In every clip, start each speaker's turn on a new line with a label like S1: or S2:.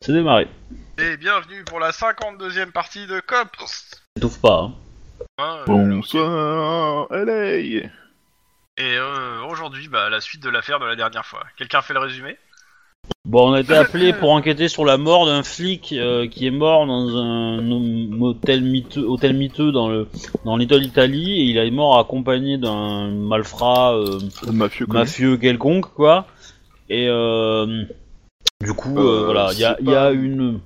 S1: C'est démarré.
S2: Et bienvenue pour la 52 e partie de Cops
S1: T'étouffes pas, hein.
S2: Hein, euh,
S3: Bonsoir, LA
S2: Et euh, aujourd'hui, bah, la suite de l'affaire de la dernière fois. Quelqu'un fait le résumé
S1: Bon, on a été appelé pour enquêter sur la mort d'un flic euh, qui est mort dans un hôtel miteux, hôtel miteux dans le dans Little Italy et il est mort accompagné d'un malfrat euh,
S3: Un mafieux connu.
S1: mafieux quelconque quoi. Et euh, du coup, euh,
S3: Euh,
S1: voilà, il y a,
S3: c'est
S1: il y a
S3: pas-
S1: une,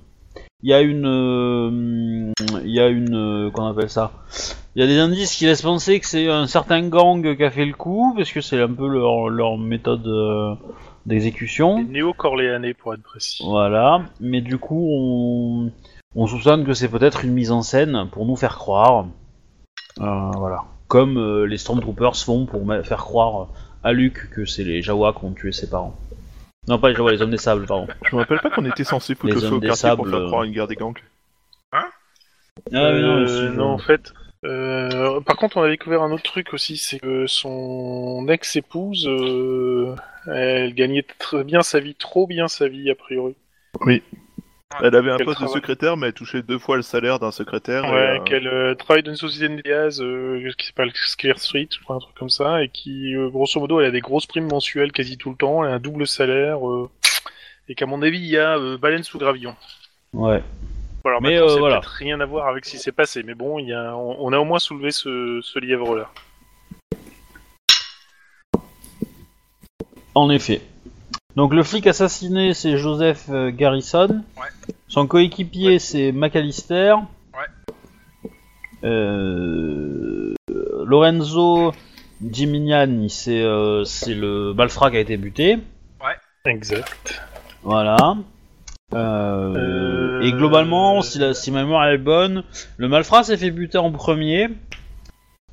S1: il y a une, euh, il y a une, euh, qu'on appelle ça. Il y a des indices qui laissent penser que c'est un certain gang qui a fait le coup, parce que c'est un peu leur, leur méthode euh, d'exécution.
S4: Néo-corléanais pour être précis.
S1: Voilà, mais du coup, on, on soupçonne que c'est peut-être une mise en scène pour nous faire croire. Euh, voilà. Comme euh, les Stormtroopers font pour ma- faire croire à Luke que c'est les Jawa qui ont tué ses parents. Non, pas les Jawa, les hommes des sables, pardon.
S3: Je me rappelle pas qu'on était censé foutre
S1: Les
S3: le feu
S1: hommes
S3: au
S1: des
S3: quartier pour
S1: sables,
S3: faire
S1: euh.
S3: croire à une guerre des gangs.
S1: Ah, mais
S4: Euh,
S1: non, c'est-
S4: non, en fait. euh, par contre, on a découvert un autre truc aussi, c'est que son ex-épouse, euh, elle gagnait très bien sa vie, trop bien sa vie a priori.
S3: Elle avait un
S4: Quel
S3: poste de
S4: travail.
S3: secrétaire, mais elle touchait deux fois le salaire d'un secrétaire. et,
S4: Ouais,
S3: euh,
S4: qu'elle euh, travaille dans une société de gaz euh, qui s'appelle Scare Street, je crois, un truc comme ça, et qui, euh, grosso modo, elle a des grosses primes mensuelles quasi tout le temps, elle a un double salaire, euh, et qu'à mon avis, il y a euh, baleine sous gravillon.
S1: Ouais.
S4: Bon, alors
S1: Mais,
S4: maintenant,
S1: euh,
S4: ça a
S1: voilà.
S4: peut-être rien à voir avec ce qui s'est passé, mais bon, il y a, on, on a au moins soulevé ce, ce lièvre-là.
S1: En effet. Donc le flic assassiné, c'est Joseph euh, Garrison. Son coéquipier, c'est McAllister. Euh, Lorenzo Gimignani, c'est euh, c'est le malfrat qui a été buté.
S4: Exact.
S1: Voilà. Euh,
S4: Euh,
S1: Et globalement, si, la, si ma mémoire est bonne, le malfrat s'est fait buter en premier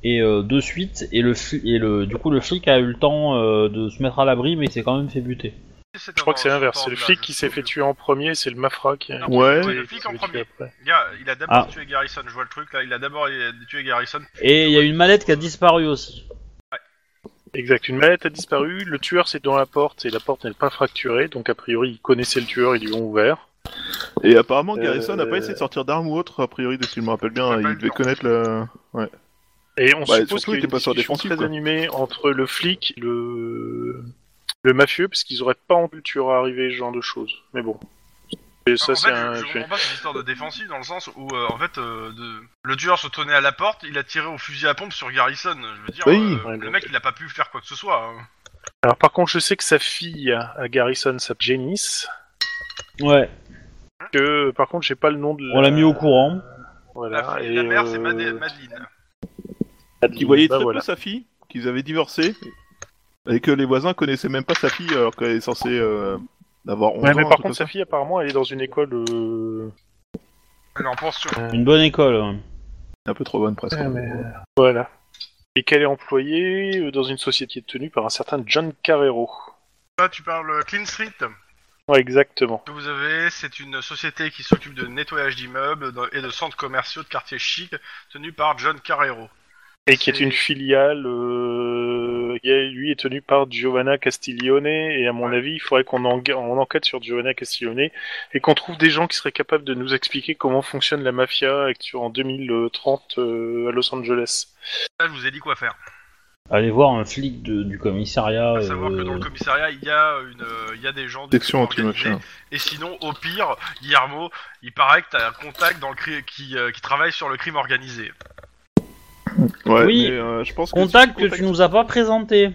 S1: et euh, de suite, et le fli- et le du coup le flic a eu le temps euh, de se mettre à l'abri, mais il s'est quand même fait buter.
S4: Je crois que c'est
S2: euh,
S4: l'inverse, c'est le flic qui s'est fait tuer en premier, c'est le mafra qui a...
S2: Non,
S3: Ouais.
S2: c'est le
S4: qui
S2: flic
S4: s'est
S2: en
S4: fait
S2: premier.
S4: tuer après.
S2: Il a, il a d'abord
S1: Ah.
S2: tué Garrison, je vois le truc là, il a d'abord euh, tué Garrison.
S1: Et il y a une mallette qui a disparu aussi.
S4: Exact, une mallette a disparu, le tueur c'est dans la porte, et la porte n'est pas fracturée, donc a priori, il connaissait le tueur, ils lui ont ouvert.
S3: Et apparemment,
S4: Euh, Ah, bah
S3: Garrison n'a pas essayé de sortir d'armes ou autre, a priori, de ce qu'il me rappelle bien.
S2: C'est pas
S3: Il devait
S2: évident.
S3: connaître le. Ouais.
S4: Et on
S3: Ouais,
S4: suppose
S3: Bah, surtout,
S4: qu'il y a
S3: il était
S4: une
S3: pas sur la
S4: discussion
S3: défensive,
S4: très
S3: quoi.
S4: animée entre le flic et le, le mafieux, parce qu'ils auraient pas envie que le tueur arriver, ce genre de choses. Mais bon. Et ça,
S2: en
S4: c'est
S2: fait,
S4: un...
S2: je, je
S4: fait-
S2: comprends pas cette histoire de défensive dans le sens où euh, en fait euh, de- le tueur se tenait à la porte, il a tiré au fusil à pompe sur Garrison. Je veux dire,
S3: Oui.
S2: euh,
S4: Ouais,
S2: le
S4: donc-
S2: mec il a pas pu faire quoi que ce soit. hein.
S4: Alors, par contre, je sais que sa fille, à Garrison, s'appelle Janice.
S1: Ouais,
S4: Que, par contre, j'ai pas le nom de la...
S1: on l'a mis au courant.
S2: La,
S4: Voilà,
S2: fille
S4: et,
S2: de la mère c'est
S4: euh,
S2: Madé- Madeleine.
S3: Qui voyait
S4: bah,
S3: très
S4: voilà.
S3: peu sa fille, qu'ils avaient divorcé, et que les voisins connaissaient même pas sa fille, alors qu'elle est censée euh, avoir 11
S4: Ouais,
S3: ans.
S4: mais
S3: un
S4: par
S3: truc
S4: contre, sa
S3: comme
S4: fille, apparemment, elle est dans une école... euh,
S2: Elle est en pension.
S1: Une bonne école. hein. ouais.
S3: ça. Un peu trop bonne, presque.
S4: Ouais, mais- euh, Voilà. Et qu'elle est employée euh, dans une société tenue par un certain John Carrero.
S2: Là tu parles euh, Clean Street.
S4: Ouais, exactement.
S2: Ce que vous avez, c'est une société qui s'occupe de nettoyage d'immeubles de- et de centres commerciaux de quartier chic, tenue par John Carrero.
S4: Et qui est
S2: C'est-
S4: une filiale, euh, qui, elle, lui est tenu par Giovanna Castiglione, et à mon avis, il faudrait qu'on en- on enquête sur Giovanna Castiglione, et qu'on trouve des gens qui seraient capables de nous expliquer comment fonctionne la mafia actu- en 2030 euh, à Los Angeles.
S2: Là, je vous ai dit quoi faire.
S1: Allez voir un flic de- du commissariat.
S2: À savoir
S1: euh,
S2: que dans le commissariat, il y a une, euh, il y a des gens de
S3: Protection
S2: organisés.
S3: anti-machin.
S2: Et sinon, au pire, Guillermo, il paraît que t'as un contact dans le cri- qui, euh, qui travaille sur le crime organisé.
S3: Ouais,
S1: Oui.
S3: mais, euh, je pense que
S1: Contact
S3: si
S1: que tu nous as pas présenté.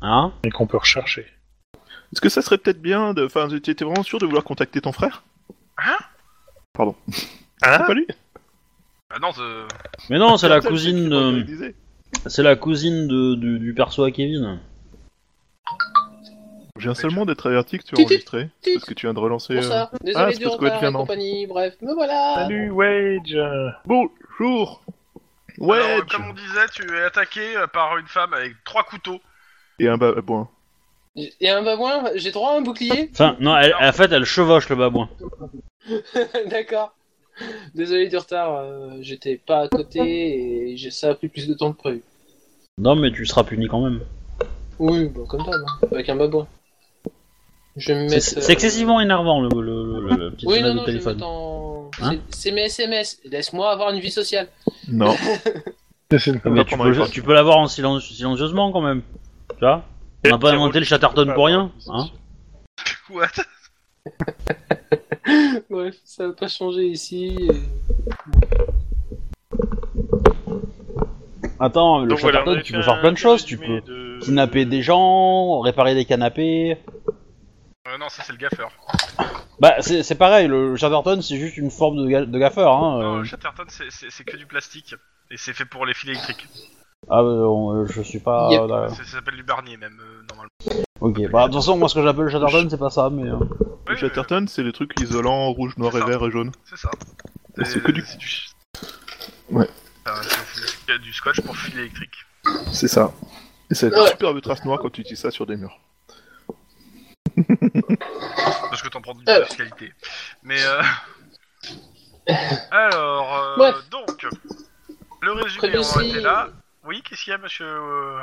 S1: Hein
S4: Et qu'on peut rechercher.
S3: Est-ce que ça serait peut-être bien de. Enfin, tu étais vraiment sûr de vouloir contacter ton frère
S2: Hein
S3: Pardon.
S4: Hein
S3: C'est pas lui
S2: Ah non, c'est-
S1: Mais non, c'est la
S3: Comme ça,
S1: cousine
S3: c'est ce qu'il
S1: de,
S3: disait.
S1: c'est la cousine de- du, du perso à Kevin.
S3: Je viens seulement d'être averti que tu as
S5: Titi.
S3: enregistré.
S5: Titi.
S3: Parce que tu viens de relancer. euh,
S5: Bonsoir,
S3: Ah,
S5: désolé
S3: c'est
S5: du
S3: parce que
S5: retard et
S3: Edgar, non.
S5: compagnie, bref, me voilà
S4: Salut, Wage
S3: Bonjour Ouais
S2: Alors, euh, comme on disait, tu es attaqué euh, par une femme avec trois couteaux.
S3: Et un bas. Bon.
S5: Et un babouin, j'ai droit à un bouclier
S1: Enfin, non, elle, en fait, elle chevauche le babouin.
S5: D'accord. Désolé du retard, euh, j'étais pas à côté et j'ai- ça a pris plus de temps que prévu.
S1: Non, mais tu seras puni quand même.
S5: hein. Oui, bon, comme ça, non Avec un babouin. Je vais me
S1: C'est
S5: mettre.
S1: c'est
S5: euh,
S1: excessivement énervant le, le- le- le petit
S5: Oui,
S1: sonnet
S5: non, non,
S1: de
S5: je vais me
S1: téléphone.
S5: mettre en.
S1: Hein
S5: C'est- c'est mes SMS. Laisse-moi avoir une vie sociale.
S3: Non.
S1: Mais
S3: Pas
S1: tu
S3: pendant les
S1: peux,
S3: pauses.
S1: tu peux l'avoir en silen- silencieusement quand même. Tu vois On n'a pas inventé le chatterton pour rien. Hein
S2: What
S5: Bref, ça va pas changer ici.
S1: Attends, le
S4: Donc voilà, on
S1: chatterton,
S4: avait
S1: tu
S4: fait
S1: peux
S4: un
S1: faire plein de choses. Tu
S4: résumé
S1: peux
S4: de-
S1: kidnapper des gens, réparer des canapés.
S2: Euh, Non, ça c'est le gaffeur.
S1: Bah, c'est c'est pareil, le chatterton c'est juste une forme de, ga- de gaffeur. Hein,
S2: Non,
S1: euh.
S2: le Chatterton c'est- c'est c'est que du plastique. Et c'est fait pour les fils électriques.
S1: Ah, euh, on- euh, je suis pas.
S5: Yep.
S1: euh,
S2: C'est- Ça s'appelle du barnier même, euh, normalement.
S1: ok, bah, de toute façon, moi ce que j'appelle le chatterton c'est pas ça, mais. euh,
S2: Ouais,
S3: Le Chatterton, c'est les trucs isolants, rouge, noir
S2: C'est
S3: et
S2: ça.
S3: vert et jaune.
S2: euh, C'est ça.
S3: Mais c'est que du- Ouais.
S2: Ouais. Il y a Ah, du scotch pour fil électrique.
S3: C'est ça. Et c'est
S5: Ouais.
S3: une superbe trace noire quand tu utilises ça sur des murs.
S2: Parce que t'en prends de
S5: Euh.
S2: meilleure qualité. Mais euh... Alors, euh,
S5: Bref.
S2: donc, le résumé, on en
S5: Previously.
S2: était là. Oui, qu'est-ce qu'il y a, monsieur euh,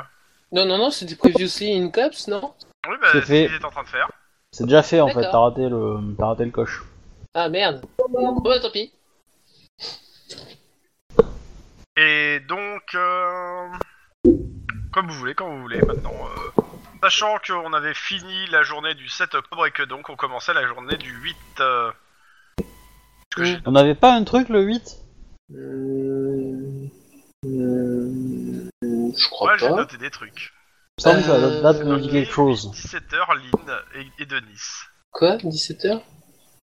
S5: Non, non, non, c'était Previously in Cops, non
S2: Oui, bah,
S1: C'est
S2: c'est
S1: fait.
S2: ce qu'il est en train de faire.
S1: C'est déjà fait en fait,
S5: D'accord.
S1: t'as raté, le... t'as raté le coche.
S5: Ah merde. Bon, bah tant pis.
S2: Et donc, euh, comme vous voulez, quand vous voulez, maintenant. euh, Sachant qu'on avait fini la journée du 7 octobre et que donc on commençait la journée du 8. euh, parce que
S5: Mm.
S2: j'ai-
S1: On avait pas un truc le 8
S5: Euh, euh, Je crois
S2: Moi j'ai
S5: pas.
S2: noté des trucs.
S1: Il me semble que la date me dit
S5: Euh,
S1: quelque chose.
S2: 17h, Lynn et, et Denis.
S5: Quoi 17h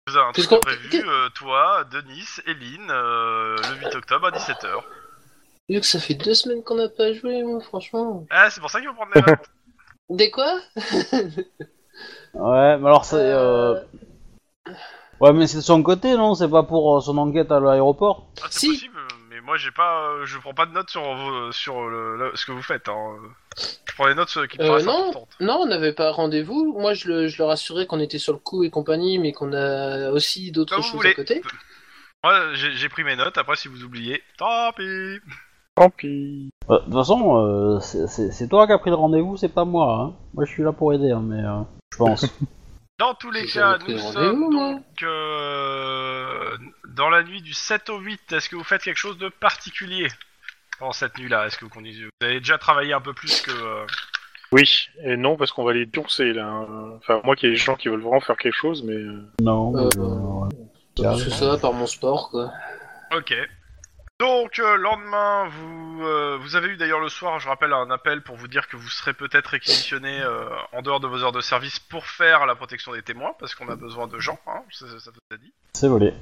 S2: Vous avez un
S5: Qu'est-ce
S2: truc de
S5: qu'on-
S2: prévu, euh, toi, Denis et Lynn, euh, le 8 octobre à 17h.
S5: Vu que ça fait deux semaines qu'on n'a pas joué, moi, franchement.
S2: Ah, c'est pour ça qu'ils vont prendre les notes.
S5: Des quoi
S1: Ouais, mais alors c'est. Euh... Ouais, mais c'est de son côté, non C'est pas pour euh, son enquête à l'aéroport
S2: Ah, c'est
S5: Si.
S2: possible, mais moi j'ai pas, euh, je prends pas de notes sur vos- sur le- le- ce que vous faites. Hein. Je prends les notes euh, qui me
S5: Euh,
S2: paraissent
S5: non.
S2: importantes.
S5: Non, on n'avait pas rendez-vous. Moi, je, le, je leur assurais qu'on était sur le coup et compagnie, mais qu'on a aussi d'autres
S2: Comme vous
S5: choses à
S2: voulez.
S5: côté.
S2: Moi j'ai j'ai pris mes notes. Après si vous oubliez, tant pis.
S4: Tant pis.
S1: Euh, De toute façon, euh, c'est- c'est c'est toi qui as pris le rendez-vous, c'est pas moi. Hein. Moi je suis là pour aider, hein, mais. euh, je pense.
S2: Dans tous les
S5: J'ai
S2: cas,
S5: jamais pris
S2: nous
S5: de
S2: sommes
S5: rendez-vous, moi.
S2: donc euh, dans la nuit du 7 au 8. Est-ce que vous faites quelque chose de particulier pendant cette nuit-là Est-ce que vous, conduisez- vous avez déjà travaillé un peu plus que euh,
S4: Oui, et non, parce qu'on va les tourcer là. hein. Enfin, moi, qu'il y a des gens qui veulent vraiment faire quelque chose, mais. euh,
S1: non.
S5: Euh,
S1: je- ouais.
S5: Parce que ça, par mon sport, quoi.
S2: Ok. Donc, euh, lendemain, vous, euh, vous avez eu d'ailleurs le soir, je rappelle, un appel pour vous dire que vous serez peut-être réquisitionné euh, en dehors de vos heures de service pour faire la protection des témoins, parce qu'on a besoin de gens, hein, ça, ça- ça vous a dit.
S1: C'est volé.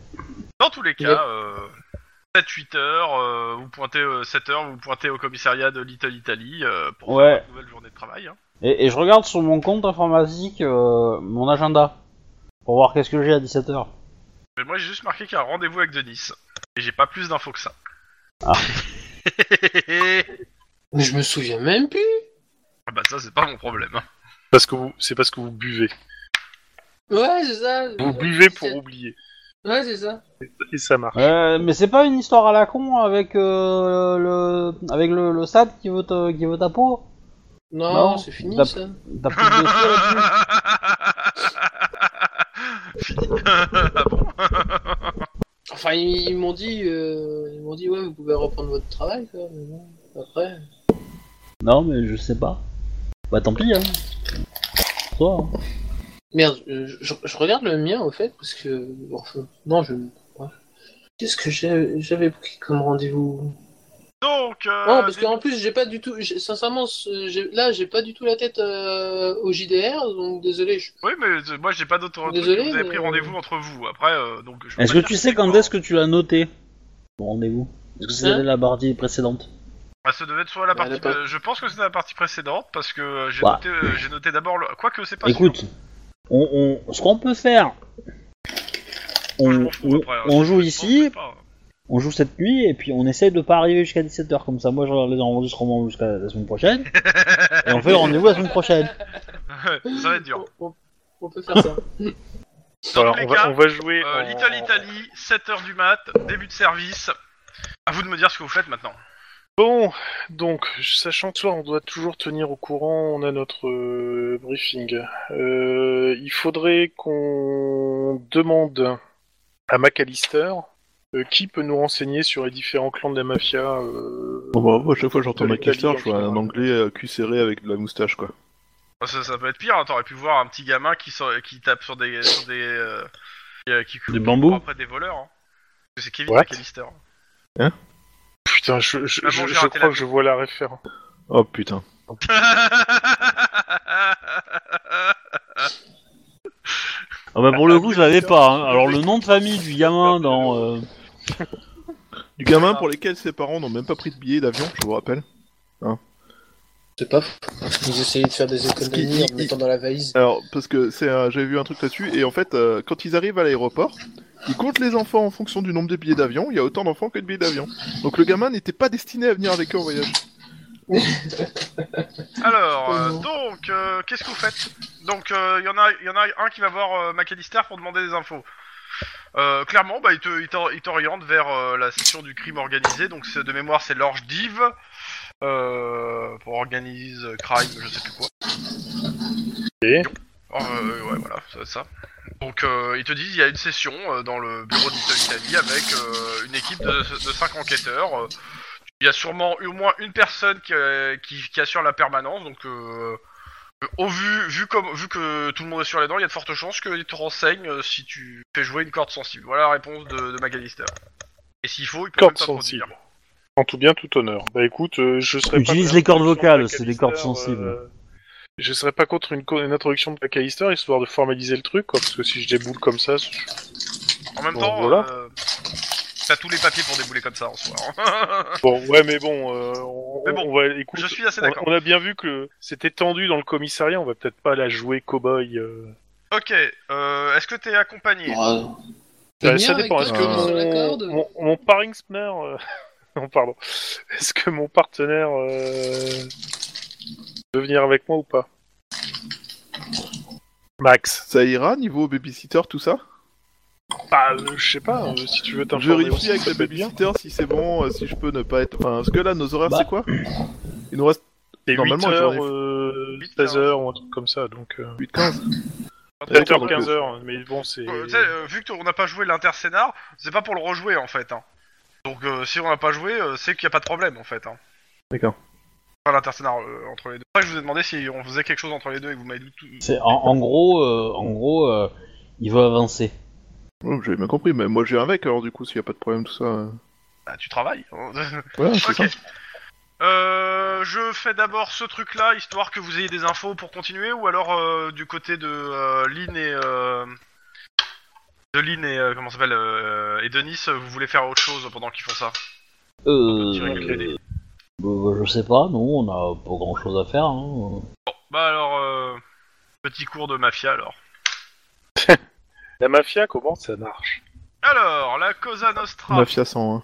S2: Dans tous les cas,
S5: Ouais.
S2: 7-8 heures, euh, vous pointez 7 heures, vous pointez au commissariat de Little Italy euh, pour
S1: Ouais.
S2: faire une nouvelle journée de travail. hein.
S1: Et, et je regarde sur mon compte informatique euh, mon agenda. Pour voir qu'est-ce que j'ai à 17h.
S2: Mais moi, j'ai juste marqué qu'il y a un rendez-vous avec Denis, et j'ai pas plus d'infos que ça.
S1: Ah.
S5: Mais je me souviens même plus.
S2: Ah bah ça, c'est pas mon problème. hein.
S4: Parce que vous... C'est parce que vous buvez.
S5: Ouais, c'est ça.
S4: Vous buvez pour oublier.
S5: Ouais, c'est ça.
S4: Et ça marche.
S1: Euh, mais c'est pas une histoire à la con avec euh, le avec le, le SAD qui veut te- qui veut ta peau.
S5: Non,
S1: Non,
S5: c'est fini,
S1: t'as-
S5: ça.
S1: T'as plus de dossier là-dessus.
S2: Fini. ah bon
S5: Enfin, ils, ils m'ont dit, euh, ils m'ont dit, ouais, vous pouvez reprendre votre travail, quoi. Mais bon, après.
S1: Non mais je sais pas. Bah tant pis hein. Toi. hein.
S5: Merde, euh, je, je- je regarde le mien, au fait, parce que. bon, Enfin, non, je. ouais. Qu'est-ce que j'ai- j'avais pris comme rendez-vous
S2: Donc, euh,
S5: Non, parce
S2: des-
S5: qu'en plus, j'ai pas du tout. j'ai- Sincèrement, ce- j'ai- là, j'ai pas du tout la tête euh, au JDR, donc désolé. je-
S2: oui, mais euh, moi j'ai pas d'autres trucs.
S5: Désolé,
S2: Vous avez pris
S5: mais-
S2: rendez-vous entre vous. Après, euh, donc. je peux
S1: Est-ce que
S2: pas dire
S1: tu sais
S2: c'est
S1: quand
S2: quoi.
S1: est-ce que tu l'as noté Au rendez-vous Est-ce que
S5: Hein
S1: c'était la partie précédente
S2: Bah, ça devait être soit la
S5: Ouais,
S2: partie.
S5: elle est pas-
S2: euh, Je pense que c'était la partie précédente parce que euh, j'ai
S1: Ouais.
S2: noté, euh, j'ai noté d'abord. Le... Quoi que c'est pas.
S1: Écoute, on, on- ce qu'on peut faire,
S2: sûr. Moi, je
S1: on,
S2: m'en fous,
S1: on-
S2: après, hein.
S1: on joue
S2: Je pense que
S1: ici,
S2: pas.
S1: on joue cette nuit et puis on essaie de pas arriver jusqu'à 17h comme ça. Moi je regarde les enregistrements jusqu'à la semaine prochaine et on fait le rendez-vous la semaine prochaine.
S2: ça va être dur.
S5: On, on- on peut faire
S2: Dans
S5: ça.
S4: Voilà,
S2: tous les
S4: on, va,
S2: cas,
S4: on va jouer.
S2: euh,
S1: Oh.
S4: en-
S2: Little Italy, 7h du mat, début de service. À vous de me dire ce que vous faites maintenant.
S4: Bon, donc, sachant que ce soir on doit toujours tenir au courant, on a notre euh, briefing. Euh, il faudrait qu'on demande à McAllister euh, qui peut nous renseigner sur les différents clans de la mafia. euh,
S3: Bon, bah, moi, à chaque fois que j'entends
S4: De
S3: McAllister,
S4: l'Italie,
S3: je vois
S4: en
S3: un
S4: général.
S3: anglais euh, cul serré avec de la moustache, quoi.
S2: Bah, Ça, ça peut être pire, hein, t'aurais pu voir un petit gamin qui, sort- qui tape sur des. Sur des euh, qui, euh, qui coupe
S6: Des bambous
S2: après des voleurs. hein. Parce que C'est Kevin
S4: What
S2: McAllister.
S4: Putain, je, je,
S2: Ah bon,
S4: je-
S2: j'ai
S4: je
S2: raté
S4: crois
S2: la-
S4: que je vois la référence.
S3: Oh putain.
S6: Ah bah pour le coup, je l'avais pas. hein. Alors le nom de famille du gamin dans euh,
S3: Du
S2: Ah.
S3: gamin pour lesquels ses parents n'ont même pas pris de billet d'avion, je vous rappelle.
S5: C'est pas fou. Ils essayaient de faire des économies en
S3: Il-
S5: le mettant dans la valise.
S3: Alors, parce que c'est un- j'avais vu un truc là-dessus, et en fait, euh, quand ils arrivent à l'aéroport, ils comptent les enfants en fonction du nombre de billets d'avion, il y a autant d'enfants que de billets d'avion. Donc le gamin n'était pas destiné à venir avec eux en voyage.
S2: Alors, euh,
S5: Oh non.
S2: donc, euh, qu'est-ce que vous faites Donc, euh, il y, en a- il y en a un qui va voir euh, McAllister pour demander des infos. Euh, clairement, bah, il te- il t'or- il t'oriente vers euh, la section du crime organisé. Donc, c'est- de mémoire, c'est l'orge d'Yves. Euh, pour organise euh, crime, je sais plus quoi.
S4: Et
S2: Euh, ouais, voilà, ça doit être ça. Donc, euh, ils te disent, il y a une session euh, dans le bureau d'Italie Italie avec euh, une équipe de, de 5 enquêteurs. Euh, Il y a sûrement au moins une personne qui, euh, qui- qui assure la permanence, donc... euh, euh, au vu, vu, comme, vu que tout le monde est sur les dents, il y a de fortes chances qu'ils te renseignent euh, si tu fais jouer une corde sensible. Voilà la réponse de, de McAllister. Et s'il faut, il peut
S4: Corde
S2: même t'introduire.
S4: sensible. En tout bien, tout honneur. Bah écoute, euh, je serais
S6: Utilise
S4: pas
S6: les cordes
S4: contre une
S6: vocales,
S4: introduction
S6: c'est
S4: de
S6: des cordes
S4: McAllister,
S6: sensibles.
S4: euh, Je serais pas contre une, co- une introduction de McAllister, histoire de formaliser le truc, quoi, parce que si je déboule comme ça, je-
S2: En même
S4: Bon,
S2: temps,
S4: voilà.
S2: euh, t'as tous les papiers pour débouler comme ça en soi. hein.
S4: bon, ouais, mais bon, euh, on,
S2: Mais bon,
S4: on va, écoute,
S2: Je suis assez
S4: on,
S2: d'accord.
S4: on a bien vu que c'était tendu dans le commissariat, on va peut-être pas la jouer cow-boy. euh.
S2: Ok, euh, est-ce que t'es accompagné
S5: Bon, euh,
S4: Bah,
S5: venir
S4: ça
S5: avec
S4: dépend.
S5: toi
S4: Est-ce
S5: sur la
S4: que
S5: corde
S4: mon, mon, mon parring spinner, euh, non, pardon. Est-ce que mon partenaire euh, veut venir avec moi ou pas Max.
S3: Ça ira niveau babysitter, tout ça
S4: Bah, euh, je sais pas. euh, si tu veux
S3: Je
S4: t'informer. aussi,
S3: vérifie avec
S4: ça
S3: la
S4: peut être bien.
S3: babysitter si c'est bon, euh, si je peux ne pas être. Enfin, parce que là, nos horaires,
S6: Bah.
S3: c'est quoi Il nous reste
S4: C'est
S3: Normalement,
S4: 8
S3: il
S4: heures,
S3: faudrait-
S4: euh,
S2: 8 heures.
S4: 16 heures ou un truc comme ça. Donc, euh,
S3: 8-15.
S2: Attends,
S4: 7 heures,
S3: donc,
S4: 15 heures. Mais bon, c'est.
S2: Euh, tu sais, euh, vu qu'on n'a pas joué l'interscénar, c'est pas pour le rejouer en fait. hein. Donc euh, si on n'a pas joué, euh, c'est qu'il n'y a pas de problème en fait. hein.
S3: D'accord.
S2: Enfin, l'interscénar euh, entre les deux. C'est pour ça que je vous ai demandé si on faisait quelque chose entre les deux et que vous m'avez dit tout.
S6: c'est- en, en gros, euh, en gros, euh, il veut avancer.
S3: Oh, J'avais bien compris, mais moi j'ai un mec alors du coup, s'il n'y a pas de problème, tout ça. euh,
S2: Bah, tu travailles. hein.
S3: Voilà, c'est
S2: ok.
S3: ça.
S2: Euh, je fais d'abord ce truc là, histoire que vous ayez des infos pour continuer, ou alors euh, du côté de euh, Lynn et. euh, de Lynn et. euh, comment ça s'appelle euh, Et Denis, euh, vous voulez faire autre chose pendant qu'ils font ça
S6: Euh,
S2: Tirer quelques dés.
S6: bah, je sais pas, nous on a pas grand chose à faire. hein.
S2: Bah alors. euh, petit cours de mafia alors.
S4: La mafia, comment ça marche
S2: Alors, la Cosa Nostra
S3: Mafia hein. 101.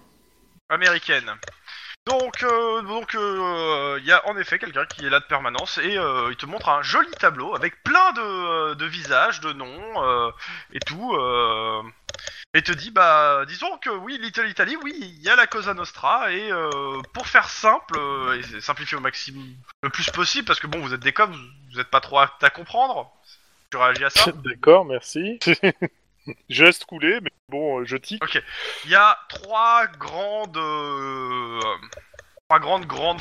S2: américaine. Donc, euh, donc, euh, il y a en effet quelqu'un qui est là de permanence et euh, il te montre un joli tableau avec plein de, euh, de visages, de noms euh, et tout. euh, et te dit, bah, disons que oui, Little Italy, oui, il y a la Cosa Nostra et euh, pour faire simple euh, et c'est simplifier au maximum le plus possible parce que bon, vous êtes des cops, vous- vous êtes pas trop aptes à comprendre. Tu réagis à ça
S4: D'accord, merci. Geste coulé, mais bon, euh, je tic.
S2: Il y a trois grandes, euh, trois grandes grandes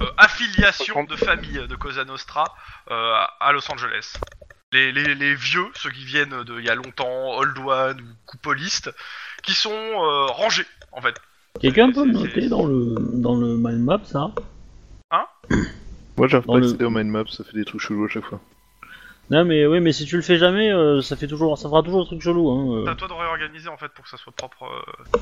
S2: euh, affiliations de familles de Cosa Nostra euh, à Los Angeles. Les, les- les vieux, ceux qui viennent de il y a longtemps, Old One ou Coupoliste, qui sont euh, rangés en fait.
S6: Quelqu'un peut
S2: C'est-
S6: me
S2: c'est-
S6: noter dans le dans le mind map ça
S3: Moi j'arrive
S6: Dans
S3: pas à
S6: le-
S3: accéder au mind map, ça fait des trucs chelous à chaque fois.
S6: Non mais oui, mais si tu le fais jamais, euh, ça fait toujours, ça fera toujours un truc chelou. Hein,
S2: C'est
S6: euh.
S2: à toi de réorganiser en fait pour que ça soit propre. euh.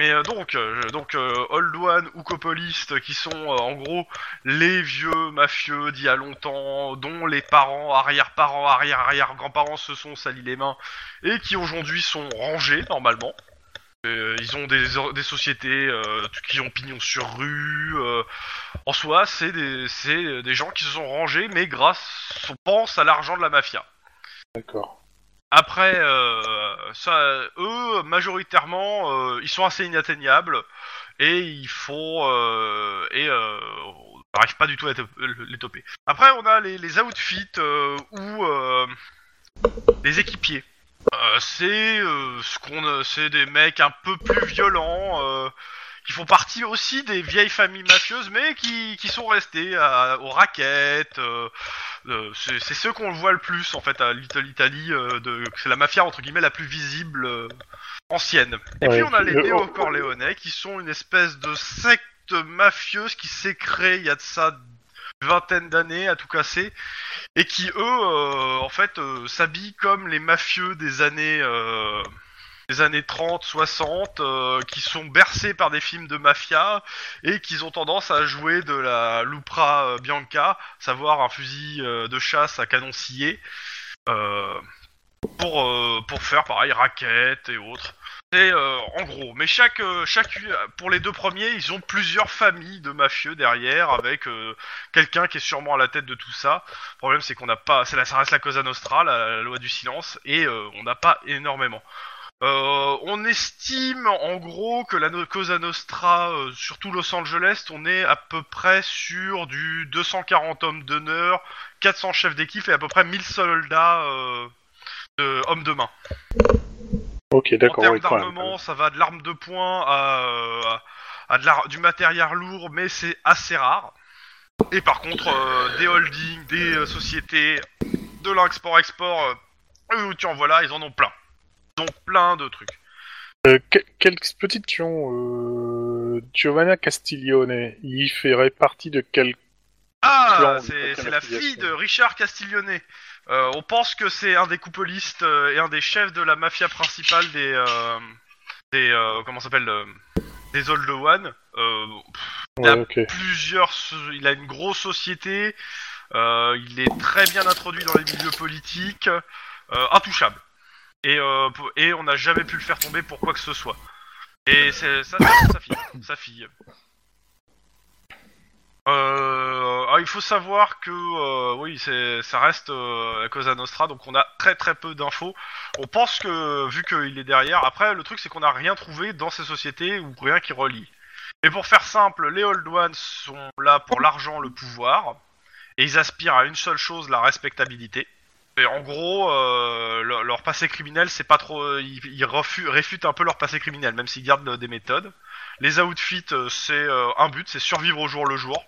S2: Mais euh, donc, euh, donc euh, Old One ou Copoliste qui sont euh, en gros les vieux mafieux d'il y a longtemps, dont les parents, arrière-parents, arrière-arrière-grands-parents se sont salis les mains et qui aujourd'hui sont rangés normalement. Euh, ils ont des, or- des sociétés euh, qui ont pignon sur rue. euh, en soi, c'est des, c'est des gens qui se sont rangés, mais grâce, on pense à l'argent de la mafia.
S4: D'accord.
S2: Après, euh, ça, eux, majoritairement, euh, ils sont assez inatteignables. et ils font euh, et euh, on n'arrive pas du tout à to- euh, les toper. Après, on a les, les outfits euh, ou euh, les équipiers. Euh, c'est euh, ce qu'on, euh, c'est des mecs un peu plus violents. euh, qui font partie aussi des vieilles familles mafieuses, mais qui, qui sont restées à- aux raquettes. euh, euh, c'est c'est ceux qu'on voit le plus, en fait, à Little Italy. euh, de- c'est la mafia, entre guillemets, la plus visible euh, ancienne. Et
S4: Ouais,
S2: puis, on a les
S4: le-
S2: néo corléonais qui sont une espèce de secte mafieuse qui s'est créée il y a de ça une vingtaine d'années, à tout casser, et qui, eux, euh, en fait, euh, s'habillent comme les mafieux des années... euh, des années 30, 60, euh, qui sont bercés par des films de mafia et qui ont tendance à jouer de la Lupra euh, Bianca, savoir un fusil euh, de chasse à canon scié, euh, pour, euh, pour faire pareil, raquettes et autres. C'est euh, en gros, mais chaque, euh, chaque, pour les deux premiers, ils ont plusieurs familles de mafieux derrière, avec euh, quelqu'un qui est sûrement à la tête de tout ça. Le problème, c'est qu'on n'a pas, c'est la, ça reste la Cosa Nostra, la, la loi du silence, et euh, on n'a pas énormément. Euh, on estime en gros que la no- Cosa Nostra, euh, surtout Los Angeles, on est à peu près sur du 240 hommes d'honneur, 400 chefs d'équipe et à peu près 1000 soldats euh, de hommes de main.
S4: Ok,
S2: En
S4: d'accord.
S2: termes
S4: ouais, quand même.
S2: d'armement, ça va de l'arme de poing à, euh, à de la- du matériel lourd, mais c'est assez rare. Et par contre, euh, des holdings, des euh, sociétés, de l'export-export, euh, eux, tu en voilà, ils en ont plein. Ils ont plein de trucs.
S4: Euh, que- quelques petites questions. Euh, Giovanna Castiglione, il ferait partie de quel
S2: Ah,
S4: Clan,
S2: c'est
S4: aucun
S2: c'est la
S4: affiliation.
S2: fille de Richard Castiglione. Euh, on pense que c'est un des coupelistes euh, et un des chefs de la mafia principale des euh, des euh, comment ça s'appelle euh, des Old One. Euh,
S4: Ouais, ok.
S2: plusieurs, so- il a une grosse société. euh, il est très bien introduit dans les milieux politiques, euh, intouchable. Et euh, po- et on n'a jamais pu le faire tomber pour quoi que ce soit. Et c'est ça, c'est sa fille. Sa fille. Euh, ah, il faut savoir que euh, oui, c'est, ça reste euh, la Cosa Nostra, donc on a très très peu d'infos. On pense que vu qu'il est derrière, après le truc c'est qu'on n'a rien trouvé dans ces sociétés ou rien qui relie. Et pour faire simple, les Old Ones sont là pour l'argent, le pouvoir, et ils aspirent à une seule chose, la respectabilité. Et en gros, euh, leur, leur passé criminel, c'est pas trop, euh, ils, ils refu- réfutent un peu leur passé criminel, même s'ils gardent euh, des méthodes. Les outfits, euh, c'est euh, un but, c'est survivre au jour le jour.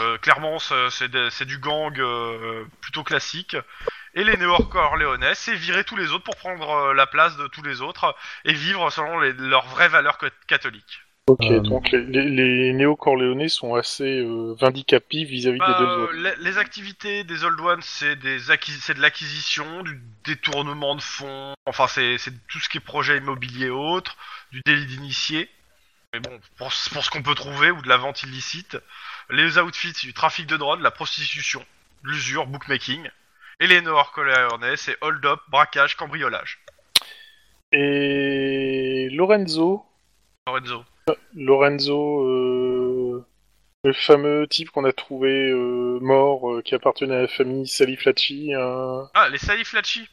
S2: Euh, clairement, c'est- c'est des- c'est du gang euh, plutôt classique. Et les néo-orléanais, c'est virer tous les autres pour prendre euh, la place de tous les autres et vivre selon les- leurs vraies valeurs co- catholiques.
S4: Ok,
S6: Euh,
S4: donc les, les, les néo-corléonais sont assez euh, vindicatifs vis-à-vis
S2: Bah,
S4: des deux
S2: euh,
S4: autres.
S2: les, les activités des Old Ones, c'est des acquis- c'est de l'acquisition, du détournement de fonds, enfin c'est c'est tout ce qui est projet immobilier et autres, du délit d'initié. Mais bon, pour, ce- pour ce qu'on peut trouver, ou de la vente illicite, les outfits, c'est du trafic de drogue, de la prostitution, de l'usure, bookmaking. Et les nord c'est hold-up, braquage, cambriolage.
S4: Et Lorenzo,
S2: Lorenzo.
S4: Lorenzo, euh, le fameux type qu'on a trouvé euh, mort, euh, qui appartenait à la famille hein. Saliflacci, un...
S2: Ah, les Saliflachi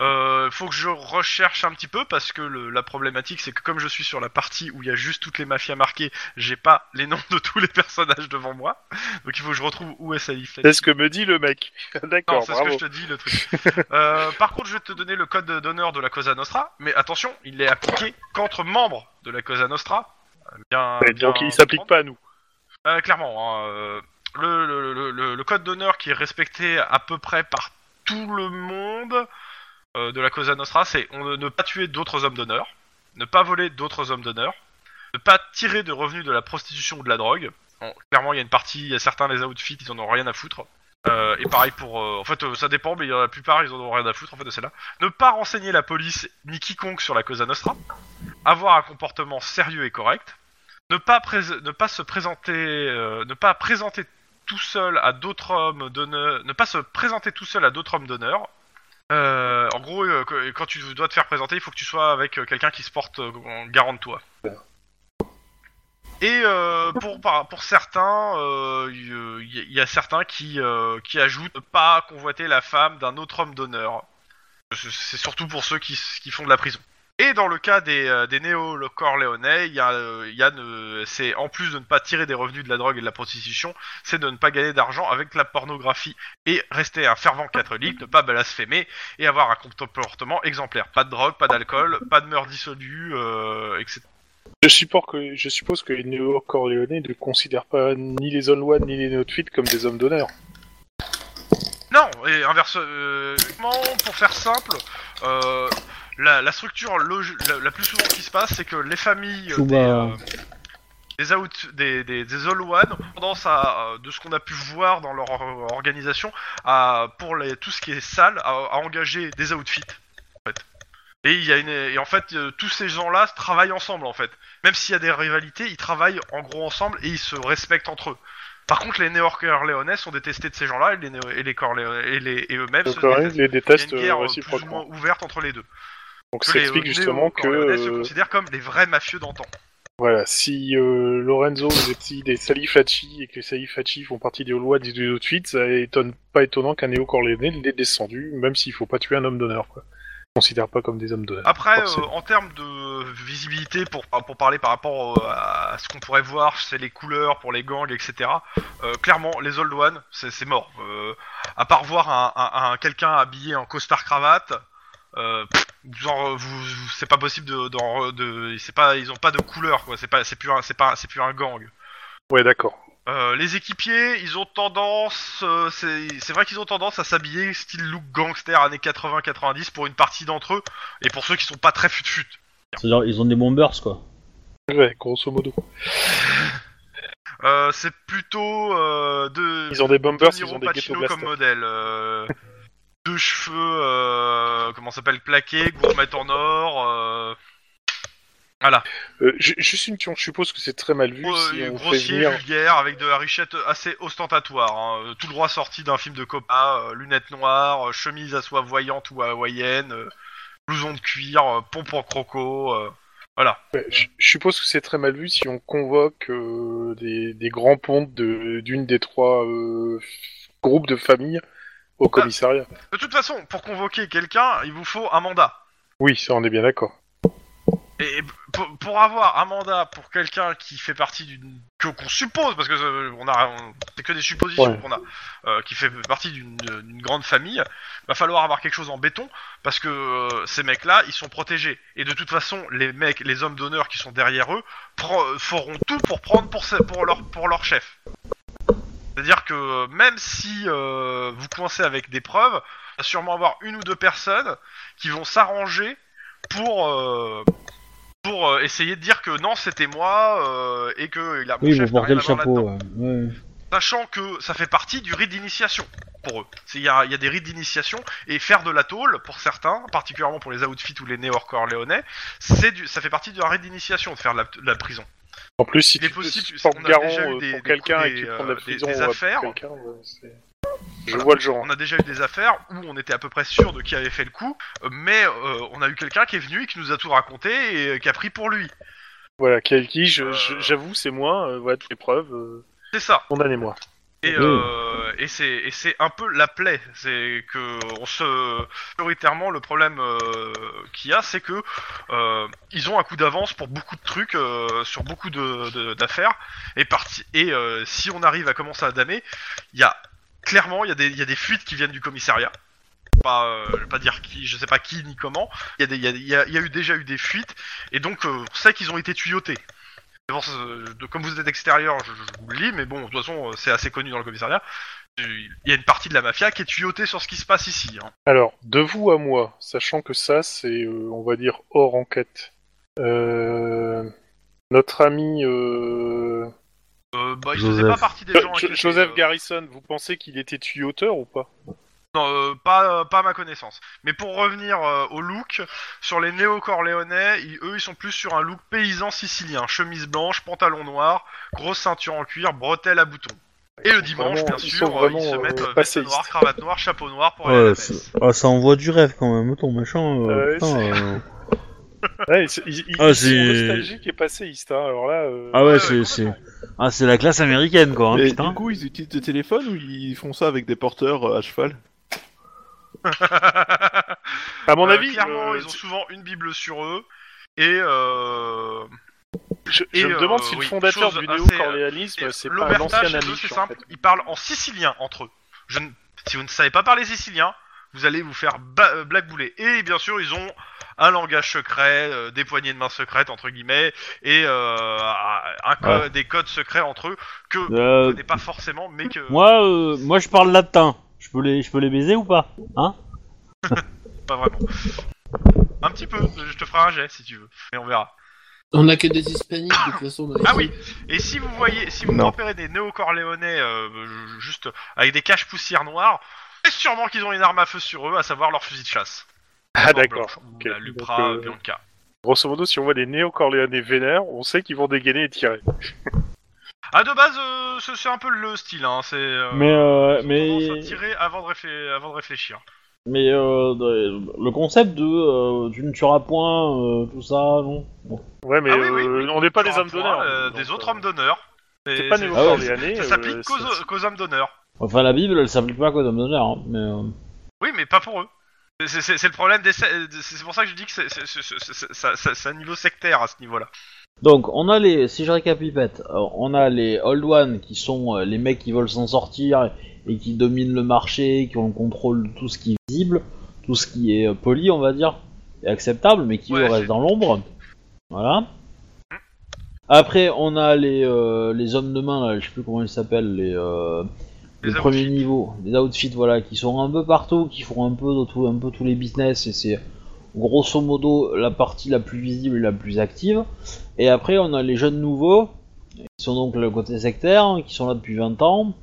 S2: euh, faut que je recherche un petit peu parce que le- la problématique c'est que comme je suis sur la partie où il y a juste toutes les mafias marquées, j'ai pas les noms de tous les personnages devant moi, donc il faut que je retrouve où est Saliflachi.
S4: C'est ce que me dit le mec.
S2: Non,
S4: D'accord,
S2: c'est ce que
S4: bravo.
S2: je te dis le truc. Euh, par contre, je vais te donner le code d'honneur de la Cosa Nostra, mais attention, il est appliqué qu'entre membres de la Cosa Nostra. Euh, Bien,
S4: Ouais, donc
S2: bien
S4: il s'applique pas à nous.
S2: euh, clairement, hein, euh, le, le- le- le- le code d'honneur qui est respecté à peu près par tout le monde euh, de la Cosa Nostra, c'est on ne, ne pas tuer d'autres hommes d'honneur, ne pas voler d'autres hommes d'honneur, ne pas tirer de revenus de la prostitution ou de la drogue. Bon, clairement, il y a une partie, il y a certains les outfits, ils en ont rien à foutre. Euh, et pareil pour, euh, en fait, euh, ça dépend, mais il y en a la plupart, ils en ont rien à foutre en fait de celle-là. Ne pas renseigner la police ni quiconque sur la Cosa Nostra, avoir un comportement sérieux et correct ne pas, prés- ne pas se présenter, euh, ne pas présenter tout seul à d'autres hommes d'honneur, ne pas se présenter tout seul à d'autres hommes d'honneur. Euh, en gros, euh, que- quand tu dois te faire présenter, il faut que tu sois avec euh, quelqu'un qui se porte euh, en garant de toi. Et euh, pour par- pour certains, euh, il y, il y a certains qui euh, qui ajoutent ne pas convoiter la femme d'un autre homme d'honneur. C'est c'est surtout pour ceux qui s- qui font de la prison. Et dans le cas des, euh, des néo-corléonais, il y a, euh, il y a ne- c'est en plus de ne pas tirer des revenus de la drogue et de la prostitution, c'est de ne pas gagner d'argent avec la pornographie et rester un fervent catholique, ne pas blasphémer et avoir un comportement exemplaire. Pas de drogue, pas d'alcool, pas de meurtre dissolu, euh, etc.
S4: Je, suppose que, je suppose que les néo-corléonais ne considèrent pas ni les Onlois ni les Néotweets comme des hommes d'honneur.
S2: Non, et inversement, pour faire simple, euh, la, la structure logi- la, la plus souvent qui se passe, c'est que les familles euh, des,
S6: Chouba.
S2: euh, des, out, des, des, des All One ont tendance à, euh, de ce qu'on a pu voir dans leur or- organisation, à, pour les, tout ce qui est sale, à, à engager des outfits. En fait. Et, il y a une, et en fait, euh, tous ces gens-là travaillent ensemble, en fait. Même s'il y a des rivalités, ils travaillent en gros ensemble et ils se respectent entre eux. Par contre, les néo-corléonais sont détestés de ces gens-là et les, néo- et les, Corléo- et les et eux-mêmes
S4: Donc,
S2: se
S4: quand même,
S2: détestent.
S4: ils
S2: Il
S4: les
S2: y a
S4: détestent
S2: une guerre euh,
S4: euh,
S2: plus ou moins
S4: réciproquement.
S2: ouverte entre les deux.
S4: Donc,
S2: Que
S4: ça
S2: les,
S4: explique
S2: euh,
S4: justement que.
S2: néo-corléonais se
S4: euh,
S2: considèrent comme les vrais mafieux d'antan.
S4: Voilà, si euh, Lorenzo faisait des Salifacci et que les Salifacci font partie des Aulois des deux autres suites, ça étonne pas étonnant qu'un néo-corléonais l'ait descendu, même s'il faut pas tuer un homme d'honneur. Quoi. On considère pas comme des hommes d'honneur.
S2: Après,
S4: forcément.
S2: euh, en termes de visibilité, pour, pour parler par rapport euh, à ce qu'on pourrait voir, c'est les couleurs pour les gangs, etc. euh, clairement, les Old One, c'est c'est mort. Euh, à part voir un, un- un- quelqu'un habillé en costard cravate, euh, pff, genre, vous, vous- c'est pas possible de, d'en re- de, c'est pas, ils ont pas de couleur, quoi. C'est pas, c'est plus un, c'est pas, c'est plus un gang.
S4: Ouais, d'accord.
S2: Euh, les équipiers, ils ont tendance, euh, c'est c'est vrai qu'ils ont tendance à s'habiller style look gangster années 80-90 pour une partie d'entre eux et pour ceux qui sont pas très fut-fut.
S6: C'est-à-dire, ils ont des bombers, quoi.
S4: Ouais, grosso modo.
S2: Euh, c'est plutôt euh, de
S4: Ils ont des bumpers,
S2: De
S4: ils
S2: Niro
S4: ont des ghetto
S2: Pacino comme
S4: blasters.
S2: modèle. euh, deux cheveux, euh, comment ça s'appelle, plaqués, gourmettes en or. euh, voilà.
S4: Euh, ju- juste une question, je suppose que c'est très mal vu
S2: Euh,
S4: si on fait
S2: grossier,
S4: venir...
S2: vulgaire, avec de la richette assez ostentatoire. hein, tout droit sorti d'un film de Coppa. euh, lunettes noires, euh, chemise à soie voyante ou hawaïenne, euh, blouson de cuir, euh, pompe en croco. euh, voilà.
S4: Ouais, Je je suppose que c'est très mal vu si on convoque euh, des, des grands pontes de- d'une des trois euh, f- groupes de familles
S2: Ah.
S4: au commissariat.
S2: De toute façon, pour convoquer quelqu'un, il vous faut un mandat.
S4: Oui, ça on est bien d'accord.
S2: Et pour, pour avoir un mandat pour quelqu'un qui fait partie d'une que qu'on suppose parce que euh, on a on- c'est que des suppositions
S4: Ouais.
S2: qu'on a euh, qui fait partie d'une d'une grande famille, va falloir avoir quelque chose en béton parce que euh, ces mecs-là ils sont protégés et de toute façon les mecs les hommes d'honneur qui sont derrière eux pre- feront tout pour prendre pour ce- pour leur pour leur chef. C'est-à-dire que euh, même si euh, vous coincez avec des preuves, il va sûrement avoir une ou deux personnes qui vont s'arranger pour euh, pour euh, essayer de dire que non c'était moi euh, et que il a mon
S6: Oui,
S2: chef
S6: vous
S2: n'a
S6: portez
S2: rien
S6: le
S2: à voir
S6: chapeau.
S2: là-dedans.
S6: ouais. Ouais.
S2: Sachant que ça fait partie du rite d'initiation pour eux. C'est- Il y a, il y a des rites d'initiation et faire de la tôle pour certains, particulièrement pour les outfits ou les néo-corléonais, c'est du, ça fait partie d'un rite d'initiation de faire de la, de la prison.
S4: En plus, si
S2: Il est
S4: tu
S2: possible,
S4: te
S2: c'est-
S4: portes
S2: on a
S4: garant
S2: déjà eu
S4: euh,
S2: des-
S4: pour
S2: des-
S4: quelqu'un et que
S2: des,
S4: tu prends de
S2: euh,
S4: la
S2: des-
S4: prison
S2: des
S4: euh, pour
S2: affaires.
S4: quelqu'un, ouais, c'est- je
S2: Voilà.
S4: vois le genre.
S2: On a déjà eu des affaires où on était à peu près sûr de qui avait fait le coup, euh, mais euh, on a eu quelqu'un qui est venu et qui nous a tout raconté et euh, qui a pris pour lui.
S4: Voilà, Kalki, je-
S2: Euh.
S4: je- j'avoue, c'est moi, euh, voilà toutes les preuves, euh,
S2: C'est ça.
S4: condamnez-moi.
S2: Et, euh, et c'est et c'est un peu la plaie, c'est que on se prioritairement le problème euh, qu'il y a, c'est que euh, ils ont un coup d'avance pour beaucoup de trucs, euh, sur beaucoup de de- d'affaires et parti et euh, si on arrive à commencer à damer, il y a clairement il y a des il y a des fuites qui viennent du commissariat. Pas, euh, je vais pas dire qui, je sais pas qui ni comment. Il y a des- il y a, il y a- il y a eu déjà eu des fuites et donc euh, on sait qu'ils ont été tuyautés. Bon, c'est- euh, de- comme vous êtes extérieur, je, je vous le lis, mais bon, de toute façon, euh, c'est assez connu dans le commissariat. Euh, Il y a une partie de la mafia qui est tuyautée sur ce qui se passe ici. hein.
S4: Alors, de vous à moi, sachant que ça, c'est, euh, on va dire, hors enquête. Euh, Notre ami euh,
S2: Euh, bah, il faisait
S6: Joseph.
S2: pas partie des
S4: Jo-
S2: gens.
S4: Jo-
S2: inquiétés,
S4: Joseph
S2: euh,
S4: Garrison, vous pensez qu'il était tuyauteur ou pas
S2: Non, euh, pas, euh, pas à ma connaissance. Mais pour revenir euh, au look, sur les néo-corléonais, ils- eux, ils sont plus sur un look paysan sicilien. Chemise blanche, pantalon noir, grosse ceinture en cuir, bretelles à boutons. Et le
S4: sont
S2: dimanche,
S4: vraiment-
S2: bien
S4: ils
S2: sûr,
S4: sont
S2: euh, ils,
S4: vraiment,
S2: se
S4: euh,
S2: mettent euh, veste
S4: passéistes.
S2: noire, cravate noire, chapeau noir pour aller à la
S1: Ouais,
S2: messe.
S1: c'est- ah, ça envoie du rêve quand même, ton machin.
S4: Ah ouais,
S1: euh, putain, euh.
S4: Ouais, il- il- il-
S1: Ah,
S4: ils sont
S1: c'est-
S4: nostalgiques et passéistes, hein, alors là... euh,
S1: Ah ouais,
S2: ouais,
S1: c'est-
S2: ouais,
S1: c'est ah, c'est la classe américaine, quoi, hein,
S3: Et
S1: putain.
S3: du coup, ils utilisent des téléphones ou ils font ça avec des porteurs euh, à cheval
S4: À mon
S2: Euh,
S4: avis,
S2: clairement,
S4: euh,
S2: ils ont souvent une Bible sur eux. Et, euh,
S4: je, je
S2: et,
S4: me demande
S2: euh,
S4: si le
S2: oui,
S4: fondateur
S2: chose
S4: du
S2: assez,
S4: néo-corléanisme,
S2: et
S4: c'est pas
S2: l'omerta
S4: l'ancien
S2: chez eux,
S4: ami.
S2: c'est simple. Ils parlent en sicilien entre eux. Je ne- Si vous ne savez pas parler sicilien, vous allez vous faire ba- euh, blackbouler. Et bien sûr, ils ont un langage secret, euh, des poignées de main secrètes, entre guillemets, et euh, un co-
S1: Ouais.
S2: des codes secrets entre eux que vous
S1: Euh,
S2: connaissez pas forcément, mais que...
S1: moi, euh, moi, je parle latin. Je peux les, je peux les baiser ou pas
S2: Pas vraiment. Un petit peu, je te ferai un jet si tu veux, et on verra.
S5: On a que des hispaniques de toute façon. dans les
S2: Ah oui, et si vous voyez, si vous
S3: Non.
S2: repérez des néo-corléonais euh, ju- juste avec des caches poussières noires, c'est sûrement qu'ils ont une arme à feu sur eux, à savoir leur fusil de chasse.
S4: Ah, d'accord.
S2: Blanche,
S4: Ok.
S2: La Lupra
S4: Donc, euh,
S2: Bianca.
S4: Grosso modo, si on voit des néo-corléanais vénères, on sait qu'ils vont dégainer et tirer.
S2: Ah, de base, euh, ce- c'est un peu le style, hein, c'est. euh,
S1: Mais, euh,
S2: ils ont tendance
S1: mais,
S2: à tirer avant de, réflé- avant de réfléchir.
S1: mais euh, de- le concept de euh, tu ne tueras point, euh, tout ça, non Bon.
S4: Ouais, mais
S2: Ah oui, oui,
S4: euh,
S2: oui.
S4: on n'est pas
S2: Sur
S4: des
S2: un
S4: hommes
S2: point,
S4: d'honneur.
S2: euh,
S4: donc,
S2: Des autres
S4: euh,
S2: hommes d'honneur.
S4: C'est pas néo-corléanais.
S2: Ça
S4: euh,
S2: s'applique qu'aux
S4: c'est-
S2: qu'aux hommes d'honneur.
S1: Enfin, la Bible, elle s'applique pas qu'aux hommes d'honneur, hein, mais. euh,
S2: Oui, mais pas pour eux. C'est- C'est c'est le problème des. se- euh, C'est c'est pour ça que je dis que c'est- c'est- c'est- c'est- c'est- ça- ça- c'est un niveau sectaire à ce niveau-là.
S1: Donc, on a les, si je récapipète, euh, on a les Old One qui sont euh, les mecs qui veulent s'en sortir et qui dominent le marché, qui ont le contrôle de tout ce qui est visible, tout ce qui est euh, poli, on va dire, et acceptable, mais qui
S2: Ouais,
S1: restent
S2: c'est-
S1: dans l'ombre. Voilà. Après, on a les, euh, les hommes de main, là, je sais plus comment ils s'appellent, les, euh,
S2: Les
S1: les premiers
S2: outfits.
S1: niveaux, les outfits, voilà, qui sont un peu partout, qui font un peu, de tout- un peu tous les business, et c'est grosso modo la partie la plus visible et la plus active. Et après, on a les jeunes nouveaux, qui sont donc le côté sectaire, hein, qui sont là depuis 20 ans,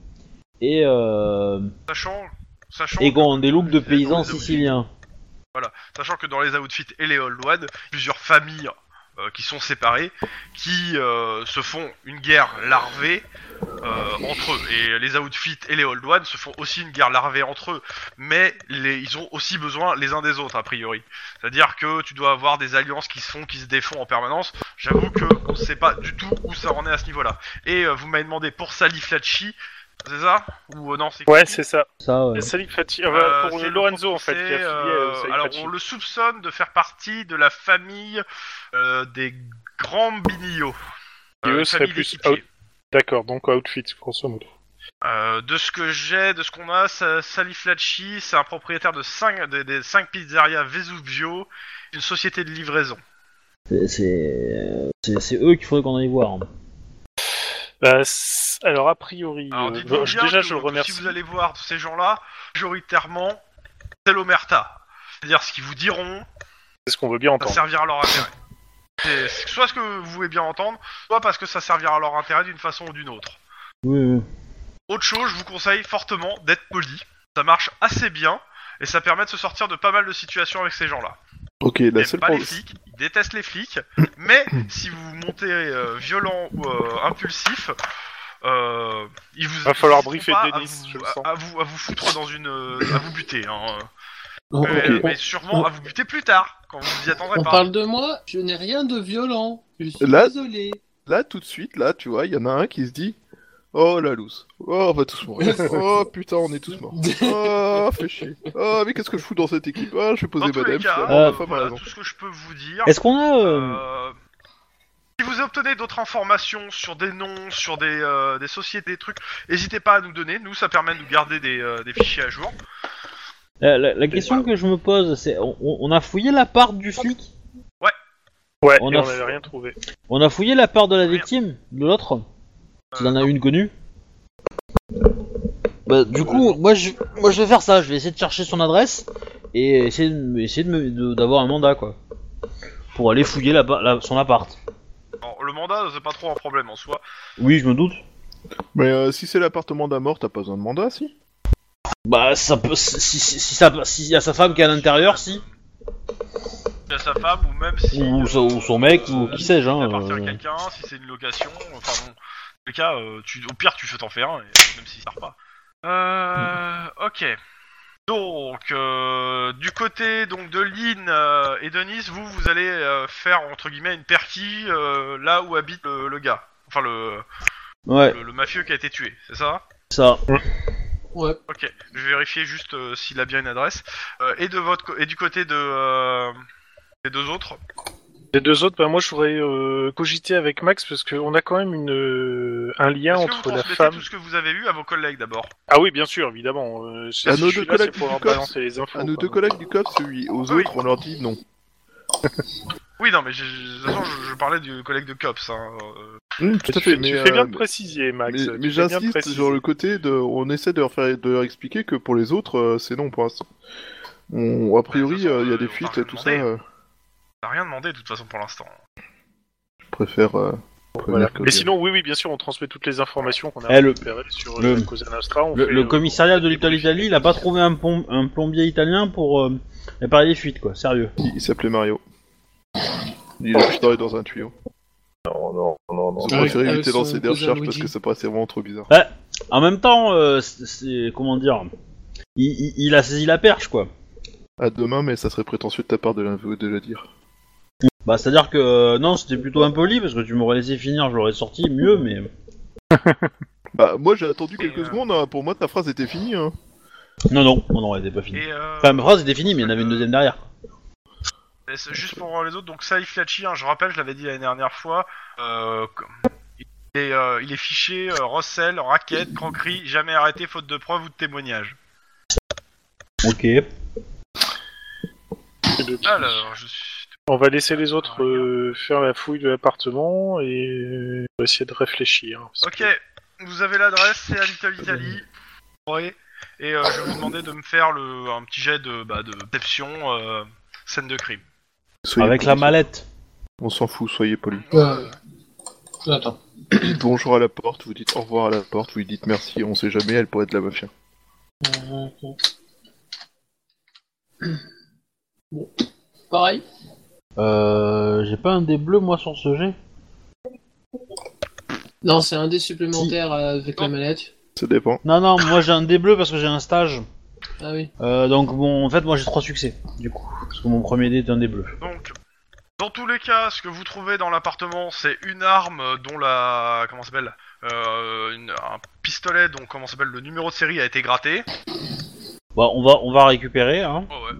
S1: et, euh,
S2: Sachant. Sachant
S1: et qui
S2: que-
S1: ont des looks de
S2: dans les
S1: paysans
S2: outfits-
S1: siciliens.
S2: Sachant que dans les outfits et les Old One, plusieurs familles euh, qui sont séparées, qui euh, se font une guerre larvée euh, entre eux. Et les outfits et les Old One se font aussi une guerre larvée entre eux. Mais les, ils ont aussi besoin les uns des autres, a priori. C'est-à-dire que tu dois avoir des alliances qui se font, qui se défont en permanence. J'avoue que on ne sait pas du tout où ça en est à ce niveau-là. Et euh, vous m'avez demandé pour Sally Flatchy, c'est ça Ou euh, non, c'est
S4: Ouais, c'est ça.
S1: Ça, ouais.
S4: Et Salif Fati-
S2: euh,
S4: enfin, pour
S2: c'est
S4: euh,
S2: le
S4: Lorenzo, en fait, qui
S2: procès,
S4: a filié
S2: euh,
S4: euh, Salif
S2: alors,
S4: Fati.
S2: on le soupçonne de faire partie de la famille euh, des grands Binio.
S4: Qui, eux,
S2: une
S4: seraient
S2: famille
S4: plus
S2: d'équipiers.
S4: out- D'accord, donc outfit, grosso modo.
S2: Euh, de ce que j'ai, de ce qu'on a, Sa- Sally Flacci, c'est un propriétaire de 5 des, des cinq pizzerias Vesuvio, une société de livraison.
S1: C'est- C'est c'est- c'est eux qu'il faudrait qu'on aille voir. hein.
S4: Bah, c- alors, a priori,
S2: Alors,
S4: euh,
S2: dites-vous
S4: bah,
S2: bien
S4: déjà,
S2: que
S4: je le remercie.
S2: Si vous allez voir tous ces gens-là, majoritairement, c'est l'omerta. C'est-à-dire ce qu'ils vous diront,
S4: C'est ce qu'on veut bien
S2: ça
S4: entendre.
S2: servira à leur intérêt. C'est c'est soit ce que vous voulez bien entendre, soit parce que ça servira à leur intérêt d'une façon ou d'une autre.
S1: Oui, oui.
S2: Autre chose, je vous conseille fortement d'être poli. Ça marche assez bien et ça permet de se sortir de pas mal de situations avec ces gens-là.
S3: Ok,
S2: Ils
S3: la
S2: n'aiment
S3: seule
S2: pas
S3: Bah, pro-
S2: les flics, ils détestent les flics, mais si vous montez euh, violent ou euh, impulsif, euh, ils vous
S4: Va falloir
S2: ils hésiteront
S4: briefer
S2: pas à
S4: Denis,
S2: vous-
S4: je le
S2: à-
S4: sens.
S2: à vous, à vous foutre dans une, euh, à vous buter. hein.
S5: On,
S2: Mais,
S5: on-
S2: mais sûrement à vous buter plus tard quand vous vous y attendrez
S5: on
S2: pas.
S5: parle de moi, je n'ai rien de violent. Je suis
S3: Là-
S5: désolé.
S3: Là, tout de suite, là, tu vois, il y en a un qui se dit Oh la loose, oh on va tous mourir, oh putain, on est tous morts, oh fais chier, oh mais qu'est-ce que je fous dans cette équipe, ah je vais
S2: Dans
S3: poser
S2: tous les
S3: madame,
S2: cas,
S3: finalement, ma
S4: hein.
S2: euh,
S3: femme a
S2: voilà
S3: raison.
S2: tout ce que je peux vous dire.
S1: Est-ce qu'on a. euh,
S2: Euh, si vous obtenez d'autres informations sur des noms, sur des, euh, des sociétés, des trucs, n'hésitez pas à nous donner. Nous, ça permet de nous garder des, euh, des fichiers à jour.
S1: la, Euh, la- la question que je me pose, c'est on, on a fouillé la part du flic
S4: Ouais,
S1: on
S4: et
S1: a
S4: on n'avait
S1: fait-
S4: rien trouvé.
S1: On a fouillé la part de la
S2: Rien.
S1: victime, de l'autre S'il
S2: Euh,
S1: en a une connue Bah du coup, moi je, moi je vais faire ça, je vais essayer de chercher son adresse et essayer de- essayer de me- de- d'avoir un mandat quoi. Pour aller fouiller la, la- son appart.
S2: alors, le mandat, c'est pas trop un problème en soi.
S1: Oui, je me doute.
S3: Mais euh, si c'est l'appartement d'un mort, t'as pas besoin de mandat, si
S1: Bah ça peut, si, si, si, ça, s'il y a sa femme qui est à l'intérieur, si.
S2: Il y a sa femme, ou même si.
S1: Ou,
S2: euh,
S1: sa- ou son mec, ou
S2: euh,
S1: qui sais-je
S2: Il
S1: hein.
S2: appartient à
S1: euh.
S2: quelqu'un, si c'est une location. Enfin bon, dans le cas, euh, tu, au pire, tu fais t'en faire un, et, même si ça part pas. Euh, ok. Donc, euh, du côté donc de Lynn euh, et de Nice, vous, vous allez euh, faire entre guillemets une perquis euh, là où habite le, le gars. Enfin, le,
S1: Ouais,
S2: le, le mafieux qui a été tué, c'est ça
S1: ça.
S5: On- Ouais.
S2: Ok, je vais vérifier juste euh, s'il a bien une adresse. Euh, et de votre co- et du côté de euh, des deux autres.
S4: Les deux autres, bah, moi je voudrais euh, cogiter avec Max parce qu'on a quand même une, euh, un lien
S2: Est-ce que vous
S4: entre la
S2: transmettez
S4: femme.
S2: tout ce que vous avez eu à vos collègues d'abord
S4: Ah oui, bien sûr, évidemment. Euh, si
S3: À
S4: je
S3: nos
S4: suis
S3: deux
S4: là, c'est
S3: collègues
S4: pour
S3: du
S4: leur
S3: COPS.
S4: balancer les infos. hein,
S3: À nos
S4: quoi.
S3: deux collègues du COPS, oui, aux
S2: Ah oui.
S3: autres, on leur dit non.
S2: Oui, non, mais j'ai- j'ai- de toute façon, je, je parlais du collègue de Cops. Hein. euh,
S3: tout
S4: Tu,
S3: à fait,
S4: fais,
S3: mais,
S4: tu fais bien
S3: euh,
S4: de préciser, Max.
S3: mais,
S4: tu
S3: mais
S4: fais bien de
S3: j'insiste
S4: préciser.
S3: sur le côté de. On essaie de leur, faire, de leur expliquer que pour les autres, euh, c'est non pour l'instant. On- a
S4: Bah,
S3: priori,
S2: façon,
S3: euh, il y a
S2: euh,
S3: des
S2: on
S3: fuites
S2: va
S3: et tout ça.
S2: demander.
S3: euh,
S2: On n'a rien demandé de toute façon pour l'instant.
S3: je préfère. euh,
S4: Voilà.
S3: prévenir que-
S4: Mais sinon, oui, oui, bien sûr, on transmet toutes les informations qu'on a
S6: Eh, le-
S4: récupérées sur
S6: le-
S4: le, la Cosa Nostra. on
S1: Le,
S4: fait,
S1: le
S4: euh,
S1: commissariat de
S4: des
S1: l'Italie,
S4: briefings.
S1: Italie, il a pas trouvé un, pom- un plombier italien pour euh, réparer les fuites, quoi, sérieux.
S3: Il, il s'appelait Mario. Il est juste dans un tuyau.
S4: Non, non, non, non.
S3: Ils ont
S5: Avec-
S3: préféré
S5: avec
S3: éviter
S5: son
S3: lancer des
S5: cousin
S3: recherches parce
S5: Luigi.
S3: que ça paraissait vraiment trop bizarre.
S1: Eh, En même temps, euh, c'est- c'est. Comment dire il, il- il a saisi la perche, quoi.
S3: À demain, mais ça serait prétentieux de ta part de, la- de le dire.
S1: Bah, c'est-à-dire que. euh, non, c'était plutôt impoli parce que tu m'aurais laissé finir, je l'aurais sorti mieux, mais.
S3: Bah, moi j'ai attendu quelques
S2: euh,
S3: secondes, hein. pour moi ta phrase était finie. Hein.
S1: Non, non, non, non, elle était pas finie.
S2: Et, euh,
S1: Enfin, ma phrase était finie, mais il y en avait une deuxième derrière.
S2: Et c'est Juste pour euh, les autres, donc Saïf Flatchi, hein, je rappelle, je l'avais dit la dernière fois, euh, il, est, euh, il est fiché euh, recel, raquette, croquerie, jamais arrêté, faute de preuve ou de témoignage.
S1: Ok.
S2: Alors, je suis...
S4: On va laisser les
S2: Ah,
S4: autres euh, faire la fouille de l'appartement et euh, on va essayer de réfléchir. hein, parce
S2: Ok,
S4: que-
S2: vous avez l'adresse, c'est à l'Italie, Italie. Ouais. Et euh, je vais vous demander de me faire le, un petit jet de, bah, de perception, euh, scène de crime.
S3: Soyez
S1: Avec
S3: polis.
S1: la mallette.
S3: On s'en fout, soyez polis.
S5: Euh, Attends.
S3: dites bonjour à la porte, vous dites au revoir à la porte, vous lui dites merci, on sait jamais, elle pourrait être la mafia.
S5: Bon. Pareil.
S1: Euh. J'ai pas un dé bleu, moi, sur ce jet
S5: Non, c'est un dé supplémentaire euh, avec la mallette.
S3: Ça dépend.
S1: Non, non, moi j'ai un dé bleu parce que j'ai un stage.
S5: Ah oui.
S1: Euh, donc bon, en fait, moi j'ai trois succès, du coup, parce que mon premier dé est un dé bleu.
S2: Donc, dans tous les cas, ce que vous trouvez dans l'appartement, c'est une arme euh, dont la. Comment ça s'appelle Euh, une- Un pistolet dont, comment ça s'appelle, le numéro de série a été gratté.
S1: Bah, on va, on va récupérer, hein.
S2: Oh ouais,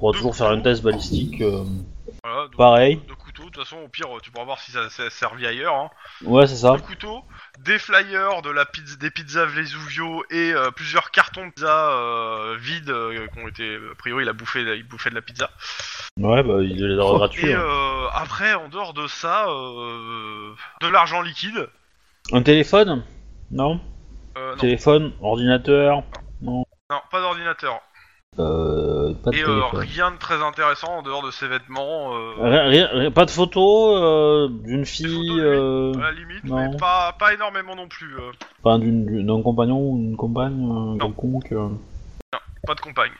S1: On va toujours faire un test balistique, euh,
S2: voilà. donc,
S1: pareil.
S2: deux couteaux, de toute façon, au pire, tu pourras voir si ça, ça a servi ailleurs. Hein.
S1: Ouais, c'est ça.
S2: Deux couteaux, des flyers, de la pizza, des pizzas Vesuvio et euh, plusieurs cartons de pizza euh, vides euh, qui ont été. A priori, il a bouffé, il bouffait de la pizza.
S1: Ouais, bah, il les aura
S2: Et
S1: gratuits. hein.
S2: euh, après, en dehors de ça, euh, de l'argent liquide.
S1: Un téléphone non,
S2: Euh, non,
S1: Téléphone Ordinateur Non.
S2: non, pas d'ordinateur.
S1: Euh. Pas de
S2: Et euh,
S1: téléphone.
S2: rien de très intéressant en dehors de ses vêtements, euh,
S1: Rien- rien- rien- pas de photo euh, d'une
S2: photos
S1: fille,
S2: de lui
S1: euh,
S2: à la limite,
S1: non.
S2: mais pas, pas énormément non plus. euh,
S1: enfin d'une- d'une- d'un compagnon ou d'une compagne euh, quelconque. euh.
S2: pas de compagne.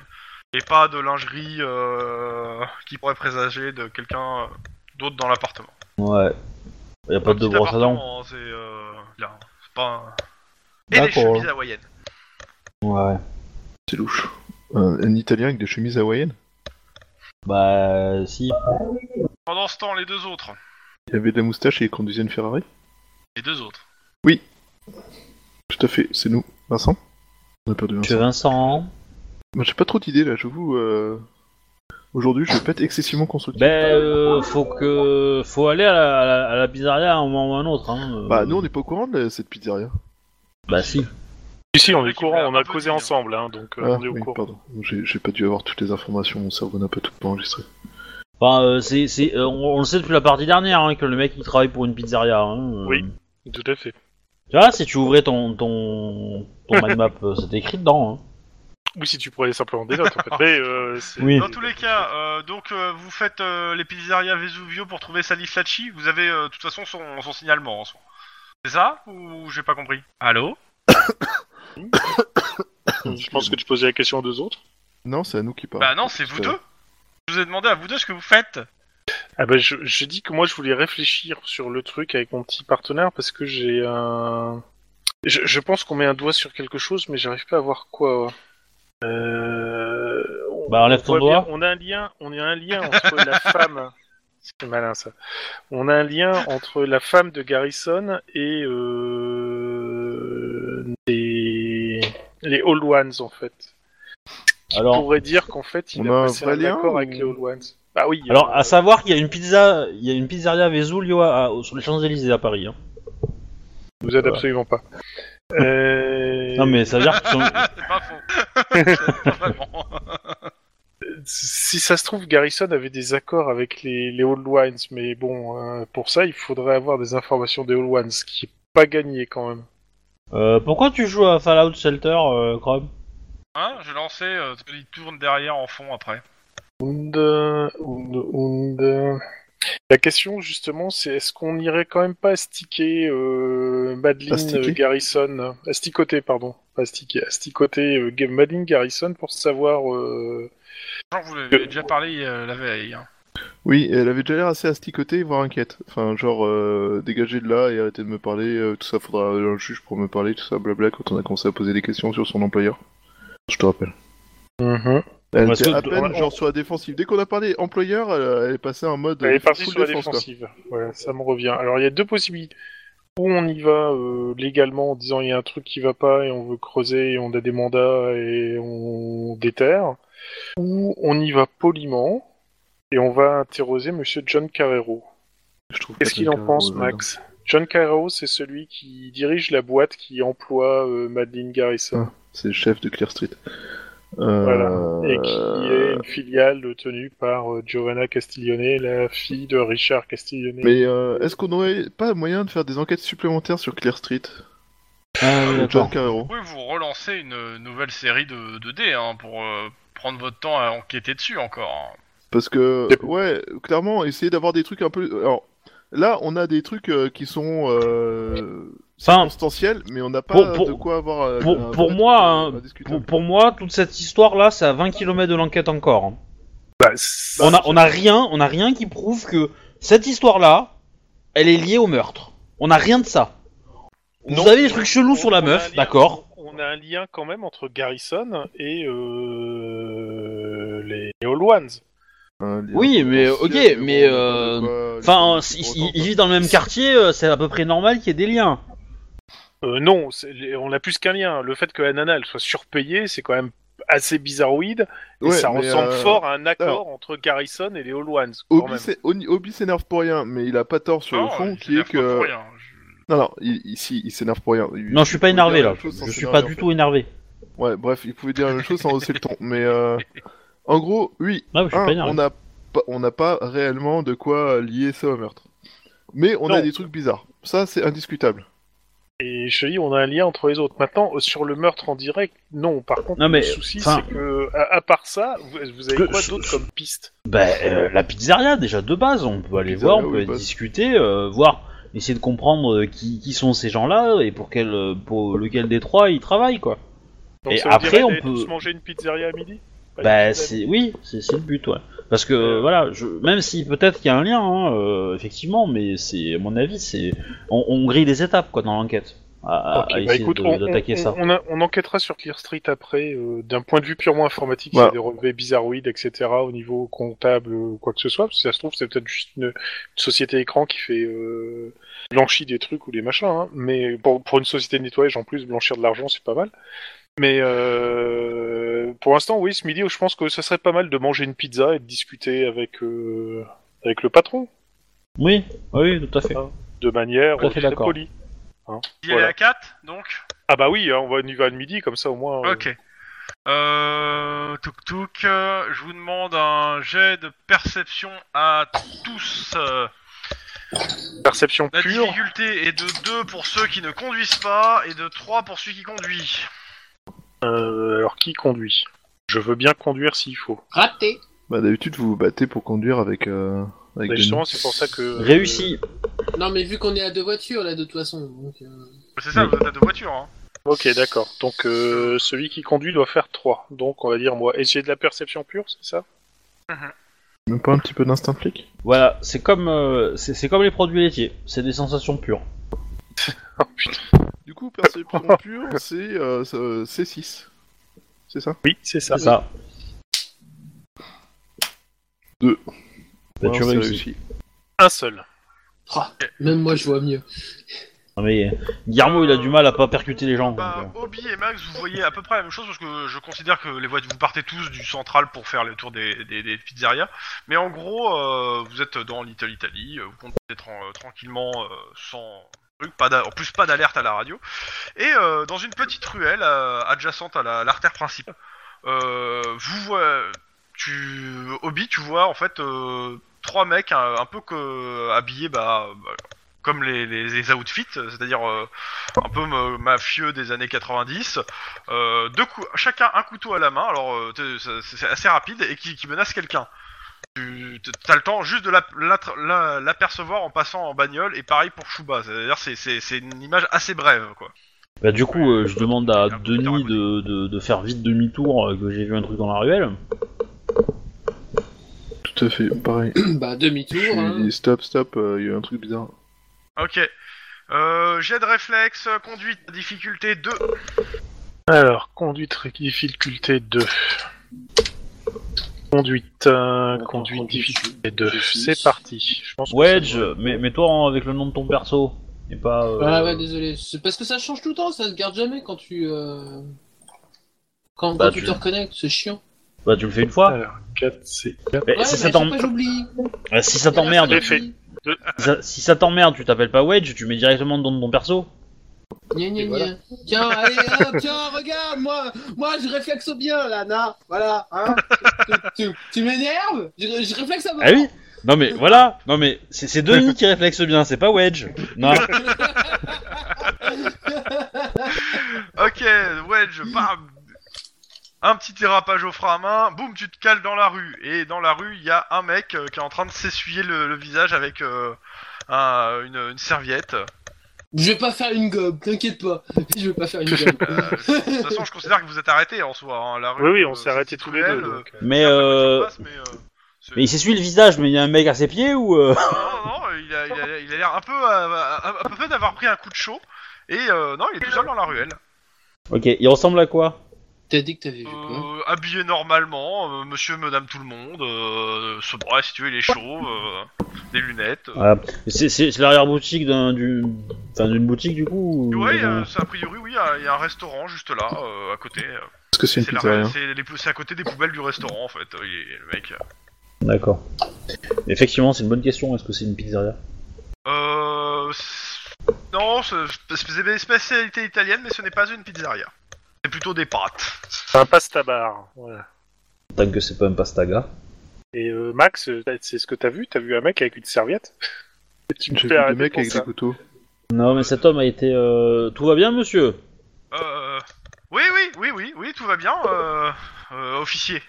S2: Et pas de lingerie euh, qui pourrait présager de quelqu'un euh, d'autre dans l'appartement.
S1: Ouais. Y a pas
S2: Un
S1: de
S2: petit
S1: brosse à dents.
S2: appartement, hein, C'est euh, là, c'est pas un- Et des
S1: D'accord.
S2: chemises hawaïennes.
S1: Ouais.
S3: C'est louche. Un, un italien avec des chemises hawaïennes
S1: Bah, si.
S2: Pendant ce temps, les deux autres.
S3: Il avait de la moustache et il conduisait une Ferrari
S2: Les deux autres.
S3: Tout à fait, c'est nous. Vincent On a perdu
S1: Tu es
S3: Vincent.
S1: Vincent hein.
S3: Moi j'ai pas trop d'idées là, j'avoue. euh, Aujourd'hui je vais pas être excessivement constructif.
S1: Ben, euh, faut que. Faut aller à la, à la- à la pizzeria à un moment ou à un autre. Hein. euh.
S3: Bah nous on n'est pas au courant de la- cette pizzeria.
S1: Bah, si.
S4: Si, si, on
S2: Le
S4: est
S2: mec, il
S4: courant,
S2: l'a
S4: on a
S2: un peu
S4: causé
S2: dit, hein.
S4: ensemble, hein, donc euh,
S3: Ah,
S4: on est au
S3: oui,
S4: courant.
S3: pardon. J'ai j'ai pas dû avoir toutes les informations, mon cerveau n'a pas tout enregistré.
S1: Enfin, euh, c'est, c'est, euh, on, on le sait depuis la partie dernière hein, que le mec il travaille pour une pizzeria. hein, euh.
S4: Oui. Tout à fait.
S1: Tu vois, si tu ouvrais ton ton ton mind map, euh, c'était écrit dedans. hein.
S4: Ou si tu prenais simplement des notes, en fait. Mais, euh, c'est-
S1: Oui.
S2: Dans tous les cas, euh, donc euh, vous faites euh, les pizzerias Vesuvio pour trouver Sally Flacci. Vous avez euh, de toute façon son, son signalement en soi. C'est ça ou j'ai pas compris Allô
S4: je pense que tu posais la question aux deux autres.
S3: Non, c'est à nous qui parle.
S2: Bah non, c'est vous deux. Je vous ai demandé à vous deux ce que vous faites.
S4: Ah bah, je, je dis que moi, je voulais réfléchir sur le truc avec mon petit partenaire parce que j'ai un. Je, je pense qu'on met un doigt sur quelque chose, mais j'arrive pas à voir quoi. Euh... on-
S1: Bah, enlève
S4: on
S1: ton
S4: voit bien-
S1: doigt.
S4: on a un lien, on a un lien entre la femme. C'est malin ça. On a un lien entre la femme de Garrison et euh... des les Old Ones en fait. On
S6: Alors,
S4: pourrait dire qu'en fait, il
S3: on a
S4: a
S3: un
S4: passé
S3: vrai
S4: un
S3: lien,
S4: accord
S3: ou-
S4: avec les Old Ones. Bah oui.
S6: alors
S4: euh,
S6: à savoir qu'il y a une pizza, il y a une pizzeria Vesulio à- à- sur les Champs-Élysées à Paris. hein.
S4: ça nous aide absolument pas. Euh,
S6: Non mais ça veut dire qu'ils sont-
S2: C'est pas faux. C'est pas vraiment.
S4: Si ça se trouve, Garrison avait des accords avec les, les Old Ones, mais bon, euh, pour ça, il faudrait avoir des informations des Old Ones, ce qui est pas gagné quand même.
S6: Euh, pourquoi tu joues à Fallout Shelter, euh, Chrome
S2: Hein, je lançais, euh, parce qu'il tourne derrière en fond après.
S4: Und, euh, und, und, euh. La question justement, c'est est-ce qu'on irait quand même pas astiquer euh, Madeline
S3: Astiquer
S4: euh, Garrison, euh, asticoter pardon, pas astiquer, asticoter euh, Ga- Madeline Garrison pour savoir. euh,
S2: Genre, vous l'avez déjà parlé euh, la veille. hein.
S3: Oui, elle avait déjà l'air assez asticotée, voire inquiète. Enfin, genre, euh, dégagez de là et arrêtez de me parler, euh, tout ça, faudra aller un juge pour me parler, tout ça, blabla, quand on a commencé à poser des questions sur son employeur. Je te rappelle. Elle
S6: Parce
S3: était
S6: que-
S3: à peine, genre, sur la défensive. Dès qu'on a parlé employeur, elle, elle est passée en mode...
S4: Elle est partie
S3: full
S4: sur la
S3: défense, quoi.
S4: défensive. Voilà, ça me revient. Alors il y a deux possibilités. Ou on y va euh, légalement en disant il y a un truc qui va pas et on veut creuser et on a des mandats et on déterre. Ou on y va poliment et on va interroger Monsieur John Carrero.
S3: Je trouve
S4: Qu'est-ce
S3: pas
S4: qu'il
S3: ça
S4: en
S3: carrément
S4: pense,
S3: malin.
S4: Max John Carrero, c'est celui qui dirige la boîte qui emploie euh, Madeleine Garrison
S3: C'est le chef de Clear Street. Euh,
S4: Voilà. et qui est une filiale tenue par euh, Giovanna Castiglione, la fille de Richard Castiglione.
S3: Mais euh, est-ce qu'on n'aurait pas moyen de faire des enquêtes supplémentaires sur Clear Street John Carrero.
S2: Vous pouvez vous relancer une euh, nouvelle série de, de dés hein, pour euh, prendre votre temps à enquêter dessus encore. hein.
S3: Parce que,
S4: Yep.
S3: ouais, clairement, essayer d'avoir des trucs un peu. Alors, là, on a des trucs euh, qui sont euh,
S1: Enfin,
S3: circonstanciels, mais on n'a pas
S1: Ah. pour- pour-
S3: de quoi avoir. euh,
S1: pour-
S3: un
S1: pour
S3: vrai
S1: moi,
S3: truc,
S1: hein,
S3: euh, à discuter.
S1: pour, pour moi, toute cette histoire-là, c'est à 20 km de l'enquête encore. hein.
S4: Bah, c'est-
S1: on a, on a rien, on a rien qui prouve que cette histoire-là, elle est liée au meurtre. On a rien de ça.
S4: Non.
S1: Vous avez des trucs chelous sur la
S4: On a un
S1: meuf,
S4: lien-
S1: d'accord
S4: On a un lien quand même entre Garrison et euh, les les All Ones.
S3: Un lien
S1: Oui, mais, ok,
S3: potentiel,
S1: mais,
S3: on n'a pas
S1: euh,
S3: de quoi-
S1: Enfin,
S3: pour
S1: ils
S3: autant,
S1: ils-
S3: quoi.
S1: ils vivent dans le même quartier, euh, c'est à peu près normal qu'il y ait des liens.
S4: Euh, non, c'est- les- on a plus qu'un lien. Le fait que la nana elle soit surpayée, c'est quand même assez bizarroïde. Et
S3: Ouais,
S4: ça
S3: mais,
S4: ressemble
S3: euh,
S4: fort à un accord entre Garrison et les All Ones. quand
S3: Obi
S4: même. Oh,
S3: s'é- Oni- Obi s'énerve pour rien, mais il a pas tort sur le
S2: Non,
S3: fond,
S2: il
S3: qui est
S2: s'énerve pas pour
S3: que.
S2: rien. Je-
S3: Non, non, il, il- si, il s'énerve pour rien. Il-
S1: Non, je suis pas
S3: il pouvait
S1: énervé
S3: dire la
S1: là.
S3: même chose sans
S1: Je suis
S3: s'énerver,
S1: pas
S3: en
S1: du
S3: fait.
S1: tout énervé.
S3: Ouais, bref, il pouvait dire la même chose sans hausser le ton. Mais euh, en gros, oui,
S1: Non, je suis
S3: un,
S1: pas
S3: Ah, on
S1: énervé.
S3: n'a pas, on n'a pas réellement de quoi lier ça au meurtre. Mais on a
S4: Non.
S3: des trucs bizarres. Ça, c'est indiscutable.
S4: Et je te dis, on a un lien entre les autres. Maintenant, euh, sur le meurtre en direct, non. Par contre,
S1: Non, mais,
S4: le souci,
S1: enfin-
S4: c'est que, à, à part ça, vous, vous avez
S1: Que-
S4: quoi
S1: ce-
S4: d'autre comme piste
S1: Bah, euh, la pizzeria déjà de base, on peut aller
S3: Pizzeria,
S1: voir, on
S3: oui,
S1: peut
S3: base.
S1: discuter, euh, voir, essayer de comprendre euh, qui, qui sont ces gens-là et pour quel, euh, pour lequel des trois ils travaillent quoi.
S4: Donc,
S1: Et
S4: ça veut
S1: après,
S4: dire
S1: on
S4: d'aller
S1: peut-
S4: tous manger une pizzeria à midi Pas
S1: Bah
S4: une pizza à
S1: c'est oui, c'est c'est le but ouais. Parce que
S4: Euh.
S1: voilà, je, même si peut-être qu'il y a un lien, hein, euh, effectivement, mais c'est à mon avis, c'est on, on grille les étapes quoi dans l'enquête. À, à-
S4: Ok,
S1: à
S4: bah
S1: essayer
S4: écoute,
S1: de-
S4: on,
S1: d'attaquer
S4: on-
S1: ça.
S4: on- on a- on enquêtera sur Clear Street après, euh, d'un point de vue purement informatique,
S3: Voilà.
S4: il y a des relevés bizarroïdes, etc., au niveau comptable, euh, quoi que ce soit, parce que ça se trouve, c'est peut-être juste une, une société écran qui fait euh, blanchir des trucs ou des machins, hein. mais pour, pour une société de nettoyage, en plus, blanchir de l'argent, c'est pas mal. Mais euh, pour l'instant, oui, ce midi, je pense que ça serait pas mal de manger une pizza et de discuter avec, euh, avec le patron,
S1: Oui, oui, tout à fait.
S4: de manière
S1: Tout à
S4: euh,
S1: fait
S4: très
S1: d'accord.
S4: polie.
S2: Il y a
S4: Voilà.
S2: la 4, donc
S4: Ah bah oui, hein, on va on y va le midi, comme ça au
S3: Ah
S4: moins... euh,
S2: Ok. Euh, touk touk, euh, je vous demande un jet de perception à tous. euh,
S4: euh, Perception
S1: Bah,
S2: la
S4: pure.
S2: difficulté est de 2 pour ceux qui ne conduisent pas et de 3 pour celui qui conduit.
S4: Euh, alors qui conduit Je veux bien conduire s'il faut.
S5: Raté
S3: Bah, d'habitude, vous vous battez pour conduire avec. euh, avec
S4: Mais
S3: des-
S4: justement, c'est pour ça que. euh,
S1: Réussi.
S5: Non, mais vu qu'on est à deux voitures, là, de toute façon, donc... euh,
S2: C'est ça, vous êtes à deux voitures. Hein.
S4: Ok, d'accord. Donc euh, celui qui conduit doit faire 3. Donc on va dire moi. Et j'ai de la perception pure, c'est ça
S3: Même pas un petit peu d'instinct flic
S1: Voilà, c'est comme euh, c'est c'est comme les produits laitiers, c'est des sensations pures.
S4: Oh putain.
S3: Du coup, perception pure, c'est euh, c'est, euh, c'est 6. C'est ça
S4: Oui, c'est ça.
S1: C'est ça.
S3: Deux.
S1: Bah, tu
S3: Ouais, c'est
S1: réussis.
S3: réussi.
S4: Un seul.
S5: ah, même moi, je vois mieux.
S1: Non, mais Guillermo, il a du mal à pas percuter les gens.
S2: Bah,
S1: donc, euh.
S2: Obi et Max, vous voyez à peu près la même chose parce que je considère que les voies, vous partez tous du central pour faire le tour des, des, des pizzerias. Mais en gros, euh, vous êtes dans Little Italy, euh, vous comptez tran- euh, tranquillement euh, sans truc, pas d'a- en plus pas d'alerte à la radio. Et euh, dans une petite ruelle euh, adjacente à la- l'artère principale, euh, vous voyez, tu, Obi, tu vois en fait euh, trois mecs un, un peu que, habillés bah, bah, comme les, les, les outfits, c'est-à-dire euh, un peu ma- mafieux des années 90. Euh, deux cou- chacun un couteau à la main, alors euh, t'es- c'est- c'est assez rapide et qui, qui menace quelqu'un. Tu as le temps juste de la- l'attra- la- l'apercevoir en passant en bagnole et pareil pour Chouba. C'est-à-dire c'est- c'est c'est une image assez brève quoi.
S1: Bah, du coup, euh, je demande à
S2: Ah,
S1: Denis de, de, de faire vite demi-tour, euh, que j'ai vu un truc dans la ruelle.
S3: Tout à fait, pareil.
S5: Bah,
S3: Je
S5: demi-tour.
S3: lui
S5: hein.
S3: dis, stop, stop, euh, il y a eu un truc bizarre.
S2: Ok. Euh, jet de réflexe, conduite, difficulté 2.
S4: Alors, conduite, difficulté 2. Conduite, euh,
S5: D'accord,
S4: conduite,
S5: conduite,
S4: difficulté 2.
S5: difficile.
S4: C'est parti. Je pense que
S1: Wedge,
S4: ça doit-
S1: mais mets-toi en- avec le nom de ton perso. Et pas. euh,
S5: Ah, Ouais, ouais, désolé. C'est parce que ça change tout le temps, ça se garde jamais quand tu. euh, Quand,
S1: Bah,
S5: quand tu...
S1: tu-
S5: te reconnectes, c'est chiant.
S1: Bah, tu le fais une fois.
S4: Alors, 4, c'est 4.
S1: Mais
S5: Ouais,
S1: si,
S5: mais
S1: ça
S5: à chaque
S1: t'em-
S5: fois, j'oublie.
S1: euh, si ça t'emmerde,
S4: J'ai fait.
S1: si ça- si ça t'emmerde, tu t'appelles pas Wedge, tu mets directement le nom de ton perso.
S5: Gna, gna,
S3: Et voilà.
S5: gna. Tiens, allez, hop, tiens, regarde, moi, moi, je réflexe au bien, là, na, voilà, hein. tu tu- tu m'énerves je, je réflexe à mort.
S1: Ah oui Non mais voilà Non mais c'est c'est Denis qui réflexe bien, c'est pas Wedge Non
S2: Ok, Wedge, bam Un petit dérapage au frein à main, boum, tu te cales dans la rue. Et dans la rue, il y a un mec euh, qui est en train de s'essuyer le, le visage avec euh, un- une, une serviette.
S5: Je vais pas faire une gobe, t'inquiète pas. Je vais pas faire une gobe.
S2: Euh, de toute façon, je considère que vous êtes arrêtés en soi. hein. La rue,
S4: Oui, oui, on
S2: euh,
S4: s'est
S2: c'est
S4: arrêtés tous les deux.
S2: cruel, euh,
S4: donc, euh,
S1: Mais
S2: la
S1: euh...
S2: voiture passe, mais, euh, c'est-
S1: Mais il s'essuie le visage, mais il y a un mec à ses pieds ou euh...
S2: Non, non, non, il a il a- il a l'air un peu à, à- à peu près d'avoir pris un coup de chaud. Et euh, non, il est tout seul dans la ruelle.
S1: Ok, il ressemble à quoi
S5: T'as dit que t'avais vu quoi
S2: Euh, habillé normalement, euh, monsieur, madame, tout le monde. Euh, ce bras, si tu veux, il est chaud. euh, des lunettes. euh.
S1: C'est c'est- c'est l'arrière-boutique d'un du... Enfin d'une boutique du coup ou-
S2: Ouais, euh, c'est a priori, oui, il y a un restaurant juste là, euh, à côté. euh.
S3: Est-ce que c'est une
S2: C'est la-
S3: pizzeria
S2: c'est les- c'est à côté des poubelles du restaurant, en fait. euh, il est- le mec.
S1: D'accord. Effectivement, c'est une bonne question, est-ce que c'est une pizzeria
S2: Euh, c'est- non, c'est c'est des spécialités italiennes, mais ce n'est pas une pizzeria. C'est plutôt des pâtes.
S4: c'est un pasta bar. Voilà.
S1: Tant que c'est pas un pastaga.
S4: Et euh, Max, euh, c'est ce que t'as vu T'as vu un mec avec une serviette Et Tu me
S3: J'ai
S4: fais
S3: vu des
S4: arrêter
S3: mecs
S4: pour
S3: avec
S4: ça.
S3: des couteaux.
S1: Non mais cet homme a été... euh, Tout va bien monsieur
S2: Euh, oui, oui, oui, oui, oui, tout va bien, euh, euh, officier.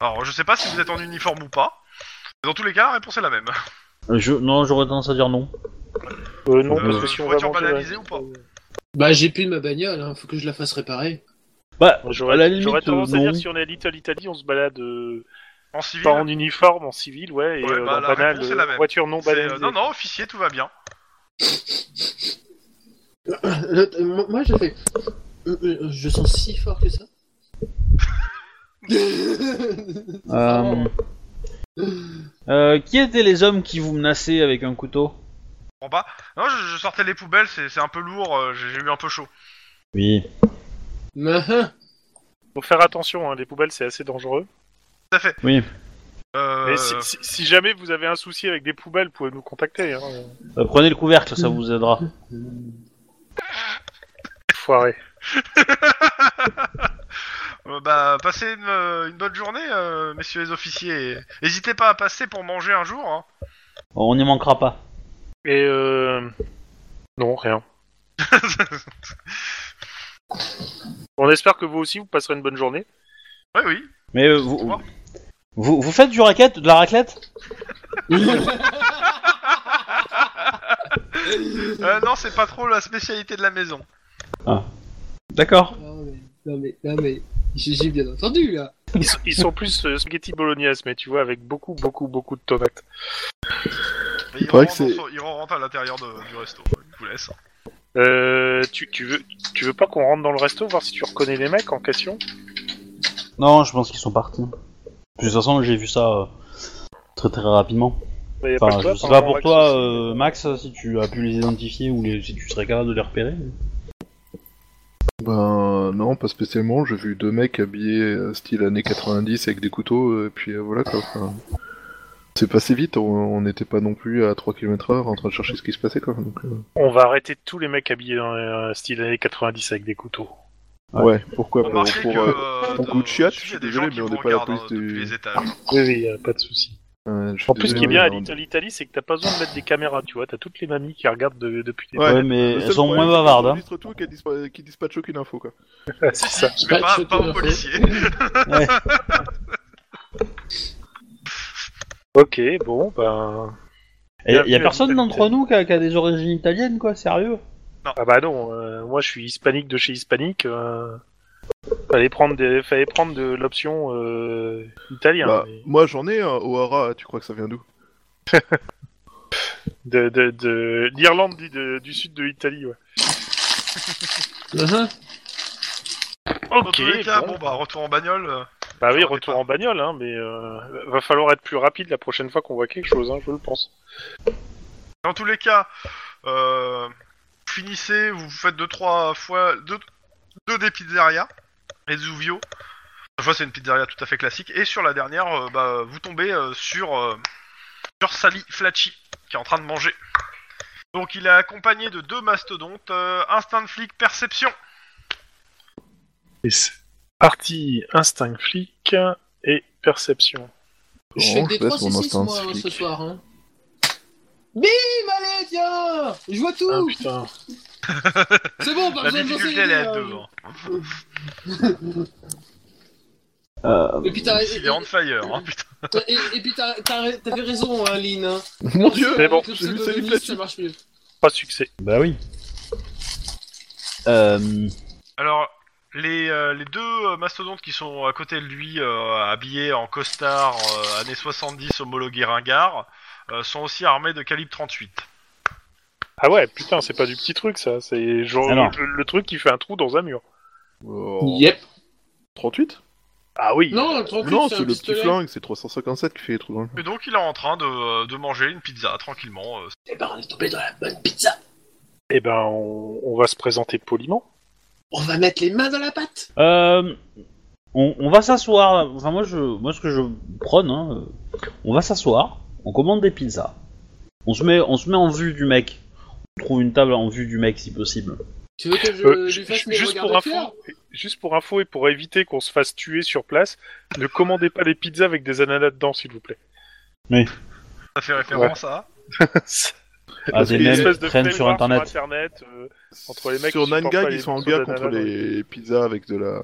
S2: Alors, je sais pas si vous êtes en uniforme ou pas. Dans tous les cas, la réponse est la même.
S1: Euh, je... Non, j'aurais tendance à dire non.
S4: Euh, non,
S2: Euh,
S4: parce que si on va
S2: voiture
S4: manger,
S2: banalisée ou pas
S4: euh,
S5: Bah, j'ai plus ma bagnole, hein, faut que je la fasse réparer.
S1: Bah, à la
S4: J'aurais
S1: limite,
S4: j'aurais tendance
S1: euh,
S4: à
S1: non.
S4: dire si on est à Little Italy, on se balade euh,
S2: En civil,
S4: pas en uniforme, en civil, ouais, et
S2: Ouais,
S4: euh,
S2: bah,
S4: dans
S2: la
S4: banal,
S2: réponse est
S4: euh,
S2: la même.
S4: voiture non
S2: c'est, euh,
S4: banalisée.
S2: non, non, officier, tout va bien.
S5: Le- euh, moi, moi, je fais. Euh, euh, Je sens si fort que ça.
S1: Euh, euh, qui étaient les hommes qui vous menaçaient avec un couteau
S2: comprends pas. bah, Non, je, je sortais les poubelles, c'est c'est un peu lourd, euh, j'ai j'ai eu un peu chaud.
S1: Oui.
S5: Mais, hein,
S4: Faut faire attention, hein, les poubelles c'est assez dangereux.
S2: Tout à fait.
S1: Oui.
S2: Euh,
S4: Mais si, si- si jamais vous avez un souci avec des poubelles, vous pouvez nous contacter. Hein.
S1: Euh, prenez le couvercle, ça vous aidera.
S4: Foiré.
S2: euh, bah, passez une, euh, une bonne journée, euh, messieurs les officiers. et N'hésitez pas à passer pour manger un jour. Hein.
S1: On n'y manquera pas.
S4: Et euh... Non, rien. On espère que vous aussi vous passerez une bonne journée.
S2: Ouais, oui.
S1: Mais euh,
S2: Au
S1: vous,
S2: revoir.
S1: vous, vous faites du raquette, de la raclette
S2: Euh, non, c'est pas trop la spécialité de la maison.
S1: D'accord.
S5: Non, mais, non, mais, non, mais, j'ai j'ai bien entendu, là.
S4: Ils sont, ils sont plus euh, spaghetti bolognaise, mais tu vois, avec beaucoup, beaucoup, beaucoup de tomates.
S2: Mais il
S3: paraît que
S2: rentre, dans
S3: c'est-
S2: son- il rentre à l'intérieur de- du resto. Il vous laisse.
S4: Euh, tu, tu veux, tu veux pas qu'on rentre dans le resto voir si tu reconnais les mecs en question
S1: Non, je pense qu'ils sont partis. De toute façon, j'ai vu ça euh, très très rapidement.
S4: Mais y a pas
S1: Enfin,
S4: que
S1: je
S4: toi,
S1: sais pas pour
S4: apparemment, Max
S1: toi,
S4: aussi.
S1: euh, Max, si tu as pu les identifier ou les- si tu serais capable de les repérer.
S3: Ben non, pas spécialement. J'ai vu deux mecs habillés euh, style années 90 avec des couteaux, euh, et puis euh, voilà quoi. Enfin, c'est passé vite, on- on n'était pas non plus à 3 km heure en train de chercher ce qui se passait quoi. Donc, euh,
S4: On va arrêter tous les mecs habillés dans un style années 90 avec des couteaux.
S3: ouais. pourquoi pas.
S2: Remarquez
S3: Pour,
S2: que,
S3: euh,
S2: euh,
S3: pour
S2: dans-
S3: coup de chiottes,
S2: au-dessus,
S3: je
S2: il y a
S3: suis
S2: des
S3: désolé,
S2: gens
S3: mais
S2: qui
S3: on
S2: vous
S3: n'est pas à la
S2: regardent,
S3: police
S2: hein, de tous
S3: du-
S2: les étages.
S4: Oui, oui, euh, pas de souci.
S3: euh, je suis
S4: En plus, ce qui
S3: désolé,
S4: est bien à
S3: mais on-
S4: l'Ita- l'Italie, c'est que t'as pas besoin de mettre des caméras, tu vois. T'as toutes les mamies qui regardent de- depuis les.
S3: Ouais,
S1: Ouais, mais
S3: Le
S1: elles
S3: seul
S1: sont moins
S3: problème, c'est qu'elles
S1: bavardes. hein.
S3: enregistrent tout et qu'elles dispa- qu'ils dispatchent aucune info quoi.
S4: c'est ça.
S2: Mais
S5: Bah,
S2: pas, pas aux policiers.
S4: Ok, bon, ben.
S1: Et y a
S4: Bienvenue à
S1: personne
S4: l'Italie.
S1: d'entre nous qui a, qui a des origines italiennes, quoi, sérieux
S4: Ah bah non, euh, moi je suis hispanique de chez hispanique. euh, Fallait prendre, des... Fallait prendre de l'option euh, italien.
S3: Bah,
S4: mais
S3: moi j'en ai un au Hara, tu crois que ça vient d'où
S4: De, de, de... l'Irlande du, de- du sud de l'Italie, ouais.
S5: Mhm.
S2: Dans
S4: Ok,
S2: tous les cas,
S4: bon.
S2: bon bah retour en bagnole. euh,
S4: Bah oui,
S2: J'en ai
S4: retour
S2: pas.
S4: en bagnole, hein, mais euh, va falloir être plus rapide la prochaine fois qu'on voit quelque chose, hein, je le pense.
S2: Dans tous les cas, euh, finissez, vous faites deux trois fois deux, deux des pizzerias, les Zuvio. Cette fois, c'est une pizzeria tout à fait classique. Et sur la dernière, euh, bah, vous tombez euh, sur euh, sur Sally Flacci qui est en train de manger. Donc, il est accompagné de deux mastodontes, euh, instinct de flic, perception.
S4: Et c'est parti, instinct flic et perception.
S5: Je fais
S3: Comment
S5: que des
S3: je fais
S5: 3
S3: sur mon
S5: 6
S3: instinct de
S5: moi
S3: flic
S5: ce soir. Hein. Bim, allez, tiens Je vois tout
S4: Ah putain.
S5: C'est bon, pas
S2: La
S5: besoin de lancer
S2: difficulté,
S5: les
S2: elle est à
S5: dés,
S2: deux.
S5: hein.
S2: hein.
S1: Euh.
S5: Et puis t'as
S2: Il est on fire, hein, putain.
S5: et, et puis t'as- t'as- t'avais raison, hein, Lynn. hein.
S3: Mon dieu
S4: C'est bon,
S5: Avec le
S3: j'ai vu
S5: pseudonyme,
S3: Sally Flacci.
S5: ça marche mieux.
S4: Pas de succès.
S1: Bah oui. Euh,
S2: Alors, les, euh, les deux euh, mastodontes qui sont à côté de lui, euh, habillés en costard euh, années 70 homologué ringard, euh, sont aussi armés de calibre 38.
S4: Ah ouais, putain, c'est pas du petit truc ça, c'est genre
S1: Alors.
S4: le, le truc qui fait un trou dans un mur.
S3: Oh,
S5: Yep.
S3: 38
S4: Ah oui.
S5: Non, le 38,
S3: Non,
S5: c'est
S3: c'est
S5: un
S3: le petit
S5: pistolet.
S3: flingue, c'est 357 qui fait les trous dans le
S2: Et donc, il est en train de, euh, de manger une pizza tranquillement. euh.
S5: Eh ben, on est tombé dans la bonne pizza.
S4: Eh ben, on, on va se présenter poliment.
S5: On va mettre les mains dans la pâte.
S1: euh, on, on va s'asseoir. Enfin, moi, je, moi, ce que je prône, hein, euh, on va s'asseoir, on commande des pizzas, on se met, on se met en vue du mec, on trouve une table en vue du mec si possible.
S5: Tu veux que je
S4: Euh, ju-
S5: lui fasse
S4: ju-
S5: mes
S4: juste
S5: regards
S4: pour
S5: de
S4: info,
S5: cœur
S4: juste pour info et pour éviter qu'on se fasse tuer sur place, ne commandez pas les pizzas avec des ananas dedans, s'il vous plaît.
S2: Ça fait référence à.
S1: Ah,
S3: qu'il
S1: des
S3: y a une
S1: mêmes
S4: espèce de
S1: traînent sur
S4: flavor
S1: Internet.
S4: sur Internet, euh, Entre les
S3: mur.
S4: mecs
S3: Sur
S4: qui supportent
S3: Nanga,
S4: pas
S3: ils
S4: les
S3: sont en
S4: morceaux
S3: guerre contre
S4: d'ananas,
S3: les pizzas avec de la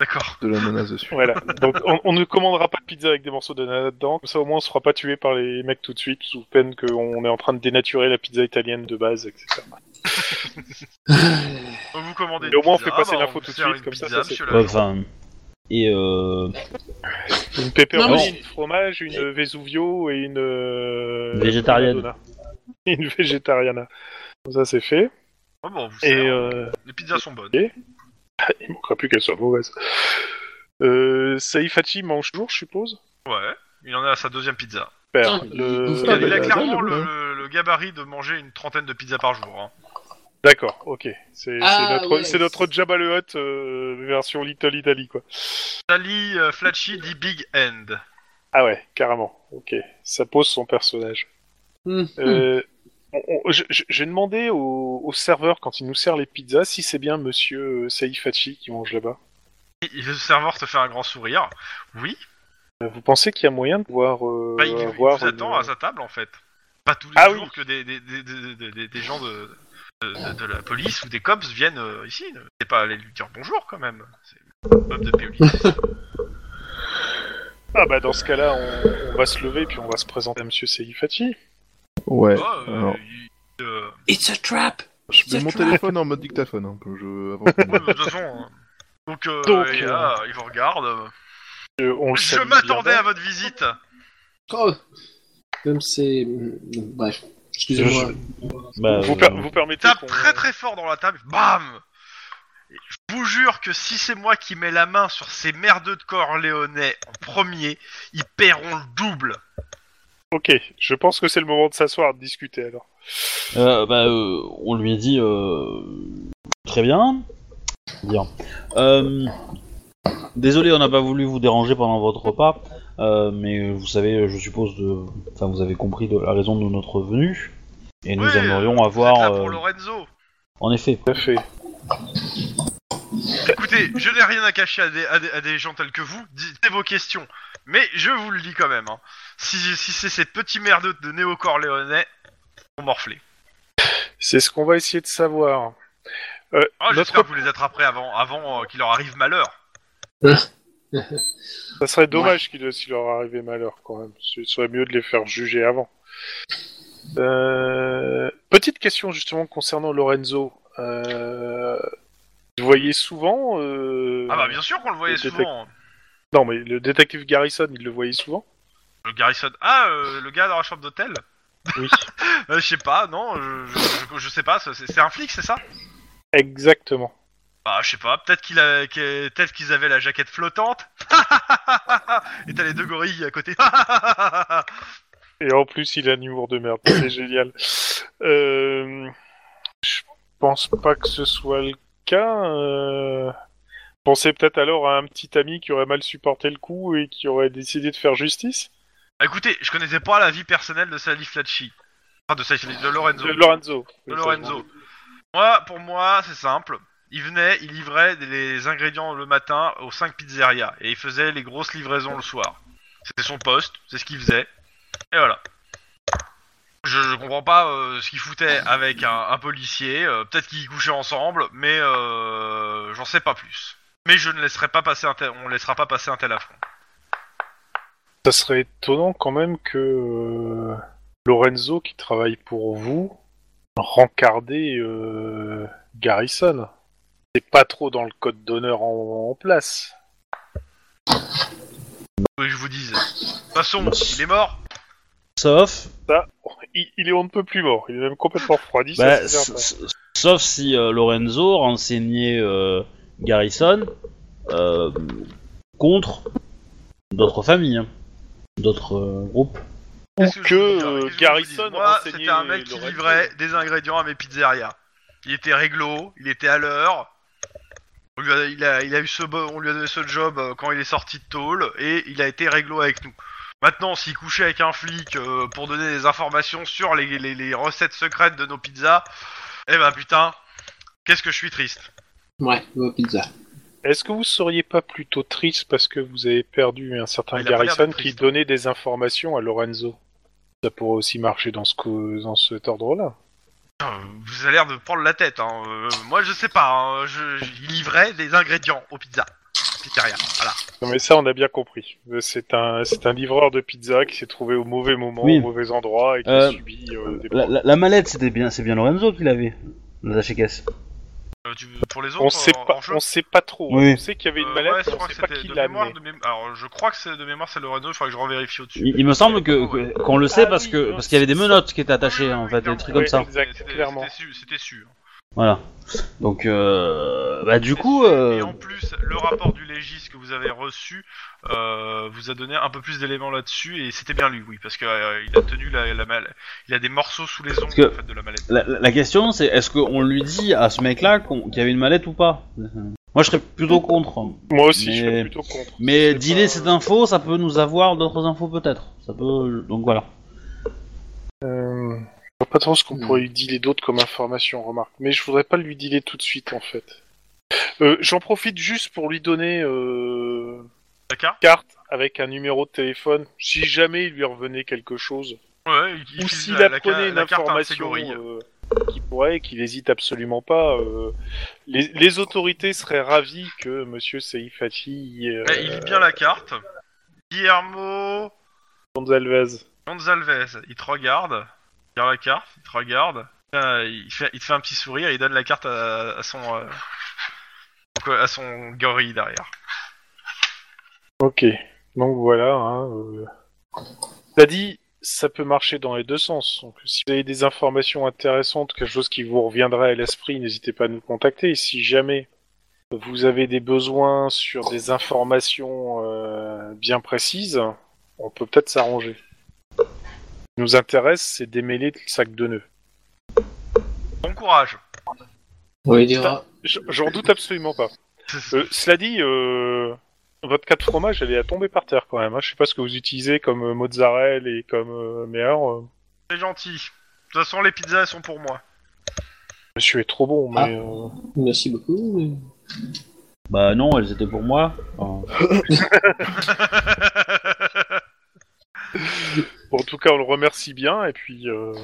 S2: D'accord.
S3: de l'ananas dessus.
S4: voilà. Donc on, on ne commandera pas de pizza avec des morceaux d'ananas dedans, comme ça au moins on se fera pas tuer par les mecs tout de suite, sous peine qu'on est en train de dénaturer la pizza italienne de base, etc.
S2: Donc, vous commandez.
S4: Mais
S2: une
S4: au moins, on
S2: pizza,
S4: fait passer
S2: bah,
S4: l'info
S2: vous
S4: tout de
S2: sert
S4: suite,
S2: une
S4: comme ça,
S2: pizza,
S4: ça,
S2: monsieur
S4: c'est-
S2: le-
S1: Ouais, enfin, et euh,
S4: Une pépère,
S5: Non,
S1: mais-
S4: du fromage, une Vesuvio et une. euh,
S1: Végétarienne.
S4: Madonna. Une végétariana. Comme ça, c'est fait.
S2: Ouais, Oh, bon, on vous
S4: Et
S2: sert.
S4: euh,
S2: Les pizzas sont bonnes.
S4: il manquera plus qu'elle soit mauvaise. Euh, Saifachi mange toujours, je suppose
S2: Ouais. Il en est à sa deuxième pizza.
S4: Père,
S5: Putain,
S4: le-
S5: il- il-
S2: Il a,
S3: bah,
S2: il a
S3: la
S2: clairement
S3: dalle,
S2: le,
S3: ouais.
S2: le- le gabarit de manger une trentaine de pizzas par jour. hein.
S4: D'accord, ok. C'est
S5: Ah,
S4: c'est notre,
S5: ouais.
S4: c'est notre Jabba le Hutt euh, version Little Italy, quoi.
S2: Sally euh, Flacci dit Big End.
S4: Ah ouais, carrément. Ok, ça pose son personnage.
S5: Mhm.
S2: Hmm.
S4: Euh, on- on- je- je- J'ai demandé au, au serveur quand il nous sert les pizzas si c'est bien Monsieur euh, Saifachi qui mange là-bas.
S2: Et Le serveur te fait un grand sourire. Oui,
S4: Euh, Vous pensez qu'il y a moyen de voir euh,
S2: Bah, il, il
S4: avoir
S2: vous attend
S4: une-
S2: à sa table en fait. Pas tous les
S4: Ah
S2: jours
S4: oui.
S2: que des, des, des, des- des- des- des gens de, de, de- de la police ou des cops viennent euh, ici. Ne c'est pas aller lui dire bonjour quand même. C'est le peuple de Péoli.
S4: Ah bah dans ce cas-là, on, on va se lever puis on va se présenter à Monsieur Saifachi.
S3: Ouais.
S2: Ah, euh,
S3: Alors,
S2: il- euh,
S5: It's a trap.
S3: je mets mon téléphone en mode dictaphone hein, que je avant qu'on-
S2: ouais, mais de toute façon. hein. Donc, euh,
S4: Donc,
S2: il, y a- il vous regarde. euh,
S4: Euh, on le
S2: Je
S4: salue
S2: m'attendais
S4: bien
S2: à votre visite.
S5: Oh. Comme c'est... hmm, Bref, excusez-moi.
S1: bah,
S4: Vous,
S1: euh,
S4: per- vous permettez
S2: Tape
S4: qu'on-
S2: très très fort dans la table. Bam. Et Je vous jure que si c'est moi qui mets la main sur ces merdeux de Corléonais en premier, ils paieront le double.
S4: Ok, je pense que c'est le moment de s'asseoir, de discuter alors.
S1: Euh, bah, euh, on lui a dit euh, très bien. Bien. Euh, désolé, on n'a pas voulu vous déranger pendant votre repas, euh, mais vous savez, je suppose, de, enfin, vous avez compris de la raison de notre venue, et nous
S2: Oui,
S1: aimerions
S2: Vous êtes
S1: avoir,
S2: là pour
S1: euh,
S2: Lorenzo.
S1: en effet.
S4: Tout à fait.
S2: Écoutez, je n'ai rien à cacher à des, à des- à des gens tels que vous. Dites vos questions. Mais je vous le dis quand même. hein. Si, si c'est ces petits merdeux de néo-corléonais, on morflé.
S4: C'est ce qu'on va essayer de savoir. Euh,
S2: Oh, j'espère
S4: notre-
S2: que vous les attraperez avant, avant euh, qu'il leur arrive malheur.
S4: Ça serait dommage qu'il s'il leur arrivait malheur quand même. Ce serait mieux de les faire juger avant. Euh, Petite question justement concernant Lorenzo. Euh, Vous le voyez souvent euh,
S2: Ah bah bien sûr qu'on le voyait
S4: le détec-
S2: souvent. hein.
S4: Non mais le détective Garrison, il le voyait souvent
S2: Le Garrison. Ah, euh, le gars dans la chambre d'hôtel
S4: Oui.
S2: Euh, je sais pas, non, je, je- je- je sais pas, ça, c'est c'est un flic, c'est ça
S4: Exactement.
S2: Bah, je sais pas, peut-être qu'il a- que- peut-être qu'ils avaient la jaquette flottante. Et t'as les deux gorilles à côté. Bah,
S4: Et en plus, il a un humour de merde. C'est génial. Euh, Je pense pas que ce soit le cas. euh, Pensez peut-être alors à un petit ami qui aurait mal supporté le coup et qui aurait décidé de faire justice.
S2: Écoutez, je connaissais pas la vie personnelle de Sally Flacci. Enfin, de, Sally, de Lorenzo.
S4: De Lorenzo.
S2: de Lorenzo. Moi, pour moi, c'est simple. Il venait, il livrait des- les ingrédients le matin aux 5 pizzerias et il faisait les grosses livraisons le soir. C'était son poste, c'est ce qu'il faisait. Et voilà. Je, je comprends pas euh, ce qu'il foutait avec un, un policier. euh, Peut-être qu'ils couchaient ensemble, mais euh, j'en sais pas plus. Mais je ne laisserai pas passer un tel, on laissera pas passer un tel affront.
S4: Ça serait étonnant quand même que euh, Lorenzo, qui travaille pour vous, rencardait euh, Garrison. C'est pas trop dans le code d'honneur en- en place.
S2: Oui, je vous disais. De toute façon, il est mort.
S1: Sauf,
S4: Ça, il, il est on ne peut plus mort. Il est même complètement refroidi. ça,
S1: bah,
S4: c'est
S1: s-
S4: certain.
S1: s- sauf si euh, Lorenzo renseignait euh, Garrison euh, contre d'autres familles, hein, d'autres euh, groupes.
S4: Ou
S2: Qu'est-ce je
S4: que,
S2: vous dis,
S4: euh,
S2: qu'est-ce je vous
S4: Garrison
S2: dis Moi,
S4: renseignait
S2: c'était un mec qui
S4: Lorenzo.
S2: livrait des ingrédients à mes pizzerias. Il était réglo, il était à l'heure. On lui a, il a, il a eu ce, bo- on lui a donné ce job euh, quand il est sorti de tôle et il a été réglo avec nous. Maintenant, s'il couchait avec un flic euh, pour donner des informations sur les, les- les recettes secrètes de nos pizzas, eh ben putain, qu'est-ce que je suis triste.
S5: Ouais, au pizza.
S4: Est-ce que vous seriez pas plutôt triste parce que vous avez perdu un certain
S2: Ah, il a pas l'air
S4: Garrison
S2: d'être
S4: qui
S2: triste.
S4: donnait des informations à Lorenzo Ça pourrait aussi marcher dans ce co- dans cet ordre-là.
S2: Euh, Vous avez l'air de prendre la tête. Hein. Euh, moi, je sais pas. hein, je, je- il livrait des ingrédients aux pizzas. Pizzeria, voilà.
S4: Non, mais ça, on a bien compris. Euh, C'est un, c'est un livreur de pizza qui s'est trouvé au mauvais moment,
S1: Oui.
S4: au mauvais endroit et qui
S1: Euh,
S4: a subi euh,
S1: La,
S4: des problèmes.
S1: la- la mallette, c'était bien, c'est bien Lorenzo qui l'avait, l'attaché caisse.
S2: Euh, tu- pour les autres,
S4: On sait
S2: en-
S4: pas,
S2: en jeu
S4: on sait pas trop.
S1: Oui.
S4: On sait qu'il y avait une
S2: Euh,
S4: maladie,
S2: ouais, je
S4: mais on
S2: crois que
S4: sait pas
S2: c'était
S4: qui
S2: de
S4: l'a
S2: mémoire,
S4: amené.
S2: de mém- Alors, je crois que c'est de mémoire, c'est Lorenzo, il faudrait que je revérifie au-dessus.
S1: Il, il me semble que que- qu'on le sait
S4: Ah
S1: parce
S4: oui,
S1: que
S4: non,
S1: parce qu'il y avait des
S4: c'est
S1: menottes qui étaient attachées
S2: Oui,
S1: en
S2: oui,
S1: fait, des
S2: clairement.
S1: trucs comme
S4: Oui,
S1: ça.
S4: exact,
S2: C'était-
S4: clairement.
S2: c'était su- hein. C'était sûr.
S1: Voilà. Donc euh, bah du
S2: C'était
S1: coup
S2: sûr.
S1: euh,
S2: Et en plus, le rapport du légiste que vous avez reçu euh, vous a donné un peu plus d'éléments là-dessus, et c'était bien lui, oui, parce que euh, il a tenu la, la malle. Il a des morceaux sous les ongles
S1: que-
S2: en fait, de la mallette.
S1: la, la- la question c'est est-ce qu'on lui dit à ce mec-là qu'on- qu'il y avait une mallette ou pas Moi je serais plutôt contre.
S4: Moi aussi, je
S1: Mais-
S4: suis plutôt contre.
S1: Mais
S4: C'est
S1: dealer
S4: pas- euh,
S1: cette info, ça peut nous avoir d'autres infos peut-être. Ça peut donc voilà.
S4: Euh, je vois pas trop ce qu'on
S5: Hmm.
S4: pourrait lui dealer d'autre comme information, remarque. Mais je voudrais pas lui dealer tout de suite, en fait. Euh, J'en profite juste pour lui donner euh,
S2: D'accord
S4: carte avec un numéro de téléphone, si jamais il lui revenait quelque chose,
S2: Ouais, il,
S4: ou
S2: il
S4: s'il
S2: file la- la
S4: apprenait
S2: ca-
S4: une
S2: la carte hein, à un de ses
S4: information
S2: gorilles.
S4: euh, qui pourrait, et qu'il hésite absolument pas. euh, les, les autorités seraient ravies que Monsieur Seifati euh,
S2: Ouais, Bah, Eh, il lit bien la carte. Guillermo
S4: Gonzalez.
S2: Gonzalez, il te regarde. Il regarde la carte, il te regarde. Euh, il, fait, il te fait un petit sourire et il donne la carte à, à son. euh, donc, euh, à son gorille derrière.
S4: Ok, donc voilà. Hein, euh. T'as dit, ça peut marcher dans les deux sens. Donc, si vous avez des informations intéressantes, quelque chose qui vous reviendrait à l'esprit, n'hésitez pas à nous contacter. Et si jamais vous avez des besoins sur des informations euh, bien précises, on peut peut-être s'arranger. nous intéresse, c'est démêler le sac de nœuds.
S2: Bon courage.
S5: Oui, il dira.
S4: J- J'en doute absolument pas. Euh, cela dit, euh, votre 4 fromage, elle est à tomber par terre quand même. hein. Je sais pas ce que vous utilisez comme euh, mozzarella et comme euh, mais alors, euh,
S2: C'est gentil. De toute façon, les pizzas elles sont pour moi.
S4: monsieur est trop bon, mais
S5: Ah.
S4: euh,
S5: Merci beaucoup. mais-
S1: Bah non, elles étaient pour moi. Enfin,
S4: bon, en tout cas, on le remercie bien. Et puis, euh,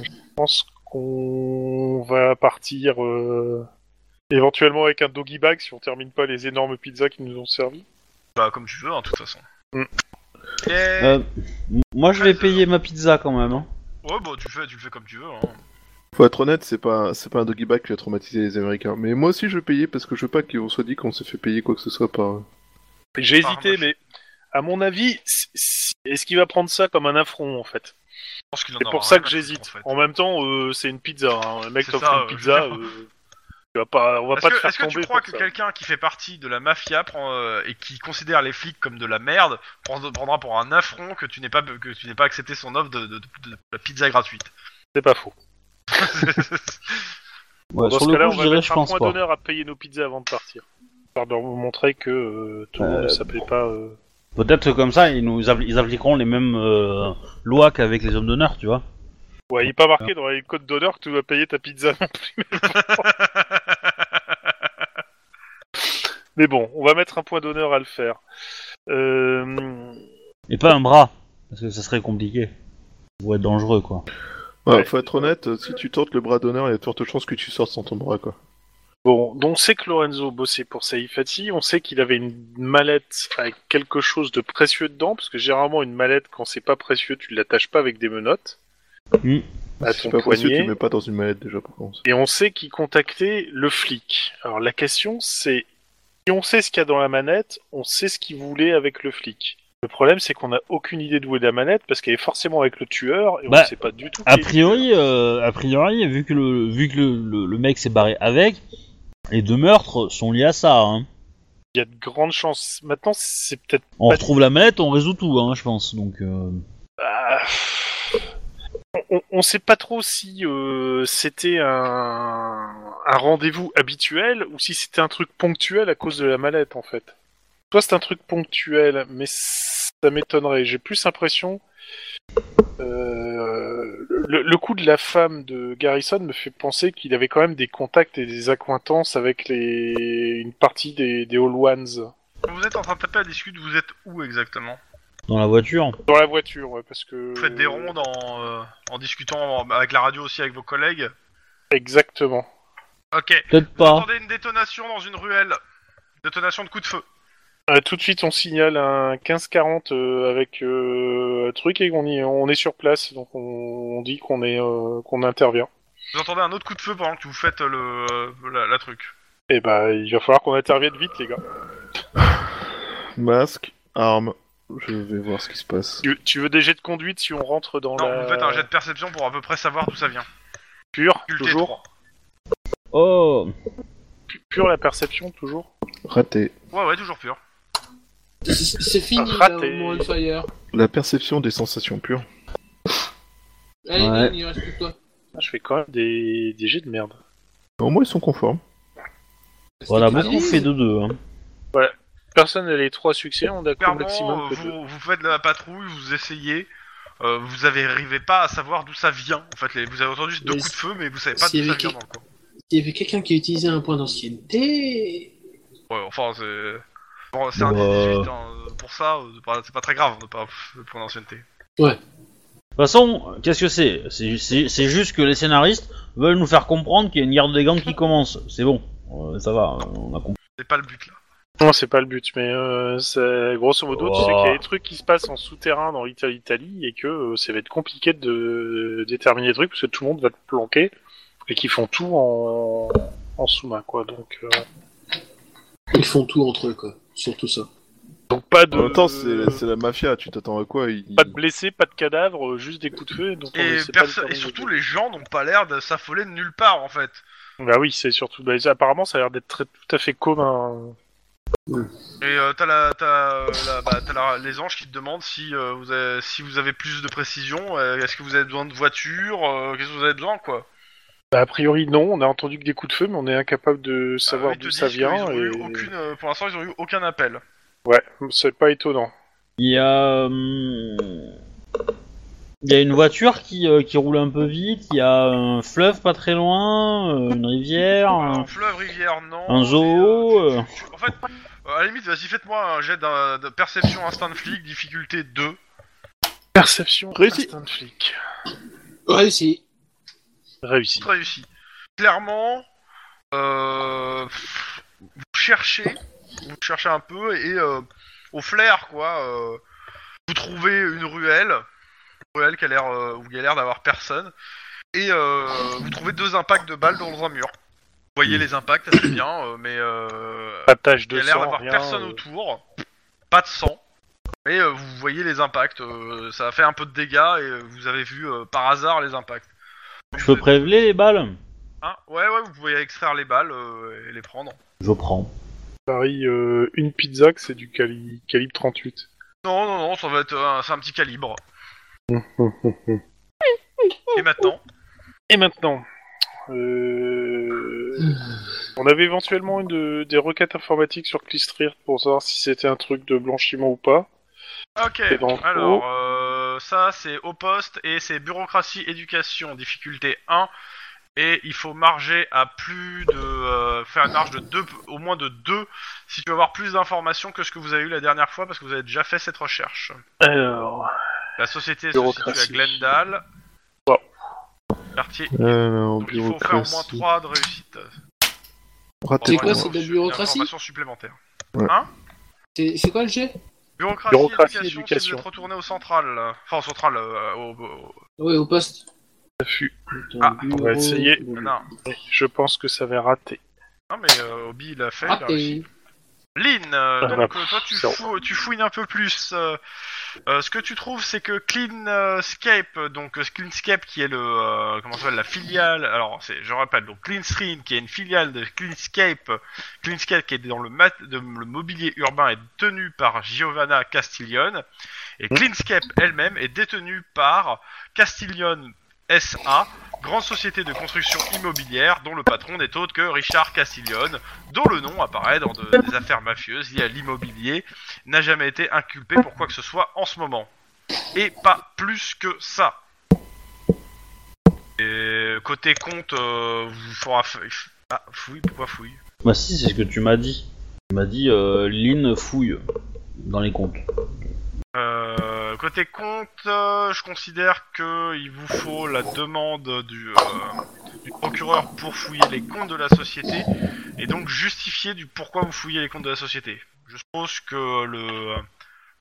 S4: je pense qu'on va partir euh, éventuellement avec un doggy bag si on termine pas les énormes pizzas qui nous ont servi.
S2: bah comme tu veux, hein, de toute façon.
S4: Mm.
S2: Et-
S1: euh, m- moi, je vais payer ma pizza quand même. hein.
S2: Ouais, bah tu fais, tu fais comme tu veux. Hein.
S3: Faut être honnête, c'est pas, c'est pas un doggy bag qui a traumatisé les Américains. Mais moi aussi, je vais payer parce que je veux pas qu'on soit dit qu'on s'est fait payer quoi que ce soit par.
S4: J'ai
S2: Par
S4: hésité,
S2: moche.
S4: mais à mon avis, c- c- est-ce qu'il va prendre ça comme un affront en fait
S2: Je pense qu'il en
S4: C'est
S2: aura
S4: pour
S2: rien
S4: ça
S2: à
S4: que
S2: foutre,
S4: j'hésite. En,
S2: en fait.
S4: même temps, euh, c'est une pizza. Hein. Le mec
S2: C'est
S4: t'offre
S2: ça,
S4: une
S2: euh,
S4: pizza.
S2: je veux
S4: euh, tu vas pas, on va
S2: Est-ce
S4: pas te
S2: que,
S4: faire
S2: est-ce que
S4: tomber.
S2: tu crois
S4: pour
S2: que
S4: ça.
S2: quelqu'un qui fait partie de la mafia prend, euh, et qui considère les flics comme de la merde prend- prendra pour un affront que tu n'aies pas que tu n'aies pas accepté son offre de, de- de- de la pizza gratuite
S4: C'est pas faux.
S1: Ouais,
S4: Dans
S1: Bah, sur
S4: ce
S1: le
S4: cas-là,
S1: coup,
S4: on
S1: je
S4: va
S1: dirais, je
S4: mettre un
S1: pense
S4: point
S1: pas.
S4: d'honneur à payer nos pizzas avant de partir. Histoire de vous montrer que euh, tout le monde ne s'appelait pas. euh,
S1: Peut-être que comme ça, ils nous appli- ils appliqueront les mêmes euh, lois qu'avec les hommes d'honneur, tu vois.
S4: Ouais, il n'est pas marqué dans les codes d'honneur que tu dois payer ta pizza non plus. Mais bon, on va mettre un point d'honneur à le faire. Euh,
S1: Et pas un bras, parce que ça serait compliqué. Ça pourrait être dangereux, quoi.
S3: Ouais,
S4: Ouais.
S3: Faut être honnête, euh, si tu tentes le bras d'honneur, il y a de fortes chances que tu sortes sans ton bras, quoi.
S4: Bon, donc on sait que Lorenzo bossait pour Saifati, on sait qu'il avait une mallette avec quelque chose de précieux dedans, parce que généralement une mallette, quand c'est pas précieux, tu l'attaches pas avec des menottes
S1: Hmm.
S4: à
S3: Si
S4: ton
S3: c'est pas possible,
S4: poignet.
S3: tu le mets pas dans une mallette déjà pour commencer.
S4: Et on sait qu'il contactait le flic. Alors la question c'est, si on sait ce qu'il y a dans la manette, on sait ce qu'il voulait avec le flic. Le problème c'est qu'on n'a aucune idée d'où est la manette, parce qu'elle est forcément avec le tueur, et on
S1: Bah,
S4: sait pas du tout.
S1: A
S4: qui est le tueur.
S1: priori, euh, a priori, vu que le, vu que le, le- le mec s'est barré avec, les deux meurtres sont liés à ça. Hein.
S4: Il y a de grandes chances. Maintenant c'est peut-être
S1: On
S4: Bah,
S1: retrouve la mallette, on résout tout, hein, je pense. Donc, euh,
S4: Bah, on, on sait pas trop si euh, c'était un, un rendez-vous habituel ou si c'était un truc ponctuel à cause de la mallette en fait. Soit c'est un truc ponctuel, mais ça m'étonnerait. J'ai plus l'impression. euh, le, le coup de la femme de Garrison me fait penser qu'il avait quand même des contacts et des accointances avec les, une partie des, des All Ones.
S2: vous êtes en train de taper à discute vous êtes où exactement
S1: dans la voiture.
S4: Dans la voiture, ouais, parce que.
S2: vous faites des rondes en, euh, en discutant en- avec la radio aussi avec vos collègues
S4: Exactement.
S2: ok
S1: Peut-être
S2: vous
S1: pas.
S2: entendez une détonation dans une ruelle détonation de coup de feu
S4: Euh, tout de suite, on signale un 15-40 euh, avec euh, un truc et on, y, on est sur place, donc on, on dit qu'on est euh, qu'on intervient.
S2: vous entendez un autre coup de feu pendant que vous faites le euh, la, la truc
S4: Et bah, il va falloir qu'on intervienne vite, les gars.
S3: Masque, arme, je vais voir ce qui se passe.
S4: Tu, tu veux des jets de conduite si on rentre dans
S2: non
S4: la
S2: vous faites un jet de perception pour à peu près savoir d'où ça vient
S4: pure,
S2: Occulté
S4: toujours
S2: trois.
S1: Oh,
S4: pure la perception, toujours.
S3: Raté.
S2: ouais ouais toujours pur
S5: C'est- C'est fini, là,
S4: Raté.
S5: au moins, on fire.
S3: La perception des sensations pures.
S5: Allez,
S1: Ouais.
S5: Lynn, il reste plus que toi.
S4: Ah, je fais quand même des, des jets de merde.
S3: Au moins, ils sont conformes.
S1: on a
S5: C'était
S1: beaucoup
S5: Lynn.
S1: fait de deux. Hein.
S4: Personne n'a les trois succès, on a qu'au
S2: Clairement,
S4: maximum
S2: euh,
S4: que deux.
S2: vous, vous faites de la patrouille, vous essayez, euh, vous n'arrivez pas à savoir d'où ça vient. En fait, les- vous avez entendu deux
S5: Mais
S2: coups de feu, mais vous savez pas
S5: c'est
S2: d'où ça
S5: Vicky.
S2: vient. dans le coin.
S5: Il y avait quelqu'un qui a utilisé un point d'ancienneté.
S2: Ouais, enfin, c'est bon, c'est un
S1: Bah.
S2: 18 hein, euh, pour ça, euh, c'est pas, c'est pas très grave de pas pff, le point d'ancienneté.
S1: De toute façon, qu'est-ce que c'est C'est- C'est c'est juste que les scénaristes veulent nous faire comprendre qu'il y a une guerre des gangs qui commence. C'est bon, Euh, ça va, on a compris.
S2: C'est pas le but là.
S4: Non, c'est pas le but, mais euh, ça- grosso modo, tu sais
S1: Oh.
S4: qu'il y a des trucs qui se passent en souterrain dans l'Ita- l'Italie et que euh, ça va être compliqué de déterminer les trucs parce que tout le monde va te planquer et qu'ils font tout en, en sous-main, quoi. Donc, euh,
S5: Ils font tout entre eux, quoi. Surtout ça.
S4: donc pas de
S3: En même temps, c'est c'est la mafia, tu t'attends à quoi ils-
S4: pas de blessés, pas de cadavres, euh, juste des coups de feu. Donc on
S2: Et,
S4: sait pas
S2: perso-
S4: le hein,
S2: et
S4: terme
S2: surtout,
S4: de-
S2: les gens n'ont pas l'air de s'affoler de nulle part en fait.
S4: Bah oui, c'est surtout. bah, apparemment, ça a l'air d'être très- tout à fait commun.
S2: Et euh, t'as la, t'as, euh, la- bah, t'as la- les anges qui te demandent si, euh, vous, avez, si vous avez plus de précision. euh, Est-ce que vous avez besoin de voiture euh, Qu'est-ce que vous avez besoin, quoi
S4: Bah, a priori, non. On a entendu que des coups de feu, mais on est incapable de savoir
S2: Euh, ils te
S4: d'où ça
S2: disent qu'ils
S4: vient.
S2: ont
S4: Et...
S2: eu aucune, euh, pour l'instant, ils ont eu aucun appel.
S4: Ouais, c'est pas étonnant.
S1: Il y a. hum, Il y a une voiture qui, euh, qui roule un peu vite, il y a un fleuve pas très loin, euh, une rivière.
S2: Alors,
S1: un-
S2: fleuve, rivière, non.
S1: un
S2: mais,
S1: zoo,
S2: euh, tu- tu- tu- en fait, euh, à la limite, vas-y, faites-moi un jet d'un- de perception instinct de flic, difficulté 2.
S4: Perception,
S3: Réussi.
S4: instinct de flic.
S5: Réussi.
S4: Réussi.
S2: réussi. Clairement, euh, pff, vous cherchez, vous cherchez un peu et euh, au flair quoi, euh, vous trouvez une ruelle, une ruelle qui a l'air euh, où il y a l'air d'avoir personne et euh, vous trouvez deux impacts de balles dans un mur. Vous voyez les impacts assez bien, euh, mais euh,
S4: Pas de tâche
S2: il y
S4: de
S2: a l'air
S4: sang,
S2: d'avoir
S4: rien,
S2: personne
S4: euh,
S2: autour, pas de sang. Mais euh, vous voyez les impacts, euh, ça a fait un peu de dégâts et euh, vous avez vu euh, par hasard les impacts.
S1: Je peux prélever les balles
S2: Hein ouais, ouais, vous pouvez extraire les balles euh, et les prendre.
S1: Je prends.
S4: Pareil, euh, une pizza que c'est du cali- calibre 38.
S2: Non, non, non, ça va être euh, un, c'est un petit calibre. Et maintenant
S4: Et maintenant euh, On avait éventuellement une de- des requêtes informatiques sur Clistrir pour savoir si c'était un truc de blanchiment ou pas.
S2: Ok,
S4: Et donc,
S2: alors, euh, ça c'est au poste et c'est bureaucratie, éducation, difficulté 1. Et il faut marger à plus de. euh, faire une marge de 2, au moins de 2, si tu veux avoir plus d'informations que ce que vous avez eu la dernière fois, parce que vous avez déjà fait cette recherche.
S4: Alors,
S2: La société se situe à
S4: Bureaucratie.
S2: Glendale.
S4: Wow.
S2: Quartier.
S3: Alors,
S2: Donc il faut faire au moins 3 de réussite.
S3: Raté
S5: C'est
S2: Pour
S5: quoi,
S2: avoir
S5: c'est de la
S2: une
S5: bureaucratie
S2: information supplémentaire.
S5: C'est c'est quoi le jet
S2: Bureaucratie,
S4: Bureaucratie,
S2: éducation, si
S4: éducation.
S2: vous êtes retourné au central. là. Enfin, au central, euh, au... au-
S5: Ouais, au poste.
S4: affût.
S5: Dans
S2: Ah,
S5: le
S4: on va
S5: bureau,
S4: essayer.
S5: dans le-
S2: Non,
S4: Je pense que ça va rater.
S2: non mais euh, Obi, il a fait. il a
S5: Ah,
S2: réussi.
S5: et-
S2: Lynn, euh,
S4: Ah,
S2: donc
S4: bah,
S2: euh, toi, tu,
S4: zéro.
S2: fou- tu fouines un peu plus. euh, euh, ce que tu trouves, c'est que Cleanscape, donc euh, Cleanscape qui est le, euh, comment ça s'appelle, la filiale. Alors, c'est, je rappelle, donc Cleanstream qui est une filiale de Cleanscape, Cleanscape qui est dans le, mat- de- le mobilier urbain est tenu par Giovanna Castiglione, et Cleanscape elle-même est détenue par Castiglione SA, grande société de construction immobilière dont le patron n'est autre que Richard Castiglione, dont le nom apparaît dans de- des affaires mafieuses liées à l'immobilier, n'a jamais été inculpé pour quoi que ce soit en ce moment. Et pas plus que ça. Et côté compte, euh, vous fera f- f- Ah, fouille, pourquoi fouille
S1: Bah si, c'est ce que tu m'as dit. Tu m'as dit euh, Lynn fouille dans les comptes.
S2: Euh, côté compte, euh, je considère que il vous faut la demande du, euh, du procureur pour fouiller les comptes de la société et donc justifier du pourquoi vous fouillez les comptes de la société. Je suppose que le,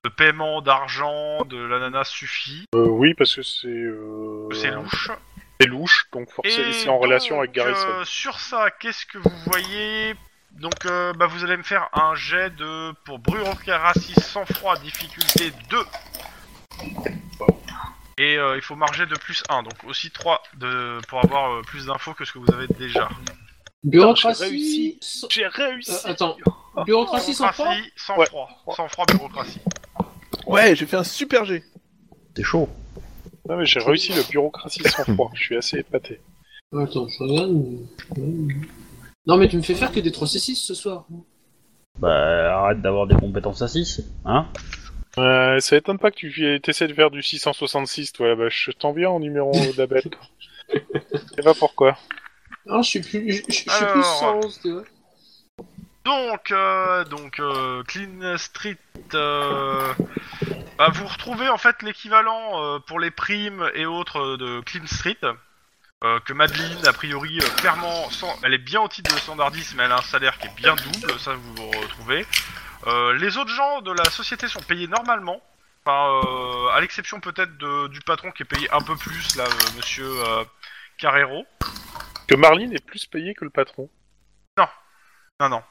S2: le paiement d'argent de l'ananas suffit,
S4: Euh, oui, parce que c'est... euh,
S2: que c'est louche.
S4: C'est louche, donc forcément,
S2: Et
S4: c'est en relation
S2: donc,
S4: avec Garrison.
S2: euh, sur ça, qu'est-ce que vous voyez Donc, euh, bah, vous allez me faire un jet de pour bureaucratie sans froid, difficulté 2. Et euh, il faut marger de plus 1, donc aussi 3 de, pour avoir euh, plus d'infos que ce que vous avez déjà.
S4: j'ai
S5: Bureaucratie.
S4: réussi. Oh,
S5: sans-
S4: J'ai réussi
S5: Euh, attends. Bureaucratie sans froid
S2: Bureaucratie, sans
S4: Ouais.
S2: froid. Sans froid, bureaucratie.
S3: Ouais, j'ai fait un super G.
S1: C'est chaud.
S4: Non, mais j'ai réussi le bureaucratie sans froid. Je suis assez épaté.
S5: Attends, je regarde. Non, mais tu me fais faire que des 3 C6 ce soir.
S1: Bah arrête d'avoir des compétences à 6, hein
S4: Euh, ça étonne pas que tu essaies de faire du 666, toi, là-bas. Je t'en viens en numéro d'Abel. Je sais pas pourquoi.
S5: Ah, je suis plus, je, je- je suis plus
S2: Alors.
S5: 111, tu vois.
S2: Donc, euh, donc euh, Clean Street, euh, bah, vous retrouvez en fait l'équivalent euh, pour les primes et autres euh, de Clean Street. euh, que Madeleine, a priori, euh, clairement, sans- elle est bien au titre de standardisme, elle a un salaire qui est bien double, ça vous vous retrouvez. Euh, les autres gens de la société sont payés normalement, enfin, euh, à l'exception peut-être de- du patron qui est payé un peu plus, là, euh, monsieur euh, Carrero.
S4: Que Marlene est plus payée que le patron.
S2: Non, non. Non,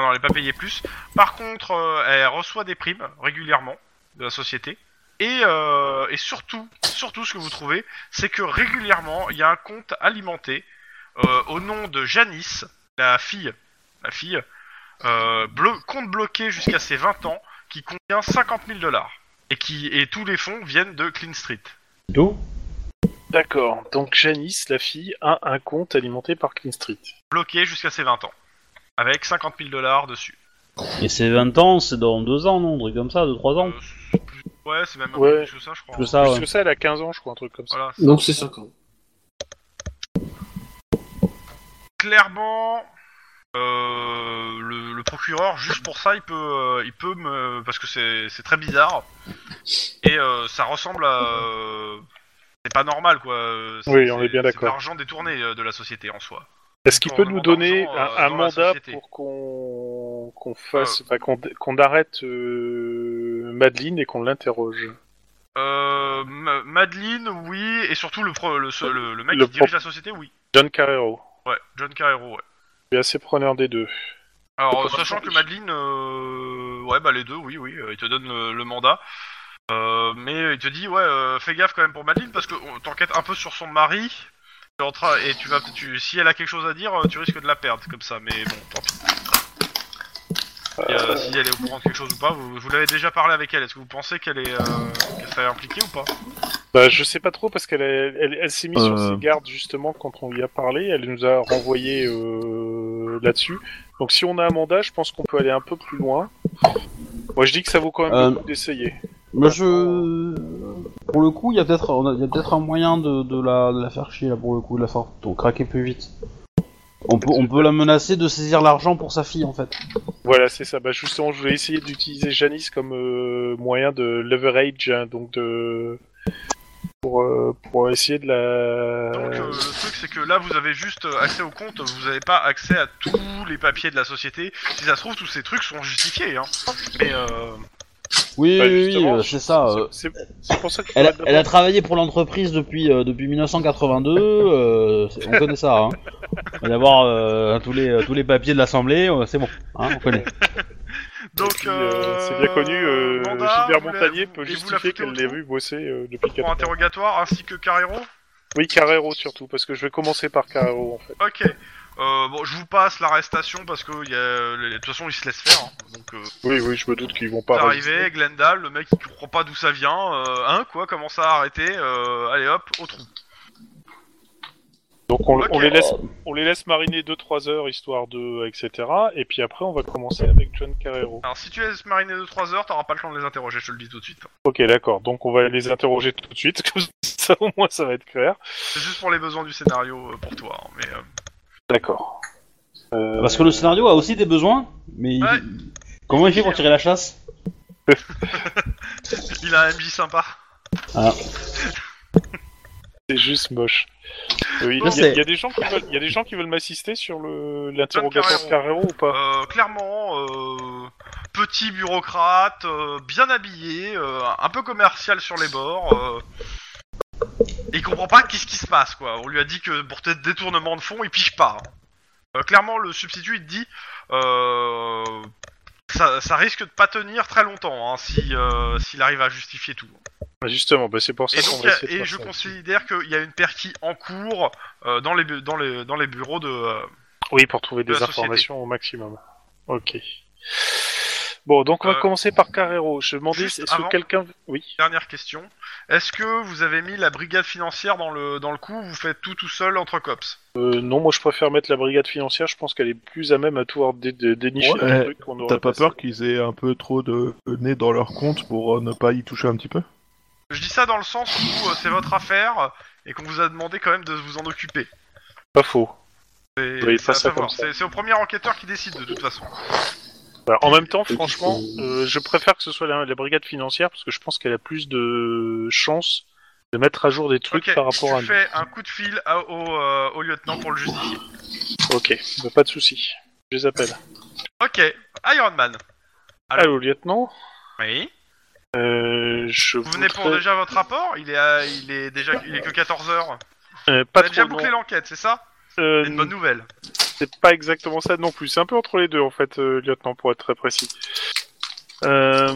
S2: non, elle n'est pas payée plus. Par contre, euh, elle reçoit des primes régulièrement de la société. Et, euh, et surtout, surtout, ce que vous trouvez, c'est que régulièrement, il y a un compte alimenté euh, au nom de Janice, la fille, la fille euh, blo- compte bloqué jusqu'à ses 20 ans qui contient 50 000 dollars et qui et tous les fonds viennent de Clean Street.
S1: D'où
S4: D'accord. Donc Janice, la fille, a un compte alimenté par Clean Street.
S2: Bloqué jusqu'à ses 20 ans avec 50 000 dollars dessus.
S1: Et c'est 20 ans, c'est dans 2 ans, non Un truc comme ça, 2-3 ans
S2: Euh, c'est plus- ouais, c'est même un peu
S4: Ouais.
S2: plus que ça, je crois.
S1: Plus ça,
S4: Parce
S1: ouais.
S4: que ça, elle a 15 ans, je crois, un truc comme ça.
S2: Voilà.
S5: Donc c'est 50.
S2: clairement, euh, le, le procureur, juste pour ça, il peut, euh, il peut me, parce que c'est c'est très bizarre et euh, ça ressemble à, euh, c'est pas normal quoi. Euh, c'est-
S4: Oui, on
S2: c'est-
S4: est bien
S2: c'est
S4: d'accord.
S2: de L'argent détourné euh, de la société en soi.
S4: Est-ce qu'il peut
S2: Dans-
S4: nous
S2: dans
S4: donner
S2: l'argent,
S4: un,
S2: euh,
S4: un
S2: dans la
S4: mandat
S2: société. Euh.
S4: pour qu'on qu'on fasse, enfin, qu'on qu'on arrête euh, Madeleine et qu'on l'interroge
S2: Euh, Ma- Madeleine, oui, et surtout le, pro- le, ce- le- le mec
S4: Le
S2: qui dirige
S4: pro-
S2: la société, oui.
S4: John Carrero.
S2: Ouais, John Carrero, ouais.
S4: Je suis assez preneur des deux.
S2: Alors, euh, sachant que Madeleine, euh, ouais, bah les deux, oui, oui, euh, il te donne le, le mandat. Euh, mais il te dit, ouais, euh, fais gaffe quand même pour Madeleine, parce que on t'enquête un peu sur son mari. T'es en train- et tu vas, tu, si elle a quelque chose à dire, euh, tu risques de la perdre comme ça, mais bon, tant pis. Et, euh, si elle est au courant de quelque chose ou pas, vous, vous l'avez déjà parlé avec elle, est-ce que vous pensez qu'elle est, euh, qu'elle serait impliquée ou pas
S4: Bah, je sais pas trop parce qu'elle elle, elle- elle s'est mise sur
S3: Euh.
S4: ses gardes justement quand on lui a parlé. Elle nous a renvoyé euh, là-dessus. Donc si on a un mandat, je pense qu'on peut aller un peu plus loin. Moi, je dis que ça vaut quand même
S1: Euh.
S4: le coup d'essayer.
S1: Bah, je... Pour le coup, il y a peut-être on a- il y a peut-être un moyen de, de la, de la faire chier, là, pour le coup, de la faire donc, craquer plus vite. On peut, on peut la menacer de saisir l'argent pour sa fille, en fait.
S4: Voilà, c'est ça. Bah, justement, je voulais essayer d'utiliser Janice comme euh, moyen de leverage, hein, donc de pour euh, pour essayer de la.
S2: Donc euh, le truc c'est que là vous avez juste euh, accès au compte, vous n'avez pas accès à tous les papiers de la société. Si ça se trouve tous ces trucs sont justifiés. Hein. Mais euh,
S1: Oui,
S4: Bah,
S1: oui, oui,
S4: justement,
S1: euh,
S4: je-
S1: c'est ça. euh,
S4: C'est c'est pour ça que.
S1: Elle a, elle a travaillé pour l'entreprise depuis, euh, depuis 1982, euh, c'est- on connaît ça. Hein. On va y avoir euh, tous, les, tous les papiers de l'Assemblée, euh, c'est bon, hein, on connaît.
S4: Et
S2: donc
S4: puis, euh, c'est bien connu. Euh,
S2: Mandat,
S4: Gilbert
S2: vous la-
S4: Montagnier
S2: vous-
S4: peut
S2: et vous la
S4: justifier
S2: foutez
S4: qu'elle
S2: au
S4: l'ait
S2: trou
S4: vu bosser euh, depuis
S2: pour
S4: 4 ans.
S2: interrogatoire ainsi que Carrero.
S4: Oui, Carrero surtout, parce que je vais commencer par Carrero en fait.
S2: Ok. Euh, bon je vous passe l'arrestation parce que il y a, euh, les- de toute façon ils se laissent faire. hein. Donc euh,
S4: Oui, oui, je me doute qu'ils vont
S2: c'est
S4: pas. résister.
S2: arrivé, Glendale, le mec il comprend pas d'où ça vient. Euh, hein quoi, comment ça a arrêté euh, Allez hop, au trou.
S4: Donc on,
S2: Ok.
S4: on les laisse, on les laisse mariner 2-3 heures histoire de, etc. Et puis après, on va commencer avec John Carrero.
S2: Alors si tu laisses mariner 2-3 heures, t'auras pas le temps de les interroger, je te le dis tout de suite.
S4: Ok, d'accord. Donc on va les interroger tout de suite, comme ça au moins ça va être clair.
S2: C'est juste pour les besoins du scénario euh, pour toi. hein, mais, euh,
S4: D'accord. Euh,
S1: Parce que le scénario a aussi des besoins, mais il-
S2: Ouais.
S1: comment il fait pour tirer la chasse
S2: Il a un MJ sympa.
S4: c'est juste moche. Euh, Il
S2: Non,
S4: il y, a-
S1: c'est-
S4: il y a des gens qui veulent, il y a des gens qui veulent m'assister sur le
S2: John
S4: l'interrogatoire Carrero ou pas
S2: Euh, clairement, euh, petit bureaucrate, euh, bien habillé, euh, un peu commercial sur les bords. euh, et il comprend pas qu'est-ce qui se passe, quoi. On lui a dit que pour tes détournements de fonds, il pige pas. hein. Euh, clairement, le substitut, il te dit... euh, ça, ça risque de pas tenir très longtemps hein, si euh, s'il arrive à justifier tout.
S4: Justement, bah, c'est pour ça
S2: Et,
S4: qu'on
S2: donc, il
S4: va
S2: y a-
S4: essayer de
S2: et
S4: faire
S2: je
S4: ça.
S2: considère qu'il y a une perquis en cours euh, dans, les, bu- dans, les, dans les bureaux de, euh,
S4: Oui, pour trouver
S2: de
S4: des
S2: la société.
S4: informations au maximum. Ok. Bon, donc on va
S2: Euh,
S4: commencer par Carrero. Je demandais
S2: juste
S4: est-ce
S2: avant-
S4: que quelqu'un, oui.
S2: Dernière question. Est-ce que vous avez mis la brigade financière dans le, dans le coup ou vous faites tout tout seul entre cops
S4: Euh, non, moi je préfère mettre la brigade financière. Je pense qu'elle est plus à même à tout avoir dé- dé- dénicher
S3: Ouais,
S4: un
S3: euh,
S4: truc qu'on aurait
S3: T'as pas
S4: passé.
S3: peur qu'ils aient un peu trop de nez dans leur compte pour euh, ne pas y toucher un petit peu
S2: Je dis ça dans le sens où euh, c'est votre affaire et qu'on vous a demandé quand même de vous en occuper.
S4: Pas faux.
S2: C'est
S4: Oui,
S2: c'est à
S4: pas ça
S2: savoir.
S4: comme ça.
S2: C'est c'est au premier enquêteur qui décide de toute façon.
S4: Bah, en même temps, franchement, euh, je préfère que ce soit la, la brigade financière parce que je pense qu'elle a plus de chances de mettre à jour des trucs
S2: ok,
S4: par rapport à
S2: tu
S4: nous.
S2: fais un coup de fil à- au, euh, au lieutenant pour le justifier.
S4: Ok, bah, pas de souci. Je les appelle.
S2: Ok, Iron Man. Allô.
S4: Allô, lieutenant.
S2: Oui.
S4: Euh, je
S2: Vous venez pour
S4: voudrais-
S2: déjà votre rapport Il est, à- il est déjà il est que 14h.
S4: Euh,
S2: Vous
S4: pas
S2: avez Bah, déjà
S4: trop.
S2: bouclé
S4: non.
S2: l'enquête, c'est ça
S4: Euh,
S2: C'est une bonne nouvelle.
S4: c'est pas exactement ça non plus. C'est un peu entre les deux en fait, euh, lieutenant, pour être très précis. Euh,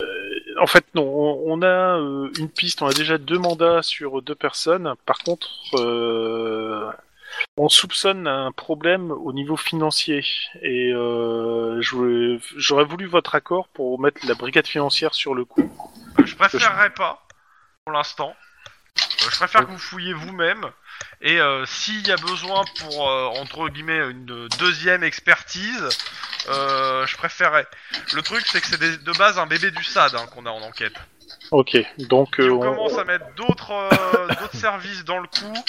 S4: euh, en fait, non. On, on a euh, une piste. On a déjà deux mandats sur deux personnes. Par contre, euh, on soupçonne un problème au niveau financier et euh, je- j'aurais voulu votre accord pour mettre la brigade financière sur le coup.
S2: Euh, Je préférerais pas, pour l'instant. Euh, Je préfère que vous fouillez vous-même. Et euh, s'il y a besoin pour, euh, entre guillemets, une euh, deuxième expertise, euh, je préférerais. Le truc, c'est que c'est des- de base un bébé du SAD hein, qu'on a en enquête.
S4: Ok, donc
S2: Si
S4: euh,
S2: on
S4: on-
S2: commence à mettre d'autres euh, d'autres services dans le coup,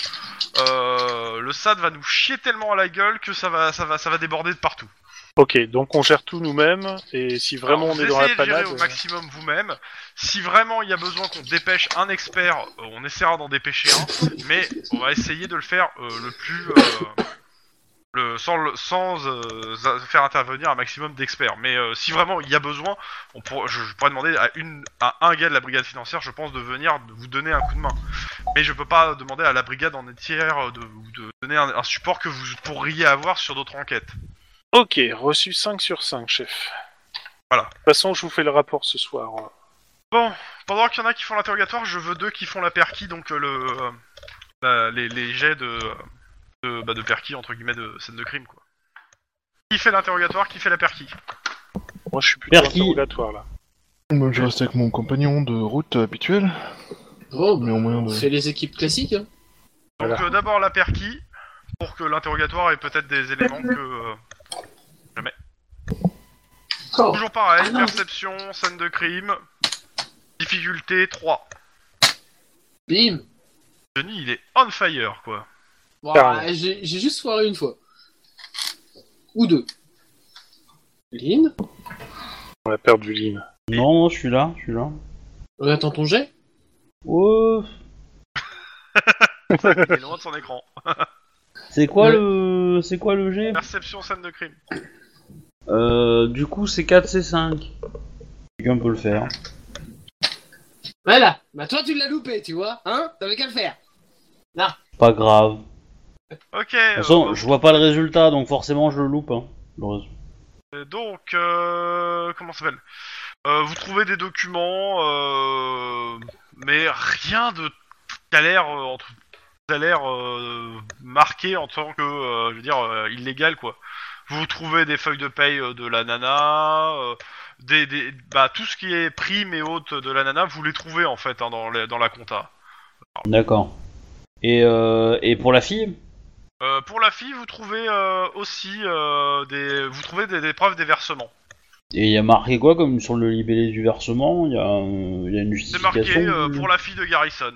S2: euh, le SAD va nous chier tellement à la gueule que ça va, ça va, ça va déborder de partout.
S4: ok, donc on gère tout nous-mêmes et si vraiment
S2: Alors,
S4: on est
S2: vous
S4: dans la
S2: essayez de gérer
S4: panade, euh.
S2: au maximum vous-même. Si vraiment il y a besoin qu'on dépêche un expert, euh, on essaiera d'en dépêcher un, mais on va essayer de le faire euh, le plus euh, le, sans, le- sans euh, za- faire intervenir un maximum d'experts. Mais euh, si vraiment il y a besoin, on pour- je, je pourrais demander à, une, à un gars de la brigade financière, je pense, de venir vous donner un coup de main. Mais je peux pas demander à la brigade en entière euh, de, de donner un, un support que vous pourriez avoir sur d'autres enquêtes.
S4: euh, ok, reçu 5 sur 5, chef.
S2: Voilà.
S4: De toute façon, je vous fais le rapport ce soir.
S2: Pendant qu'il y en a qui font l'interrogatoire, je veux deux qui font la perquis, donc euh, le, euh, la- les, les jets de, euh, de, bah, de perquis, entre guillemets, de scène de crime, quoi. Qui fait l'interrogatoire, qui fait la perquis
S4: Moi, je suis plutôt
S1: Merci.
S4: interrogatoire là.
S3: Moi, je reste avec mon compagnon de route habituel.
S5: Oh, bah,
S3: Mais au moins, euh,
S5: on
S3: de-
S5: fait les équipes classiques. Hein.
S2: Donc euh, d'abord la perquis, pour que l'interrogatoire ait peut-être des éléments que... euh,
S5: Oh,
S2: Toujours pareil,
S5: Ah non.
S2: perception, scène de crime, difficulté 3.
S5: bim
S2: Denis, il est on fire, quoi.
S5: Bon,
S4: Carrément.
S5: euh, J'ai j'ai juste foiré une fois. Ou deux. Lynn
S4: On a perdu l'île.
S1: Non, non, je suis là, je suis là.
S5: On attend ton jet
S1: Oh,
S2: Il est loin de son écran.
S1: c'est quoi
S5: Ouais.
S1: le, c'est quoi le G
S2: Perception, scène de crime.
S1: Euh, du coup, c'est 4, c'est 5. Quelqu'un peut le faire.
S5: Voilà Bah toi tu l'as loupé, tu vois Hein T'avais qu'à le faire
S1: Pas grave.
S2: Ok,
S1: De toute façon,
S2: euh,
S1: je vois pas le résultat, donc forcément, je le loupe. Hein. Le rés-
S2: Euh, Donc, euh, comment ça s'appelle Euh, Vous trouvez des documents, euh, mais rien de qui a l'air, euh, en tout- qui a l'air, euh, marqué en tant que, euh, je veux dire, euh, illégal quoi. Vous trouvez des feuilles de paye euh, de la nana, euh, des, des- bah, tout ce qui est prime et haute de la nana, vous les trouvez en fait hein, dans, la- dans la compta.
S1: D'accord. Et, euh, et pour la fille
S2: Euh, pour la fille, vous trouvez euh, aussi euh, des, vous trouvez des, des preuves des versements.
S1: Et il y a marqué quoi comme sur le libellé du versement Il y, a un- il y a une
S2: C'est
S1: justification
S2: marqué euh,
S1: du-
S2: pour la fille de Garrison.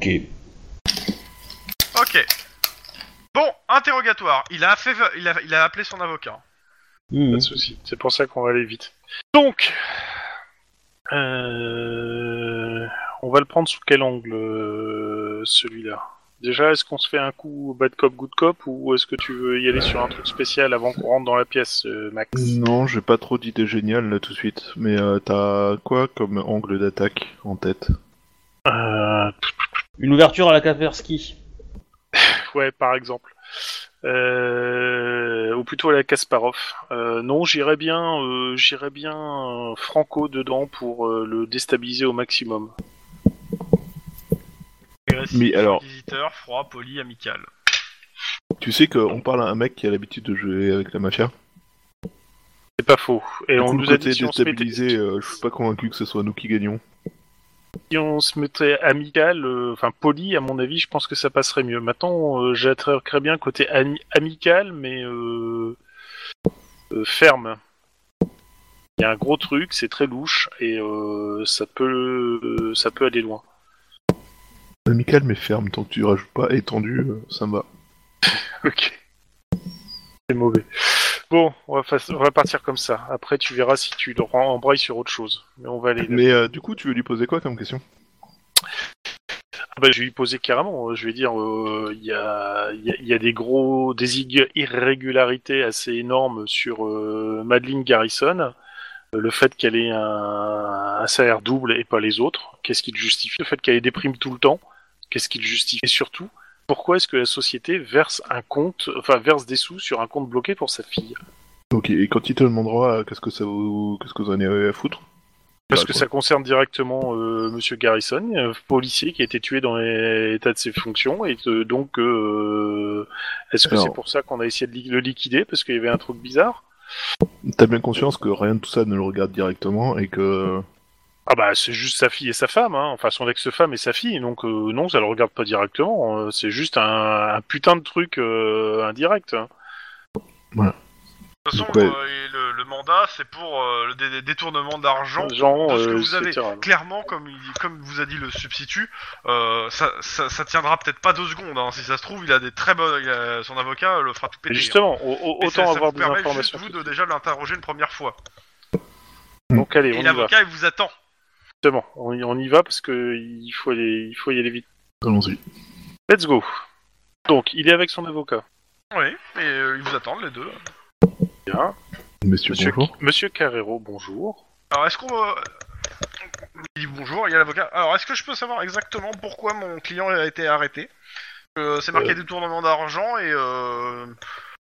S1: Ok.
S2: Ok. Bon, interrogatoire. Il a, fait, il a, il a appelé son avocat.
S1: Mmh.
S4: Pas de souci. C'est pour ça qu'on va aller vite. Donc, euh, on va le prendre sous quel angle euh, celui-là Déjà, est-ce qu'on se fait un coup bad cop, good cop, ou est-ce que tu veux y aller sur un truc spécial avant qu'on rentre dans la pièce, euh, Max
S3: Non, j'ai pas trop d'idées géniales là tout de suite. Mais euh, t'as quoi comme angle d'attaque en tête
S4: Euh,
S1: Une ouverture à la Kapersky.
S4: Ouais, par exemple. Euh, ou plutôt à la Kasparov. Euh, non, j'irais bien, euh, j'irais bien euh, Franco dedans pour euh, le déstabiliser au maximum.
S2: Agressif,
S3: Mais alors-
S2: inquisiteur, froid, poli, amical.
S3: Tu sais qu'on parle à un mec qui a l'habitude de jouer avec la mafia.
S4: C'est pas faux. Et
S3: Du
S4: on
S3: coup,
S4: nous
S3: le
S4: a
S3: côté
S4: dit si on se mettait-
S3: déstabilisé, euh, je suis pas convaincu que ce soit nous qui gagnons.
S4: si on se mettait amical, euh, enfin poli, à mon avis, je pense que ça passerait mieux. Maintenant, euh, j'attraquerais bien côté ami- amical, mais euh, euh, ferme. Il y a un gros truc, c'est très louche et euh, ça peut, euh, ça peut aller loin.
S3: Amical Euh, mais ferme, tant que tu rajoutes pas étendu, euh, ça me va.
S4: Ok. C'est mauvais. Bon, on va, fa- on va partir comme ça. Après, tu verras si tu le rends- embrayes sur autre chose. Mais on va aller.
S3: Mais euh, du coup, tu veux lui poser quoi comme question
S4: Ah bah, je vais lui poser carrément. euh, Je vais dire, euh, il y, a, il y a- il y a des gros, des ig- irrégularités assez énormes sur euh, Madeleine Garrison. Euh, Le fait qu'elle ait un, un salaire double et pas les autres. Qu'est-ce qui le justifie Le fait qu'elle ait des primes tout le temps. Qu'est-ce qui le justifie Et surtout, pourquoi est-ce que la société verse un compte, enfin verse des sous sur un compte bloqué pour sa fille
S3: Ok, et quand il te demandera euh, qu'est-ce que ça vous... qu'est-ce que vous en avez à foutre
S4: Parce
S3: Bah,
S4: que
S3: quoi.
S4: ça concerne directement euh, Monsieur Garrison, euh, policier qui a été tué dans l'état de ses fonctions, et euh, donc euh, est-ce que
S3: Alors.
S4: c'est pour ça qu'on a essayé de li- le liquider parce qu'il y avait un truc bizarre
S3: T'as bien conscience que rien de tout ça ne le regarde directement et que.
S4: Ah bah c'est juste sa fille et sa femme, hein. enfin son ex-femme et sa fille, donc euh, non ça le regarde pas directement, euh, c'est juste un, un putain de truc euh, indirect. hein.
S2: De toute façon,
S3: Donc, ouais.
S2: euh, et le, le mandat, c'est pour euh, le dé- dé- détournement d'argent.
S4: Genre,
S2: de ce que
S4: euh,
S2: vous avez.
S4: etc.
S2: Clairement, comme, il, comme vous a dit le substitut, euh, ça, ça, ça tiendra peut-être pas deux secondes. hein. Si ça se trouve, il a des très bonnes. il a- Son avocat le fera tout
S4: Mais
S2: péter. hein.
S4: Justement, au- au-
S2: Et ça,
S4: autant
S2: ça
S4: avoir
S2: vous
S4: des
S2: permet
S4: informations.
S2: Juste vous de déjà l'interroger une première fois.
S4: Donc allez, on
S2: Et
S4: y va.
S2: l'avocat, il vous attend.
S4: Justement, on y, on y va parce que il faut aller, il faut y aller vite.
S3: Allons-y.
S4: Let's go. Donc, il est avec son avocat.
S2: Oui, et euh, ils vous attendent les deux.
S4: Bien.
S3: Messieurs,
S4: Monsieur,
S3: bonjour.
S4: Monsieur Carrero, bonjour.
S2: Alors, est-ce qu'on. va- Il dit bonjour, il y a l'avocat. Alors, est-ce que je peux savoir exactement pourquoi mon client a été arrêté Euh, C'est marqué détournement d'argent et. Euh...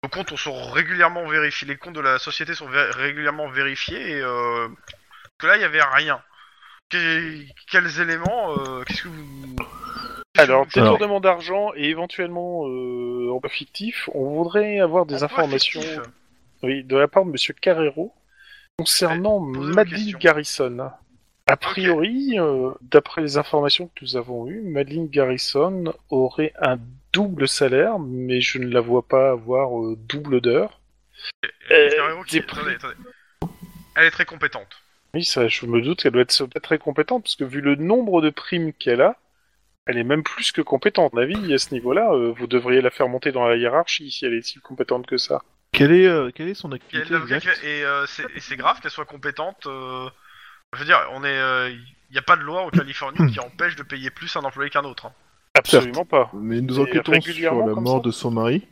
S2: Nos comptes sont régulièrement vérifiés, les comptes de la société sont vé- régulièrement vérifiés et euh, que là il y avait rien. Que- Quels éléments euh, Qu'est-ce que vous qu'est-ce que
S4: Alors,
S2: vous-
S3: Alors.
S4: détournement d'argent et éventuellement euh, emploi fictif, on voudrait avoir des
S2: Emploi
S4: informations
S2: fictif.
S4: oui, de la part de Monsieur Carrero concernant
S2: posez vos
S4: Madeleine
S2: questions.
S4: Garrison. A priori, euh, d'après les informations que nous avons eues, Madeleine Garrison aurait un double salaire, mais je ne la vois pas avoir euh, double d'heures.
S2: Euh,
S4: Euh,
S2: Ferrero qui-
S4: des
S2: attendez, attendez. Elle est très compétente.
S4: Oui, ça, je me doute qu'elle doit être peut-être très compétente, parce que vu le nombre de primes qu'elle a, elle est même plus que compétente. À mon avis, à ce niveau-là, euh, vous devriez la faire monter dans la hiérarchie si elle est si compétente que ça.
S3: Quel est, euh, quelle est son
S2: Il y a
S3: activité
S2: de l'avocat
S3: exacte
S2: qui- Et, euh, c'est- et c'est grave qu'elle soit compétente. euh, je veux dire, on est, euh, il n'y a pas de loi en Californie qui empêche de payer plus un employé qu'un autre. hein.
S4: Absolument pas.
S3: Mais nous
S4: Et
S3: enquêtons sur
S4: régulièrement
S3: la
S4: comme
S3: mort
S4: ça Ah,
S3: de son mari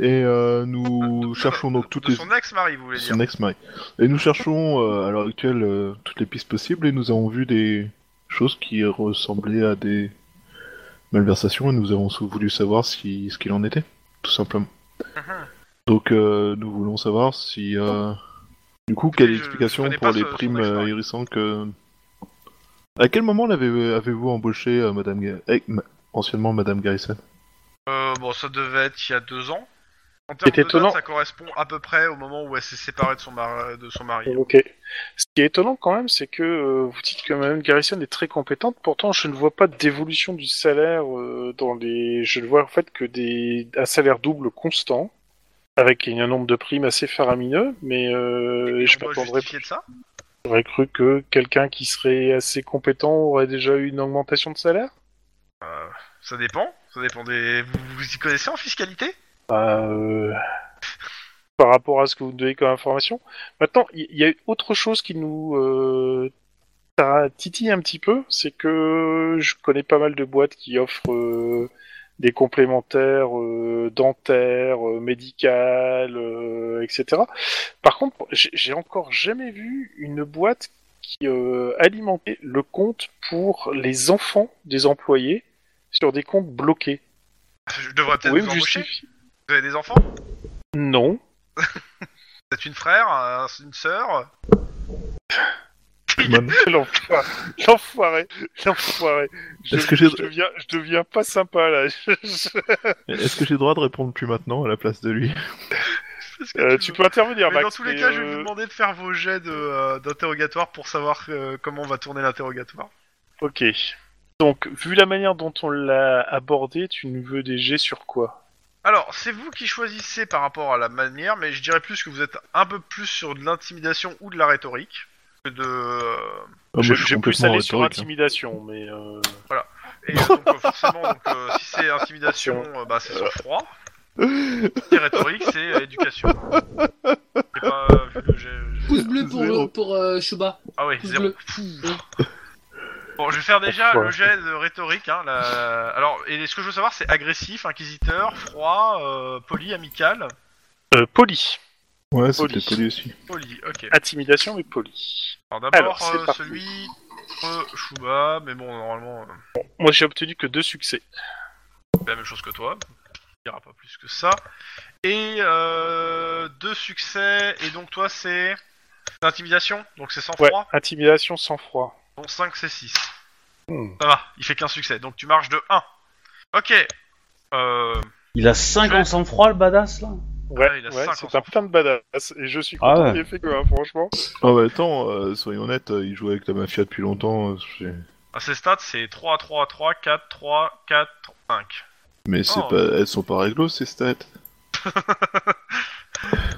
S3: et euh, nous cherchons donc toutes
S2: de
S3: les
S2: son ex-mari, vous voulez dire.
S3: son ex-mari et nous cherchons euh, à l'heure actuelle euh, toutes les pistes possibles et nous avons vu des choses qui ressemblaient à des malversations et nous avons sou- voulu savoir si- ce qu'il en était tout simplement.
S2: Mhm.
S3: Donc euh, nous voulons savoir si euh, du coup quelle
S2: je- je
S3: explication
S2: connais
S3: pour
S2: pas
S3: les
S2: ce- son
S3: primes
S2: ex-mari.
S3: euh, hérissantes que à quel moment l'avez- avez-vous embauché euh, Madame Ga- eh, ma- anciennement Madame Garrison
S2: Euh, bon, ça devait être il y a deux ans. En termes
S4: C'est
S2: de
S4: étonnant.
S2: date, ça correspond à peu près au moment où elle s'est séparée de son, mari- de son mari.
S4: Ok. Ce qui est étonnant quand même, c'est que euh, vous dites que Mme Garrison est très compétente, pourtant je ne vois pas d'évolution du salaire euh, dans les. Je ne vois en fait que des... un salaire double constant, avec un nombre de primes assez faramineux, mais euh,
S2: Et
S4: je
S2: on doit
S4: m'attendrais
S2: justifier de ça
S4: J'aurais cru que quelqu'un qui serait assez compétent aurait déjà eu une augmentation de salaire
S2: Ça dépend. Ça dépend des. Vous, vous y connaissez en fiscalité
S4: Bah, euh, Par rapport à ce que vous me donnez comme information. Maintenant, il y, y a autre chose qui nous euh, ta- titille un petit peu, c'est que je connais pas mal de boîtes qui offrent euh, des complémentaires euh, dentaires, euh, médicales, euh, etc. Par contre, j'ai j'ai encore jamais vu une boîte qui euh, alimentait le compte pour les enfants des employés sur des comptes bloqués.
S2: Je devrais peut-être
S4: Oui,
S2: vous
S4: me
S2: embaucher.
S4: justifier
S2: Vous avez des enfants
S4: Non.
S2: Vous êtes une frère, un- une sœur
S3: Madame-
S4: L'enfoiré, l'enfoiré, l'enfoiré. Je,
S3: Est-ce que j'ai-
S4: je deviens, je deviens pas sympa là. Je- je-
S3: Est-ce que j'ai le droit de répondre plus maintenant à la place de lui Ah,
S2: Est-ce que
S4: Euh,
S2: tu
S4: tu peux intervenir,
S2: Mais
S4: Max.
S2: dans tous les
S4: mais,
S2: cas, je vais vous
S4: euh,
S2: demander de faire vos jets de, euh, d'interrogatoire pour savoir euh, comment va tourner l'interrogatoire.
S4: Ok. Donc, vu la manière dont on l'a abordé, tu nous veux des jets sur quoi
S2: Alors, c'est vous qui choisissez par rapport à la manière, mais je dirais plus que vous êtes un peu plus sur de l'intimidation ou de la rhétorique que de. euh,
S3: Ah, moi, je
S4: Je-
S3: suis
S4: J'ai plus
S3: complètement
S4: allé sur
S3: rhétorique, hein.
S4: intimidation, mais euh,
S2: Et euh, donc, euh, forcément, donc, euh, si c'est intimidation, euh, bah, c'est sur froid.
S3: hein.
S2: Si c'est rhétorique, c'est euh, éducation. J'ai pas euh, vu le jet. j'ai-
S5: Pouce bleu pour,
S3: Zéro.
S5: euh, pour euh, Shuba.
S2: Ah oui,
S5: Pouce
S2: zéro.
S5: bleu.
S2: Bon, je vais faire déjà
S4: Pourquoi
S2: le jet de rhétorique. Hein, la- Alors, et ce que je veux savoir, c'est agressif, inquisiteur, froid, euh, poli, amical.
S4: euh, poli.
S3: Ouais, c'était
S4: Poli.
S3: poli aussi.
S2: Poli, ok.
S4: Intimidation, mais poli.
S2: Alors
S4: Alors,
S2: d'abord
S4: c'est
S2: euh,
S4: parti.
S2: celui contre Shuba, mais bon normalement euh,
S4: Moi, j'ai obtenu que deux succès.
S2: c'est la même chose que toi, il ira pas plus que ça. Et euh, deux succès et donc toi c'est C'est intimidation, donc c'est sans
S4: Ouais,
S2: froid.
S4: intimidation sans froid.
S2: Bon, 5, c'est 6.
S4: Hmm.
S2: Ça va, il fait qu'un succès, donc tu marches de 1. Ok. Euh,
S1: Il a 5
S2: Ouais.
S1: ans sans froid, le badass, là
S4: Ouais,
S2: Ah, il a
S4: ouais,
S2: cinq
S4: c'est
S2: enfants.
S4: un putain de badass. Et je suis
S1: Ah
S4: content
S1: ouais.
S4: qu'il ait fait que, hein, franchement.
S3: Ah bah attends, euh, soyons honnêtes, euh, il joue avec la mafia depuis longtemps. euh, c'est-
S2: à ces stats, c'est 3, 3, 3, 4, 3, 4, 5.
S3: Mais c'est
S2: Oh.
S3: pas, elles sont pas réglo ces stats.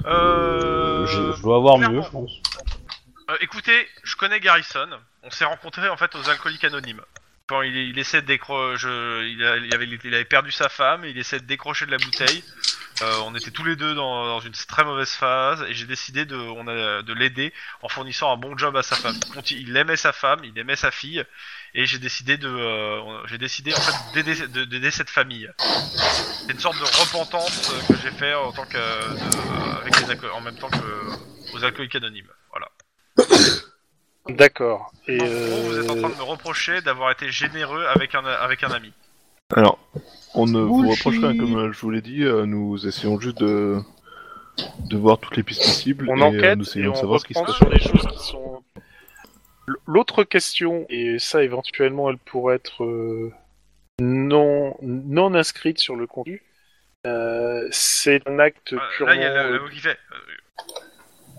S2: Euh...
S1: je, je dois avoir
S2: clairement.
S1: mieux, je pense.
S2: Euh, écoutez, je connais Garrison. On s'est rencontrés en fait aux Alcooliques Anonymes. Quand il, il essaie de décrocher, il, a- il avait, il avait perdu sa femme, il essaie de décrocher de la bouteille. Euh, on était tous les deux dans, dans une très mauvaise phase et j'ai décidé de, on a- de l'aider en fournissant un bon job à sa femme. Il conti- Il aimait sa femme, il aimait sa fille et j'ai décidé de, euh, j'ai décidé en fait d'aider, de- d'aider cette famille. C'est une sorte de repentance euh, que j'ai fait en tant que, de- avec les alco- en même temps que aux Alcooliques Anonymes. Voilà.
S4: D'accord. Et euh,
S2: En gros, vous êtes en train de me reprocher d'avoir été généreux avec un, avec un ami.
S3: Alors, on ne vous
S1: Bullshit.
S3: reproche rien, comme euh, je vous l'ai dit, euh, nous essayons juste de, de voir toutes les pistes possibles
S4: on
S3: et euh,
S4: enquête
S3: nous essayons
S4: et on
S3: de savoir ce qui se
S4: reprend
S3: passe.
S4: sur les choses qui sont. L- L'autre question, et ça éventuellement elle pourrait être euh, non non inscrite sur le contenu, euh, c'est un acte
S2: Euh,
S4: purement.
S2: là, il y a le, le mot qui fait. euh,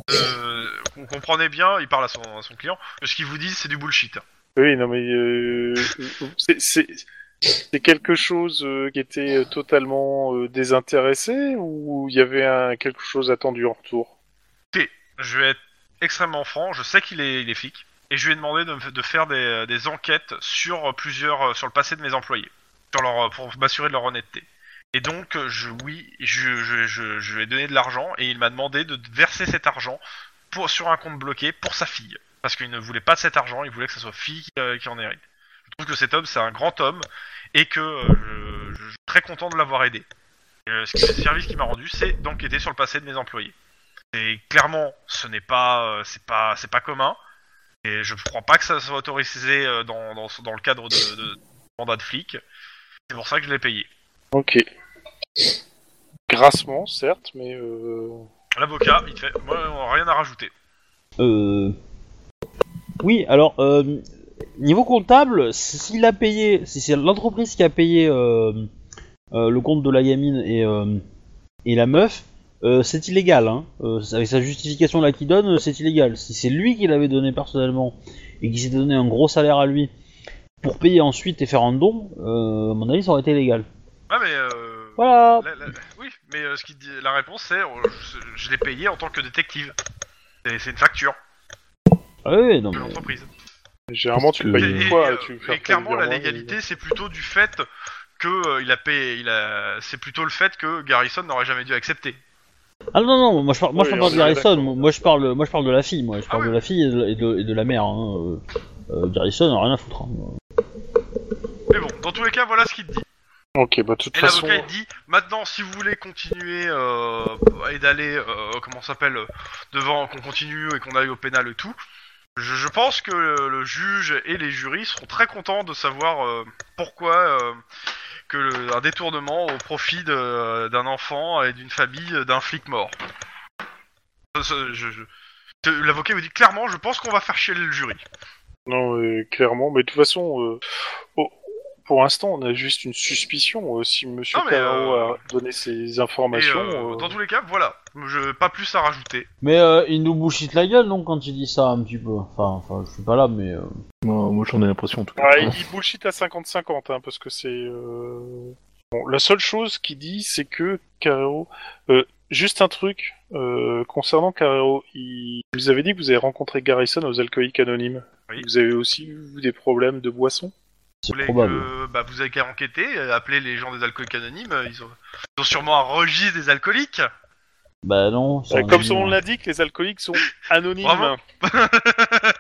S2: euh, vous comprenez bien, il parle à son, à son client, que ce qu'ils vous disent, c'est du bullshit.
S4: Oui, non mais euh, c'est- c'est c'est quelque chose euh, qui était euh, totalement euh, désintéressé ou il y avait un, quelque chose attendu en retour.
S2: Je vais être extrêmement franc, je sais qu'il est, il est flic, et je lui ai demandé de, me f- de faire des, euh, des enquêtes sur euh, plusieurs, sur le passé de mes employés, sur leur, euh, pour m'assurer de leur honnêteté. Et donc, euh, je, oui, je, je, je, je lui ai donné de l'argent, et il m'a demandé de verser cet argent pour, sur un compte bloqué pour sa fille. Parce qu'il ne voulait pas de cet argent, il voulait que ce soit fille qui, euh, qui en hérite. Je trouve que cet homme, c'est un grand homme, et que euh, je, je suis très content de l'avoir aidé. Euh, ce qui- le service qu'il m'a rendu, c'est d'enquêter sur le passé de mes employés. Et clairement, ce n'est pas, euh, c'est pas, c'est pas commun. Et je ne crois pas que ça soit autorisé euh, dans, dans, ce- dans le cadre de, de- de mandat de flic. C'est pour ça que je l'ai payé.
S4: Ok. Grassement, certes, mais euh,
S2: L'avocat, il te fait, moi, on a rien à rajouter.
S1: Euh... Oui, alors, euh, niveau comptable, si- s'il a payé, si c'est l'entreprise qui a payé euh, euh, le compte de la gamine et, euh, et la meuf, euh, c'est illégal. Hein. Euh, avec sa justification là qu'il donne, euh, c'est illégal. Si c'est lui qui l'avait donné personnellement et qui s'est donné un gros salaire à lui pour payer ensuite et faire un don, euh, à mon avis, ça aurait été légal.
S2: Ah mais, euh,
S1: Voilà.
S2: la- la- oui, mais euh, ce qui dit, la réponse c'est, euh, je, je l'ai payé en tant que détective. C'est c'est une facture
S1: Ah oui, non,
S2: de
S1: mais-
S2: l'entreprise.
S4: généralement tu
S3: que-
S4: payes
S2: Et,
S4: une
S2: et,
S4: fois.
S2: euh,
S4: tu
S2: et clairement, la légalité, c'est plutôt du fait que euh, il a payé, il a, c'est plutôt le fait que Garrison n'aurait jamais dû accepter.
S1: Ah non, non, non, moi je parle, moi,
S4: Oui,
S1: je
S4: on
S1: parle pas
S4: est
S1: de Garrison,
S4: d'accord.
S1: moi, moi, je parle, moi je parle de la fille, moi je parle
S2: Ah oui.
S1: de la fille et de, et de- et de la mère. Hein. euh, euh, Garrison, rien à foutre. hein.
S2: Mais bon, dans tous les cas, voilà ce qu'il te dit.
S4: Ok, bah de toute
S2: Et
S4: façon.
S2: l'avocat il dit maintenant si vous voulez continuer euh, et d'aller euh, comment ça s'appelle euh, devant qu'on continue et qu'on aille au pénal et tout, je, je pense que le juge et les jurys seront très contents de savoir euh, pourquoi euh, que le- un détournement au profit de- euh, d'un enfant et d'une famille euh, d'un flic mort. Euh, ce- je- je- ce- L'avocat vous dit clairement je pense qu'on va faire chier le jury.
S4: Non, euh, clairement, mais de toute façon, euh, oh, pour l'instant, on a juste une suspicion. euh, si Monsieur
S2: Non, mais,
S4: Caro
S2: euh,
S4: a donné ses
S2: Et,
S4: informations,
S2: euh,
S4: euh,
S2: Dans tous les cas voilà, je, pas plus à rajouter.
S1: Mais euh, il nous bullshit la gueule non quand il dit ça un petit peu. Enfin, enfin je suis pas là, mais. euh,
S3: Non, moi j'en ai l'impression en tout cas.
S4: ouais, ah, il bullshit à 50-50, hein, parce que c'est. euh, Bon, la seule chose qu'il dit, c'est que Caro. euh, juste un truc euh, concernant Caro. Il... Vous avez dit que vous avez rencontré Garrison aux Alcooliques Anonymes.
S2: Oui.
S4: Vous avez aussi eu des problèmes de boisson
S1: C'est
S2: voulez
S1: probable.
S2: que- bah, vous avez qu'à enquêter, euh, appeler les gens des alcooliques anonymes, euh, ils ont, ils ont sûrement un registre des alcooliques.
S1: Bah non. ça
S4: Euh,
S1: en
S4: Comme
S1: est
S4: son nom
S1: une.
S4: l'indique, les alcooliques sont anonymes.
S2: Bravo.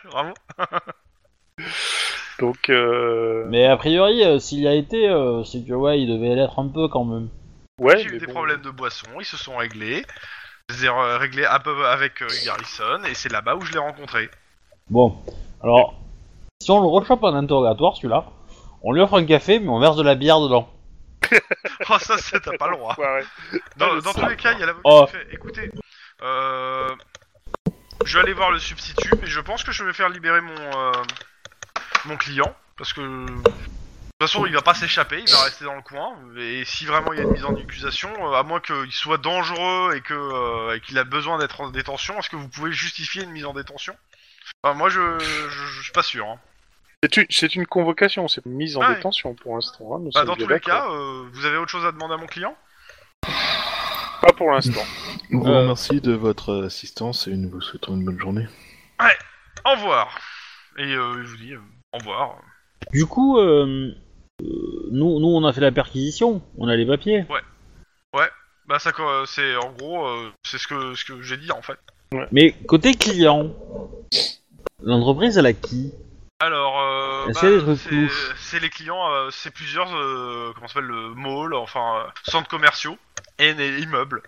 S2: Vraiment.
S4: Donc, euh...
S1: Mais a priori, euh, s'il y a été, euh, c'est que ouais, il devait l'être un peu quand même.
S4: ouais,
S2: J'ai eu
S4: mais
S2: des
S4: bon.
S2: problèmes de boisson, ils se sont réglés. Je les ai re- réglés un peu avec euh, Garrison et c'est là-bas où je l'ai rencontré.
S1: Bon, alors si on le rechope en interrogatoire, celui-là, on lui offre un café, mais on verse de la bière dedans.
S2: Oh, ça, c'est- t'as pas le droit.
S4: Ouais, ouais.
S2: Dans,
S4: le
S2: dans tous
S4: sale,
S2: les cas, il y a l'avocat
S1: Oh.
S2: qui fait, écoutez, euh, Je vais aller voir le substitut, mais je pense que je vais faire libérer mon, euh, mon client, parce que de toute façon, il va pas s'échapper, il va rester dans le coin, et si vraiment il y a une mise en accusation, euh, à moins qu'il soit dangereux et que euh, et qu'il a besoin d'être en détention, est-ce que vous pouvez justifier une mise en détention Enfin, moi, je, je, je suis pas sûr. hein.
S4: C'est une, c'est une convocation, c'est une mise en
S2: Ah oui.
S4: détention pour l'instant. hein, nous
S2: Bah,
S4: sommes
S2: dans tous
S4: bien
S2: les
S4: d'accord.
S2: cas, euh, vous avez autre chose à demander à mon client
S4: Pas pour l'instant.
S3: Nous vous
S6: Euh.
S3: remercie de votre assistance et nous vous souhaitons une bonne journée.
S2: Au revoir Et euh, il vous dit euh, au revoir.
S6: Du coup, euh, euh, nous, nous, on a fait la perquisition, on a les papiers.
S2: Bah, ça, co- c'est en gros, euh, c'est ce que, ce que j'ai dit en fait.
S6: Mais côté client, l'entreprise, elle a qui
S2: Alors, euh,
S6: Est-ce qu'il y a des trucs
S2: c'est-
S6: louches
S2: c'est les clients, euh, c'est plusieurs, euh, comment ça s'appelle, le mall, enfin, euh, centres commerciaux et des immeubles.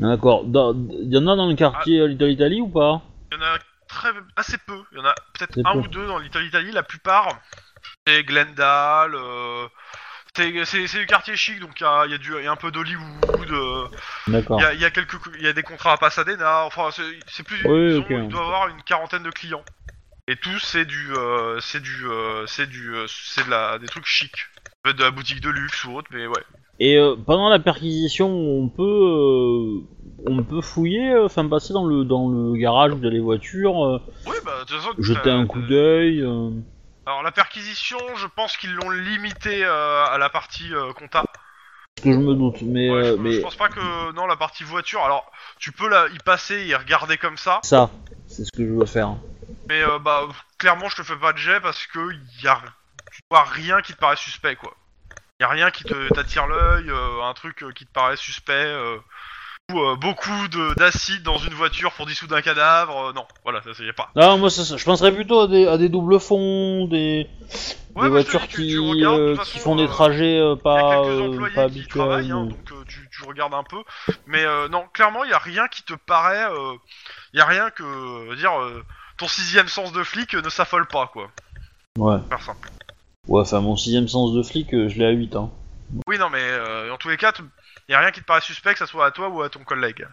S6: Ah, D'accord. Dans- Il y en a dans le quartier
S2: Ah.
S6: euh, Little Italy ou pas
S2: Il y en a très, assez peu. Il y en a peut-être
S6: C'est
S2: un
S6: peu.
S2: ou deux dans l'Italie. Italie. La plupart, c'est Glendale. euh, c'est c'est- c'est du quartier chic, donc il y a, il y a du- il y a un peu d'Hollywood. euh,
S6: D'accord.
S2: Il y a- il y, a quelques, il y a des contrats à Pasadena. Enfin, c'est c'est plus.
S6: Oui,
S2: ils ont-
S6: ok.
S2: Il doit avoir une quarantaine de clients. Et tous, c'est du, euh, c'est du, euh, c'est du, euh, c'est de la, des trucs chics. Peut-être De la boutique de luxe ou autre, mais ouais.
S6: Et euh, pendant la perquisition, on peut, euh, on peut fouiller, euh, enfin passer dans le dans le garage ou dans les voitures, euh,
S2: Oui, bah, de toute façon,
S6: jeter
S2: t'as-
S6: un coup d'œil. euh.
S2: Alors, la perquisition, je pense qu'ils l'ont limitée euh, à la partie euh, compta.
S6: Ce que je me doute, mais
S2: Ouais, je,
S6: euh,
S2: je
S6: mais
S2: pense pas que. Non, la partie voiture, alors, tu peux la, y passer et regarder comme ça,
S6: ça, c'est ce que je veux faire.
S2: mais euh, bah, pff, clairement, je te fais pas de jet parce que y a, tu vois rien qui te paraît suspect, quoi. Y a rien qui te t'attire l'œil, euh, un truc euh, qui te paraît suspect, euh, ou euh, beaucoup de- d'acide dans une voiture pour dissoudre un cadavre, euh, non, voilà, ça, ça y est pas.
S6: Non, moi, ça- ça- je penserais plutôt à des, à des doubles fonds, des,
S2: Ouais,
S6: des
S2: moi, je te
S6: voitures
S2: dis, tu- tu
S6: qui,
S2: regardes, de
S6: euh,
S2: toute
S6: qui
S2: façon,
S6: font des
S2: euh,
S6: trajets euh,
S2: Il y a
S6: pas,
S2: quelques
S6: euh,
S2: employés
S6: pas
S2: qui y
S6: habituels.
S2: travaillent, hein, donc euh, tu, tu regardes un peu. Mais euh, non, clairement, il n'y a rien qui te paraît. euh, Il y a rien que. euh, dire, euh, ton sixième sens de flic euh, ne s'affole pas, quoi.
S6: Ouais.
S2: Pour Faire simple.
S6: Ouais, enfin, mon sixième sens de flic, euh, je l'ai à 8. Hein.
S2: Oui, non, mais euh, en tous les cas, t- il n'y a rien qui te paraît suspect, que ce soit à toi ou à ton collègue.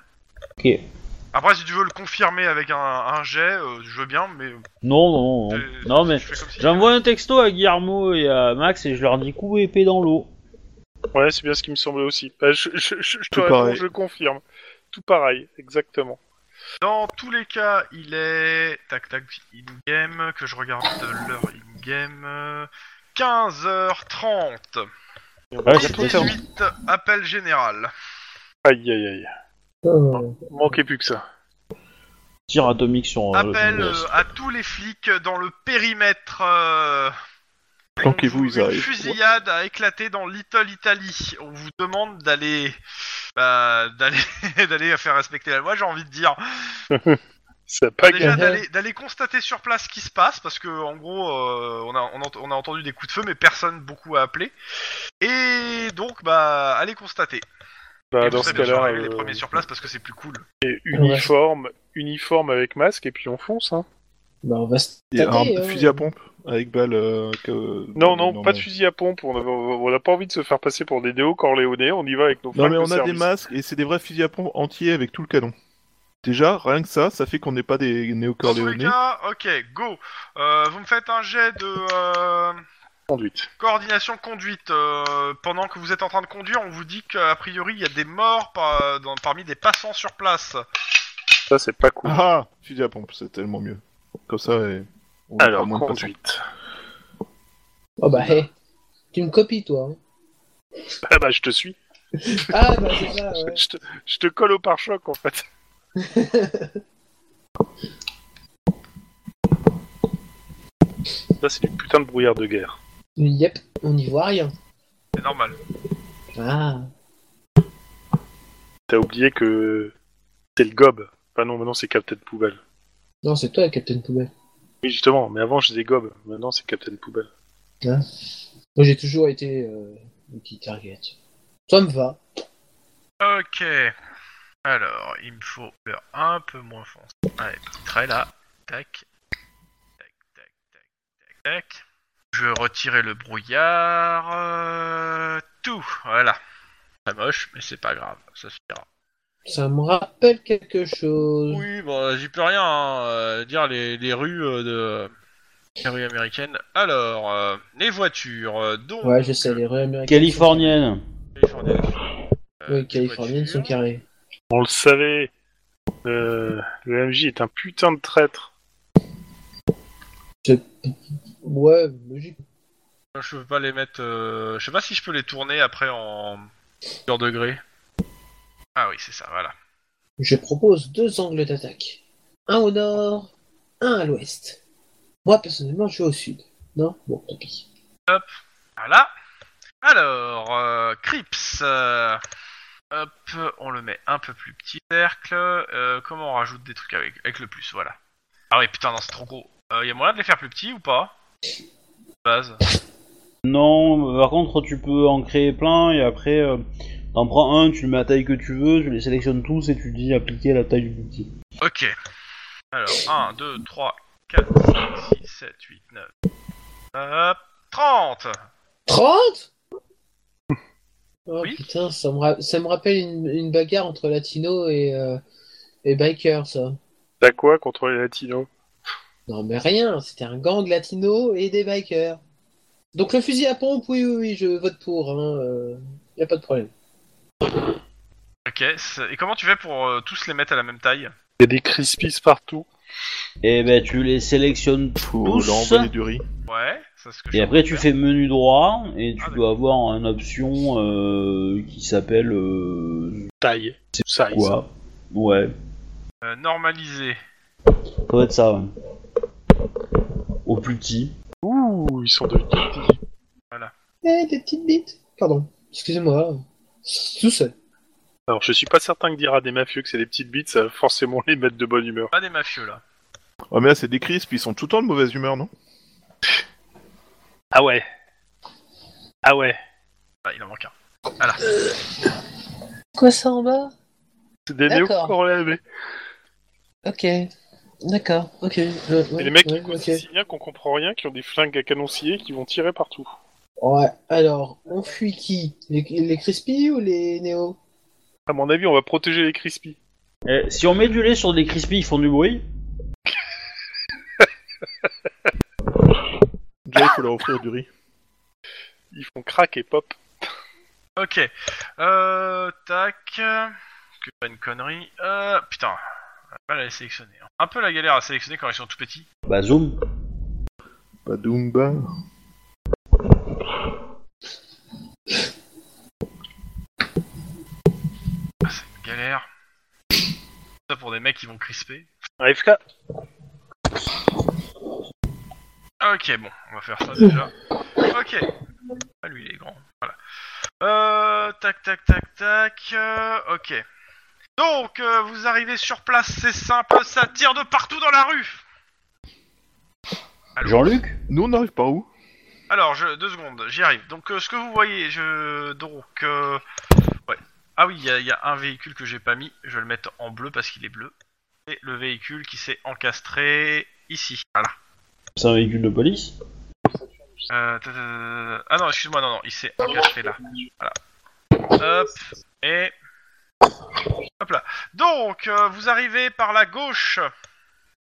S6: Ok.
S2: Après, si tu veux le confirmer avec un, un jet, euh, je veux bien, mais. euh,
S6: Non, non, non.
S2: je-
S6: Non,
S2: Euh, je
S6: mais
S2: fais comme si-
S6: J'envoie un texto à Guillermo et à Max et je leur dis coup épée dans l'eau.
S4: Ouais, c'est bien ce qui me semblait aussi. Bah, je, je, je, je te
S3: Tout
S4: réponds,
S3: pareil.
S4: je confirme. Tout pareil, exactement.
S2: Dans tous les cas, il est. Tac tac, in-game, que je regarde l'heure in-game. euh, 15h30.
S4: Et on
S6: Ah
S4: va
S6: ouais,
S4: bientôt
S6: c'est
S4: terminer.
S2: 18, appel général.
S4: Aïe aïe aïe.
S5: Oh.
S4: Manquait plus que ça.
S6: Tir atomique
S1: Oh,
S6: sur. euh,
S2: Appel
S6: le-
S2: euh, à tous les flics dans le périmètre. euh,
S3: Planquez-vous, ils
S2: une
S3: arrivent.
S2: fusillade a éclaté dans Little Italy. On vous demande d'aller. bah, d'aller d'aller faire respecter la loi, j'ai envie de dire.
S4: Ça a pas
S2: Déjà
S4: gagné.
S2: d'aller d'aller constater sur place ce qui se passe, parce que en gros, euh, on, a, on, ent- on a entendu des coups de feu, mais personne beaucoup a appelé. Et donc, bah, allez constater.
S4: Bah,
S2: Et
S4: dans
S2: vous
S4: ce
S2: savez, bien sûr,
S4: cas-là,
S2: arriver les
S4: euh,
S2: premiers sur place parce que c'est plus cool.
S4: et uniforme, uniforme avec masque et puis on fonce. Hein.
S5: Bah, on va se
S3: Et un
S5: taper. hein.
S3: fusil à pompe avec balle. euh, que-
S4: Non, non, pas de
S3: mais-
S4: fusil à pompe. On a, on a pas envie de se faire passer pour des déos corléonais. On y va avec nos
S3: Non,
S4: fringues
S3: mais on
S4: de
S3: a des
S4: service.
S3: masques et c'est des vrais fusils à pompe entiers avec tout le canon. Déjà, rien que ça, ça fait qu'on n'est pas des
S2: Dans tous les
S3: néo-corléonais.
S2: cas, ok, go. Euh, vous me faites un jet de. euh,
S4: Conduite.
S2: Coordination conduite. euh, pendant que vous êtes en train de conduire, on vous dit qu'a priori il y a des morts par- dans- parmi des passants sur place.
S4: Ça, c'est pas cool.
S3: Ah, fusil à pompe, c'est tellement mieux. Comme ça, et on aura
S4: Alors,
S3: moins de patience.
S4: conduite.
S5: Oh bah, hé. Tu me copies, toi. hein.
S4: Ah bah, je te suis.
S5: Ah, bah, c'est ça, ouais.
S4: Je, te, je te colle au pare-choc, en fait. Ça, c'est du putain de brouillard de guerre.
S5: Yep, on n'y voit rien.
S2: C'est normal.
S5: Ah.
S4: T'as oublié que c'est le gob. Enfin non, maintenant c'est Captain Poubelle.
S5: Non, c'est toi, Captain Poubelle.
S4: Oui, justement, mais avant je disais gob. Maintenant c'est Captain Poubelle.
S5: Moi, j'ai toujours été euh, une petite target. Ça me va.
S2: Ok. Alors, il me faut faire un peu moins foncé. Allez, petit trait là. Tac. Tac, tac, tac, tac, tac. Je vais retirer le brouillard. euh, tout. Voilà. Pas moche, mais c'est pas grave. Ça suffira.
S5: Ça me rappelle quelque chose.
S2: Oui, bah, j'y peux rien. hein, euh, dire les, les rues euh, de. Les rues américaines. Alors, euh, les voitures. euh, donc.
S5: Ouais, je sais, les rues américaines.
S1: Californienne.
S2: Californienne. Euh,
S5: Oui, californiennes
S2: les
S5: sont
S2: voitures.
S5: carrées.
S4: On le savait. Euh, le MJ est un putain de traître.
S5: Ouais, logique.
S2: Je peux pas les mettre. euh, Je sais pas si je peux les tourner après en. plusieurs degrés. Ah oui, c'est ça, voilà.
S5: Je propose deux angles d'attaque. Un au nord, un à l'ouest. Moi, personnellement, je suis au sud. Non Bon, tant pis.
S2: Voilà. Alors, euh, Crips. euh, Hop, on le met un peu plus petit. Cercle. euh, comment on rajoute des trucs avec, avec le plus Voilà. Ah oui, putain, non, c'est trop gros. Il y a moyen de les faire plus petits ou pas Base.
S1: Non, euh, par contre, tu peux en créer plein et après, euh, t'en prends un, tu le mets à taille que tu veux, tu les sélectionnes tous et tu dis appliquer à la taille du plus petit.
S2: Ok. Alors, 1, 2, 3, 4, 5, 6, 7, 8, 9. Hop, 30
S5: 30 Oh
S2: Oui.
S5: putain, ça me, ra- ça me rappelle une, une bagarre entre latinos et, euh, et bikers, ça.
S4: T'as quoi contre les latinos
S5: Non mais rien, c'était un gang latino et des bikers. Donc le fusil à pompe, oui, oui, oui, je vote pour. Hein, euh, y a pas de problème.
S2: Ok, c'est- et comment tu fais pour euh, tous les mettre à la même taille
S4: Il y a des crispies partout.
S1: Et ben, tu les sélectionnes
S3: Faut
S1: Tous
S3: leur envoyer du riz.
S2: Ouais, c'est ce que je
S1: et
S2: suis en
S1: après,
S2: train
S1: tu
S2: de faire.
S1: fais menu droit et tu
S2: Ah,
S1: dois avoir une option euh, qui s'appelle euh,
S4: Taille. Size.
S1: quoi Ouais,
S2: Euh, normaliser.
S1: ça doit être ça. ouais. Au plus petit.
S4: Ouh, ils sont devenus petits.
S5: Eh, des petites bites Pardon, excusez-moi. Tout seul.
S4: Alors, je suis pas certain que dire à des mafieux que c'est des petites bites, ça va forcément les mettre de bonne humeur.
S2: Pas des mafieux là.
S3: Ah, mais là, c'est des crises, puis ils sont tout le temps de mauvaise humeur, non
S4: Ah ouais. Ah ouais.
S2: Ah, il en manque un.
S5: Quoi ça en bas
S4: C'est des néo
S5: D'accord.
S4: corrélés
S5: Ok. D'accord, ok. euh, ouais,
S4: Et les mecs
S5: ouais,
S4: qui causent
S5: ok.
S4: si bien qu'on comprend rien, qui ont des flingues à canon scié, qui vont tirer partout.
S5: Ouais, alors, on fuit qui les, les Crispy ou les Néo
S4: À mon avis, on va protéger les crispies.
S1: Eh, si on met du lait sur des crispy, ils font du bruit.
S3: Déjà, il faut leur offrir du riz.
S4: Ils font crack et pop.
S2: Ok. Euh. Tac. Que pas une connerie. Euh. Putain. on a Mal à les sélectionner. hein. Un peu la galère à sélectionner quand ils sont tout petits.
S1: Bah, zoom.
S3: Pas d'oumba.
S2: Ah, c'est une galère. Ça pour des mecs qui vont crisper.
S4: AFK
S2: Ok, bon, on va faire ça déjà. Ok. Ah, lui, il est grand. Voilà. Euh, tac, tac, tac, tac. euh, ok. Donc, euh, vous arrivez sur place, c'est simple, ça tire de partout dans la rue. Allô
S1: Jean-Luc
S3: Nous, on arrive par où
S2: Alors, je, deux secondes, j'y arrive. Donc, euh, ce que vous voyez, je. Donc. euh, ouais. Ah oui, il y, a- il y a un véhicule que j'ai pas mis. Je vais le mettre en bleu parce qu'il est bleu. C'est le véhicule qui s'est encastré ici. Voilà.
S1: C'est un véhicule de police
S2: Euh, ta- ta- ta- ta- ta- Ah non, excuse-moi, non, non, il s'est encastré là. Voilà. Hop, et. Hop là. Donc, euh, vous arrivez par la gauche,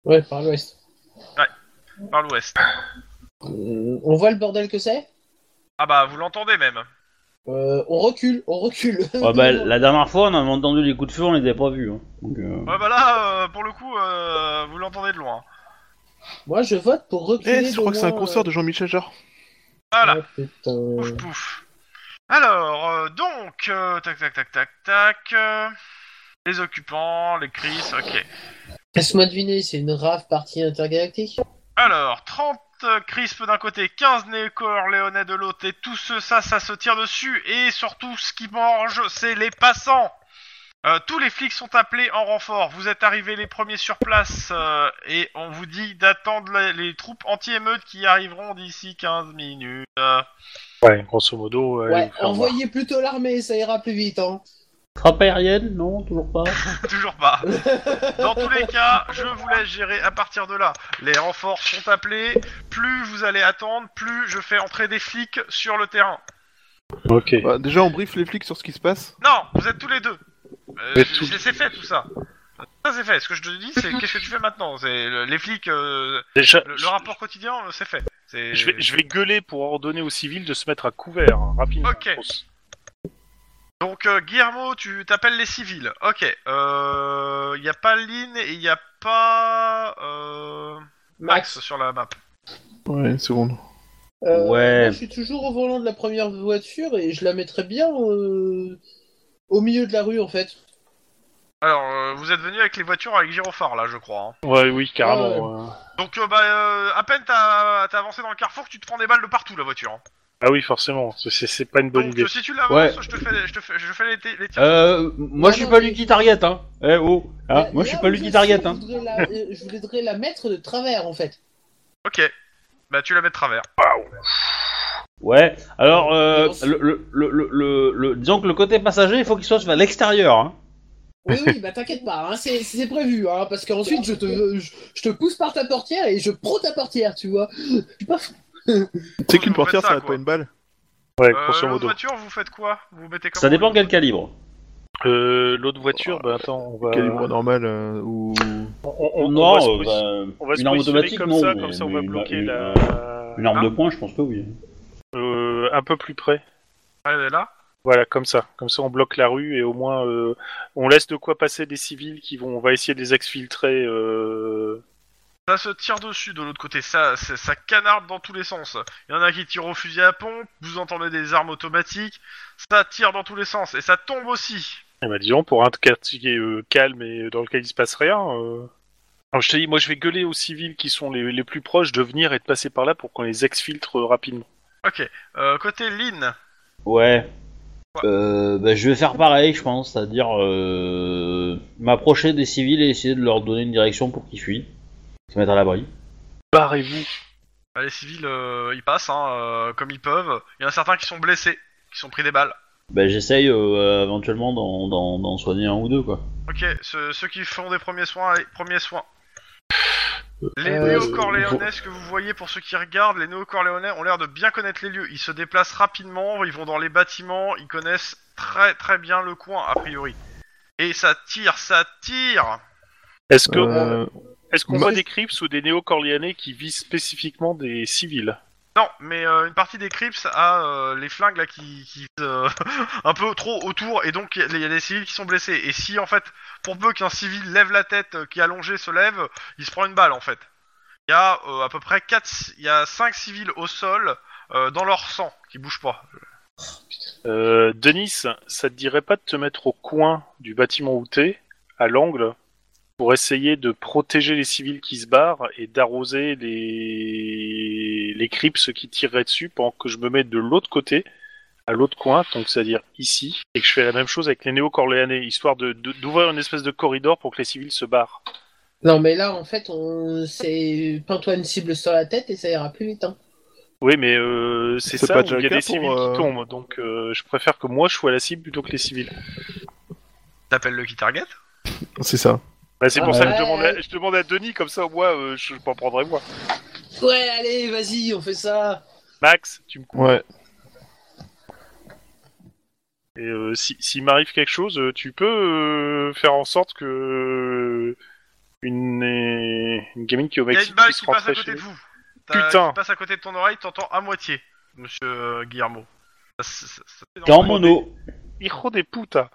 S5: Ouais, par l'ouest.
S2: par l'ouest.
S5: Euh, on voit le bordel que c'est
S2: Ah bah, vous l'entendez même.
S5: Euh, on recule, on recule.
S1: Ouais, bah, la dernière fois, on avait entendu les coups de feu, on les avait pas vus. hein. Donc, euh,
S2: Ouais, bah là, euh, pour le coup, euh, vous l'entendez de loin.
S5: Moi, je vote pour
S3: Eh,
S5: reculer. euh, Ah,
S3: je crois que c'est un concert de Jean-Michel Jarre.
S2: Voilà. Pouf
S5: putain.
S2: pouf. Alors, euh, donc, euh, tac tac tac tac tac. euh, les occupants, les crises, ok.
S5: Laisse-moi deviner, c'est une rave partie intergalactique
S2: Alors, 30 crispes d'un côté, 15 néo-corléonais de l'autre, et tout ce, ça, ça se tire dessus. Et surtout, ce qui mange, c'est les passants. Euh, tous les flics sont appelés en renfort. Vous êtes arrivés les premiers sur place euh, et on vous dit d'attendre les, les troupes anti-émeutes qui arriveront d'ici 15 minutes. Euh,
S4: Ouais, grosso modo. euh, ils
S5: Ouais,
S4: vont faire voir.
S5: envoyez plutôt l'armée, ça ira plus vite, hein.
S1: Frappe aérienne Non, toujours pas.
S2: toujours pas. Dans tous les cas, je vous laisse gérer à partir de là. Les renforts sont appelés. Plus vous allez attendre, plus je fais entrer des flics sur le terrain.
S4: Ok.
S3: Bah, déjà, on brief les flics sur ce qui se passe.
S2: Non, vous êtes tous les deux. Euh,
S3: Mais
S2: c'est-
S3: tout-
S2: c'est c'est fait tout ça. Ça c'est fait. Ce que je te dis, c'est qu'est-ce que tu fais maintenant C'est le- les flics, euh,
S4: Déjà,
S2: le, le
S4: je-
S2: rapport quotidien, euh, c'est fait. C'est-
S4: je, vais, je vais gueuler pour ordonner aux civils de se mettre à couvert hein, rapidement.
S2: Ok. Donc euh, Guillermo, tu t'appelles les civils. Ok. Il euh, y a pas Lynn et il y a pas euh,
S3: Bah,
S2: Max sur la map.
S3: Ouais, une seconde.
S5: Euh,
S1: Ouais.
S5: moi, je suis toujours au volant de la première voiture et je la mettrais bien euh, au milieu de la rue en fait.
S2: Alors, euh, vous êtes venu avec les voitures avec gyrophare là, je crois. hein.
S4: Ouais, oui, carrément. euh.
S2: Donc euh, bah, euh, à peine t'as t'as avancé dans le carrefour, tu te prends des balles de partout la voiture. hein.
S4: Ah oui, forcément. c'est- C'est c'est pas une bonne
S2: Donc
S4: idée.
S2: euh, si tu l'avances,
S1: Ouais.
S2: je te fais, je te fais, je fais les, t- les tirs.
S1: Euh, moi je suis pas Lucky Target, hein. Eh oh, hein,
S4: Ah,
S5: Là-
S1: moi je suis
S5: là
S1: pas
S5: où
S1: Lucky Target,
S5: suis,
S1: hein.
S5: Je voudrais, la, euh, je voudrais la mettre de travers en fait.
S2: Ok. Bah tu la mets de travers.
S1: Ouais, alors, euh,
S5: Mais on-
S1: le, le, le, le, le- le- disons que le côté passager, il faut qu'il soit vers l'extérieur, hein.
S5: Oui, oui, bah t'inquiète pas, hein, c'est c'est prévu, hein, parce qu'ensuite je te, je, je te pousse par ta portière et je prends ta portière, tu vois. Je suis pas fou.
S3: Tu
S2: vous
S3: sais qu'une
S2: faites
S3: portière,
S2: ça,
S3: ça arrête
S2: quoi.
S3: pas une balle
S4: Ouais,
S2: Euh,
S4: grosso
S2: l'autre
S4: modo.
S2: voiture, vous faites quoi Vous mettez comment
S1: Ça dépend
S2: les-
S1: quel calibre.
S4: Euh, L'autre voiture, bah attends, on va.
S3: Calibre normal euh, ou.
S4: On, on- on
S1: non,
S4: va se
S1: euh,
S4: posi-
S1: bah,
S4: on va se
S1: une arme
S4: positionner
S1: automatique,
S4: comme
S1: non.
S4: ça,
S1: mais-
S4: comme ça on
S1: mais
S4: va
S1: une-
S4: bloquer
S1: une- euh,
S4: la.
S1: Une arme
S2: Hein
S1: de poing, je pense que oui.
S4: Euh, un peu plus près.
S2: Ouais, Ah, là.
S4: Voilà, comme ça. Comme ça, on bloque la rue et au moins, euh, on laisse de quoi passer des civils qui vont. On va essayer de les exfiltrer. Euh...
S2: Ça se tire dessus de l'autre côté, ça, c'est- ça canarde dans tous les sens. Il y en a qui tirent au fusil à pompe, vous entendez des armes automatiques, ça tire dans tous les sens, et ça tombe aussi.
S4: Eh ben, disons, pour un quartier euh, calme et dans lequel il se passe rien. euh, Alors, je te dis, moi, je vais gueuler aux civils qui sont les, les plus proches de venir et de passer par là pour qu'on les exfiltre euh, rapidement.
S2: Ok, euh, côté Lynn,
S1: Ouais. Euh, bah, je vais faire pareil, je pense, c'est-à-dire euh, m'approcher des civils et essayer de leur donner une direction pour qu'ils fuient, se mettre à l'abri.
S4: Barrez-vous.
S2: bah, les civils, euh, ils passent hein, euh, comme ils peuvent. Il y en a certains qui sont blessés, qui sont pris des balles.
S1: Bah, j'essaye euh, éventuellement d'en- d'en d'en soigner un ou deux, quoi.
S2: Ok, ce- ceux qui font des premiers soins, allez, premiers soins. Les
S5: Euh,
S2: néo-corléonais, ce que vous voyez pour ceux qui regardent, les néo-corléonais ont l'air de bien connaître les lieux. Ils se déplacent rapidement, ils vont dans les bâtiments, ils connaissent très très bien le coin, a priori. Et ça tire, ça tire
S4: Est-ce que
S3: Euh,
S4: est-ce qu'on
S3: bah-
S4: voit des Crips ou des néo-corléanais qui visent spécifiquement des civils
S2: Non, mais euh, une partie des Crips a euh, les flingues là qui, qui euh, un peu trop autour, et donc il y a- il y, a des civils qui sont blessés. Et si, en fait, pour peu qu'un civil lève la tête, euh, qui est allongé, se lève, il se prend une balle, en fait. Il y a euh, à peu près 4, il y a 5 civils au sol, euh, dans leur sang, qui bougent pas.
S4: Euh, Denis, ça te dirait pas de te mettre au coin du bâtiment où t'es, à l'angle, pour essayer de protéger les civils qui se barrent et d'arroser les... les crips qui tireraient dessus pendant que je me mets de l'autre côté, à l'autre coin, donc c'est-à-dire ici, et que je fais la même chose avec les néo-corléanais, histoire de- de- d'ouvrir une espèce de corridor pour que les civils se barrent.
S5: Non, mais là en fait, on c'est peins-toi une cible sur la tête et ça ira plus vite. Hein.
S4: Oui, mais euh, c'est
S3: C'est
S4: ça,
S3: pas
S4: où il y
S3: déjà
S4: a
S3: le
S4: des
S3: cas pour,
S4: civils
S3: euh,
S4: qui tombent, donc euh, je préfère que moi je sois la cible plutôt que les civils.
S2: T'appelles le qui target
S3: C'est ça.
S4: Bah, c'est
S5: Ah
S4: pour ça que je
S5: ouais.
S4: demande, à, je demande à Denis, comme ça, moi, euh, je, je m'en prendrai moi.
S5: Ouais, allez, vas-y, on fait ça.
S4: Max, tu me coupes.
S3: Ouais.
S4: Et euh, si- s'il m'arrive quelque chose, euh, tu peux euh, faire en sorte que une, euh, une gamine qui est au
S2: Il y a
S4: Mexique
S2: une balle
S4: puisse
S2: qui passe à
S4: rentrer chez
S2: côté de
S4: nous.
S2: vous. T'as-
S4: Putain.
S2: Qui passe à côté de ton oreille, t'entends à moitié, monsieur euh, Guillermo. Ça- ça- ça- ça-
S1: T'es en mono.
S4: Hijo de puta.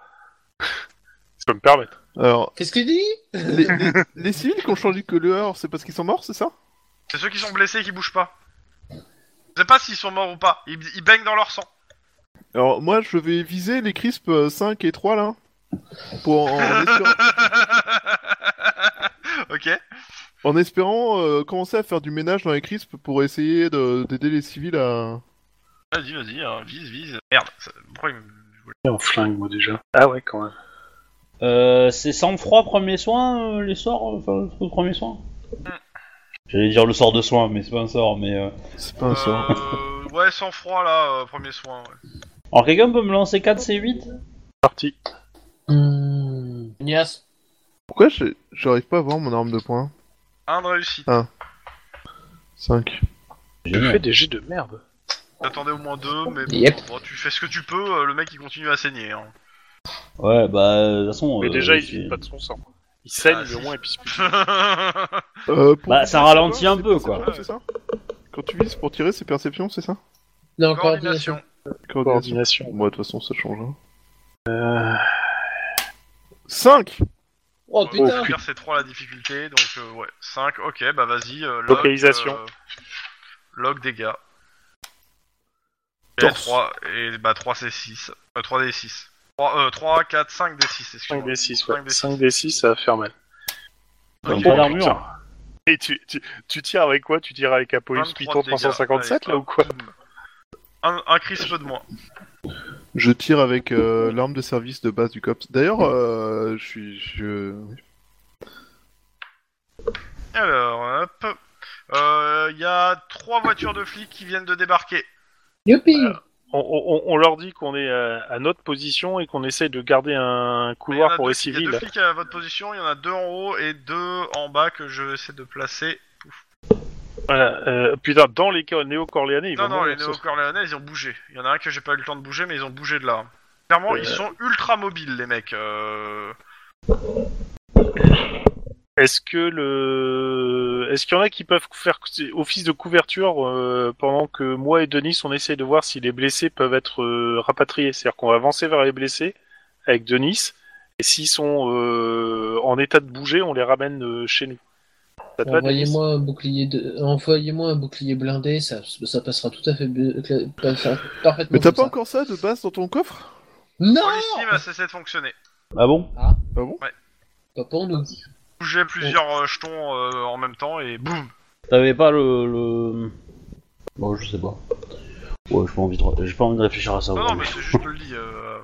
S4: Je peux me permettre.
S3: Alors,
S5: Qu'est-ce que tu dis
S3: les, les- les civils qui ont changé de couleur, c'est parce qu'ils sont morts, c'est ça
S2: C'est ceux qui sont blessés qui bougent pas. Je sais pas s'ils sont morts ou pas, ils, ils baignent dans leur sang.
S3: Alors, moi, je vais viser les crisps euh, 5 et 3 là. Pour en, en espérant,
S2: ok.
S3: en espérant, euh, commencer à faire du ménage dans les crisps pour essayer de- d'aider les civils à.
S2: Vas-y, vas-y, hein, vise, vise. Merde, ça- pourquoi il me- je voulais-
S4: En flingue, moi déjà. Ah ouais, quand même.
S1: Euh, c'est sang-froid, premier soin, euh, les sorts, enfin, le truc de premier soin J'allais dire le sort de soin, mais c'est pas un sort, mais... euh,
S3: C'est pas un sort.
S2: Euh, ouais, sans froid là, euh, premier soin. ouais.
S1: Alors quelqu'un peut me lancer 4 C8
S4: Parti.
S5: Hum...
S3: Pourquoi j'ai- j'arrive pas à voir mon arme de poing
S2: Un de réussite.
S3: 5.
S4: Je fais des jets de merde.
S2: J'attendais au moins deux, mais bon,
S5: Yep.
S2: bon, tu fais ce que tu peux, euh, le mec il continue à saigner. hein.
S1: Ouais, bah, de toute façon.
S4: Mais
S1: euh,
S4: déjà, il
S1: c'est-
S4: vide pas de son sang. Il saigne
S2: Ah, si.
S4: le moins et puis il se pue.
S2: Bah,
S3: Euh, pour-
S1: Bah, ça ralentit un
S3: c'est
S1: peu,
S3: perception,
S1: quoi.
S3: C'est ça Quand tu vises pour tirer, c'est perception, c'est ça
S5: Non, coordination.
S2: Coordination.
S3: Coordination.
S4: Coordination.
S3: Bon, de toute façon, ça change hein. Euh. rien. 5
S5: Oh
S2: Euh,
S5: putain
S2: faire, c'est 3 la difficulté, donc euh, ouais, 5, ok, bah vas-y. euh, log,
S4: Localisation.
S2: euh, log dégâts. Et
S3: Torse.
S2: 3, et bah 3 c'est 6. Euh, 3 des euh, 6. 3, 4, 5 des 6, excuse-moi.
S4: 5 des 6, ouais.
S2: 5 des 6.
S4: 5 des 6, ça va faire mal.
S2: Ok.
S1: Pas d'armure.
S4: Et tu, tu, tu tires avec quoi Tu tires avec Apollus
S2: 23
S4: Python
S2: de dégâts.
S4: 357 là
S2: Allez,
S4: ou quoi
S2: Un, un crisp de moins.
S3: Je tire avec euh, l'arme de service de base du COPS. D'ailleurs, euh, je suis. Je...
S2: Alors, hop. Euh, Il y a 3 voitures de flics qui viennent de débarquer.
S5: Youpi
S4: on, on- on leur dit qu'on est à, à notre position et qu'on essaye de garder
S2: Mais il y en
S4: un
S2: a
S4: couloir pour
S2: deux-
S4: les
S2: Il y a
S4: civils.
S2: deux flics à votre position, il y en a deux en haut et deux en bas que je vais essayer de placer.
S4: Voilà, euh, putain, dans les co- néo-corléanais, ils
S2: non,
S4: vont
S2: non,
S4: mourir,
S2: les
S4: ça.
S2: néo-corléanais, ils ont bougé. Il y en a un que j'ai pas eu le temps de bouger, mais ils ont bougé de là. Clairement, ils sont ultra mobiles, les mecs. Euh...
S4: Est-ce que le, est-ce qu'il y en a qui peuvent faire office de couverture euh, pendant que moi et Denis on essaye de voir si les blessés peuvent être euh, rapatriés C'est-à-dire qu'on va avancer vers les blessés avec Denis et s'ils sont euh, en état de bouger, on les ramène euh, chez nous. Ça te va, Denis
S5: Envoyez-moi un bouclier de... Envoyez-moi un bouclier blindé, ça, ça passera tout à fait bien- cla- pa- enfin, parfaitement.
S3: Mais t'as
S5: comme
S3: pas
S5: ça.
S3: encore ça de base dans ton coffre
S5: Non
S2: Polystime a cessé de fonctionner.
S1: Ah bon
S5: Pas pour nous.
S2: Bouger plusieurs euh, jetons euh, en même temps et boum
S1: T'avais pas le, le. Bon, je sais pas. Ouais, j'ai pas envie de, re- j'ai pas envie de réfléchir à ça.
S2: Ah Non, non,
S1: vraiment.
S2: mais c'est juste, je te le dis. euh,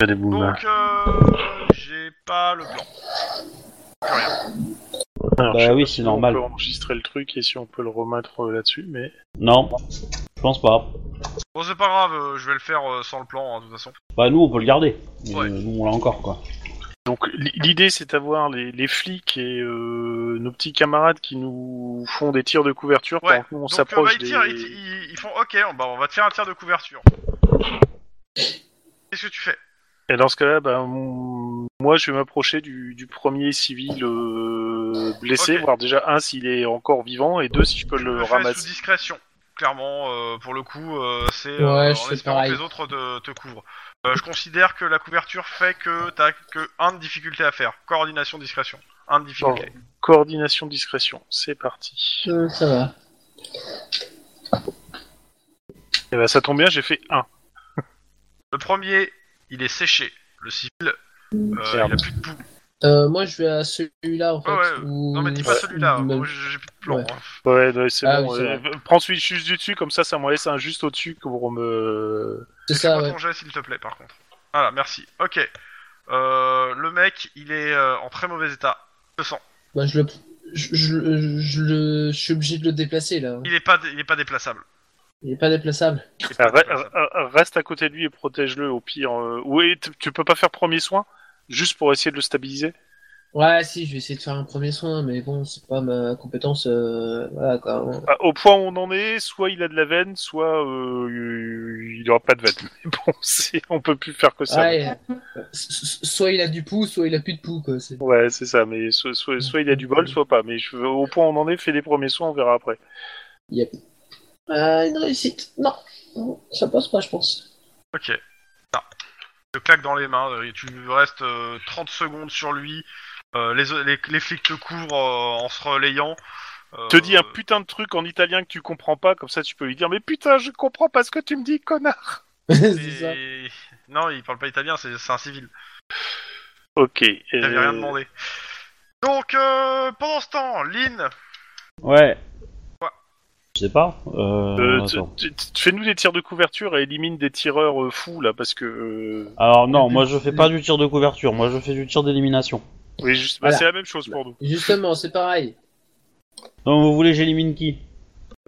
S2: Donc, euh, j'ai pas le plan.
S1: Bah
S4: Alors, je sais
S1: oui,
S4: pas
S1: c'est
S4: si
S1: normal.
S4: On peut enregistrer le truc et si on peut le remettre euh, là-dessus, mais
S1: Non, je pense pas.
S2: Bon, c'est pas grave, euh, je vais le faire euh, sans le plan, hein, de toute façon.
S1: Bah, nous, on peut le garder. Mais,
S2: Ouais.
S1: euh, nous, on l'a encore, quoi.
S4: Donc l- l'idée c'est d'avoir les, les flics et euh, nos petits camarades qui nous font des tirs de couverture
S2: Ouais.
S4: pendant que nous on
S2: Donc, euh, bah,
S4: s'approche
S2: ils, tirent, ils,
S4: des...
S2: ils- ils font OK, on, bah, on va te faire un tir de couverture. Qu'est-ce que tu fais
S4: Et dans ce cas-là, bah, m- moi je vais m'approcher du, du premier civil euh, blessé,
S2: Ok.
S4: voir déjà un s'il est encore vivant et deux si je peux
S2: Je
S4: le
S2: le fais sous
S4: ramasser.
S2: discrétion. Clairement, euh, pour le coup, euh, c'est euh,
S5: Ouais, je
S2: en
S5: fais
S2: espérant
S5: pareil.
S2: que les autres te, te couvrent. Euh, je considère que la couverture fait que t'as que un de difficulté à faire. Coordination, discrétion. Un de difficulté.
S4: Coordination, discrétion, c'est parti.
S5: Euh, ça va.
S4: Et bah ça tombe bien, j'ai fait un.
S2: Le premier, il est séché. Le civil, euh, il a
S4: Merde.
S2: plus de boue.
S5: Euh, moi, je vais à celui-là, en fait.
S2: Ouais, Ah ouais.
S5: où- Bah,
S2: Non mais dis pas
S5: Ouais. Ah
S2: celui-là. hein.
S5: Où-
S2: Moi, j'ai plus de plan.
S5: Ouais.
S2: hein.
S4: Ouais, ouais, c'est
S5: Ah
S4: bon.
S5: oui, c'est
S4: euh, prends celui juste du dessus, comme ça ça me laisse un juste au-dessus pour me...
S5: C'est
S2: Fais-moi
S5: ça, ouais.
S2: ton jet, s'il te plaît, par contre. Voilà, merci. Ok. Euh, le mec, il est euh, en très mauvais état. Je le sens.
S5: Bah, je le... Je, je- je- je le... je suis obligé de le déplacer, là. hein.
S2: Il est pas, il est pas déplaçable.
S5: Il est pas déplaçable.
S2: Il est pas
S4: Re-
S2: déplaçable.
S4: re- Reste à côté de lui et protège-le au pire. euh, Oui, t- tu peux pas faire premier soin juste pour essayer de le stabiliser.
S5: Ouais, si, je vais essayer de faire un premier soin, mais bon, c'est pas ma compétence. euh, Voilà, quoi.
S4: Bah, au point où on en est, soit il a de la veine, soit euh, il aura pas de veine. Mais bon, c'est- on peut plus faire que ça.
S5: Ouais, euh, s- s- soit il a du pouls, soit il a plus de pouls, quoi. c'est-
S4: Ouais, c'est ça. Mais so- so- soit il a du bol, soit pas. Mais je- au point où on en est, fais les premiers soins, on verra après.
S5: Ah, une réussite. Non, Non, ça passe pas, je pense.
S2: Ok. Ah. Je claque dans les mains. euh, et Tu restes euh, 30 secondes sur lui. Euh, les, les, les flics te couvrent euh, en se relayant. Euh,
S4: Te dis un putain de truc en italien que tu comprends pas, comme ça tu peux lui dire Mais putain, je comprends pas ce que tu me dis, connard
S5: c'est ça.
S2: et- Non, il parle pas italien, c'est c'est un civil.
S4: Ok. euh,
S2: Il avait rien demandé. Donc, euh, pendant ce temps, Lynn,
S1: Ouais.
S2: Quoi
S1: Je sais pas. Euh,
S4: Euh, t-
S1: attends.
S4: t- t- Fais-nous des tirs de couverture et élimine des tireurs euh, fous là parce que. euh,
S1: Alors, non, moi, je fais pas du tir de couverture. Moi, je fais du tir d'élimination.
S4: Oui, juste... bah,
S5: Voilà.
S4: c'est la même chose pour nous.
S5: Justement, c'est pareil.
S1: Non, vous voulez, j'élimine qui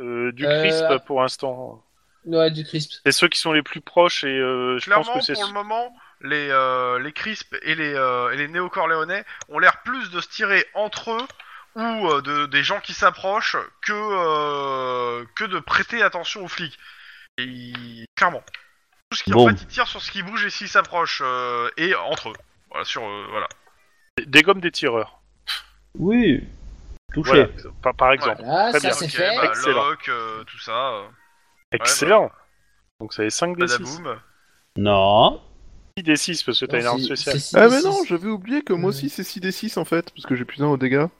S4: Euh, du
S5: Euh,
S4: crisp
S5: ah.
S4: pour l'instant.
S5: Ouais, du crisp.
S4: C'est ceux qui sont les plus proches et euh, je pense
S2: clairement,
S4: que c'est.
S2: pour le moment, les, euh, les Crisp et les, euh, et les néo-corléonais ont l'air plus de se tirer entre eux ou euh, de, des gens qui s'approchent que, euh, que de prêter attention aux flics. Et, clairement. Tout ce qui,
S1: Bon.
S2: En fait, ils tirent sur ce qui bouge et s'ils s'approchent, euh, et entre eux. Voilà, sur, euh, voilà.
S4: Des gommes des tireurs.
S1: Oui. Touché.
S4: Voilà, par, par exemple.
S5: Ah,
S4: Très
S5: ça
S4: bien,
S5: c'est
S2: Ok,
S5: fait.
S2: bah,
S4: Excellent.
S2: Locke, euh, tout ça, euh,
S4: Excellent. Donc ça fait 5 des 6.
S2: Badaboum.
S1: Non.
S4: 6 des 6 parce que t'as une arme
S5: C'est-
S4: spéciale. De
S5: c'est-
S3: Ah
S5: c'est-
S3: mais non,
S5: c'est-
S3: j'avais oublié que moi aussi c'est 6d6 en fait, parce que j'ai plus un au dégâts.
S4: toute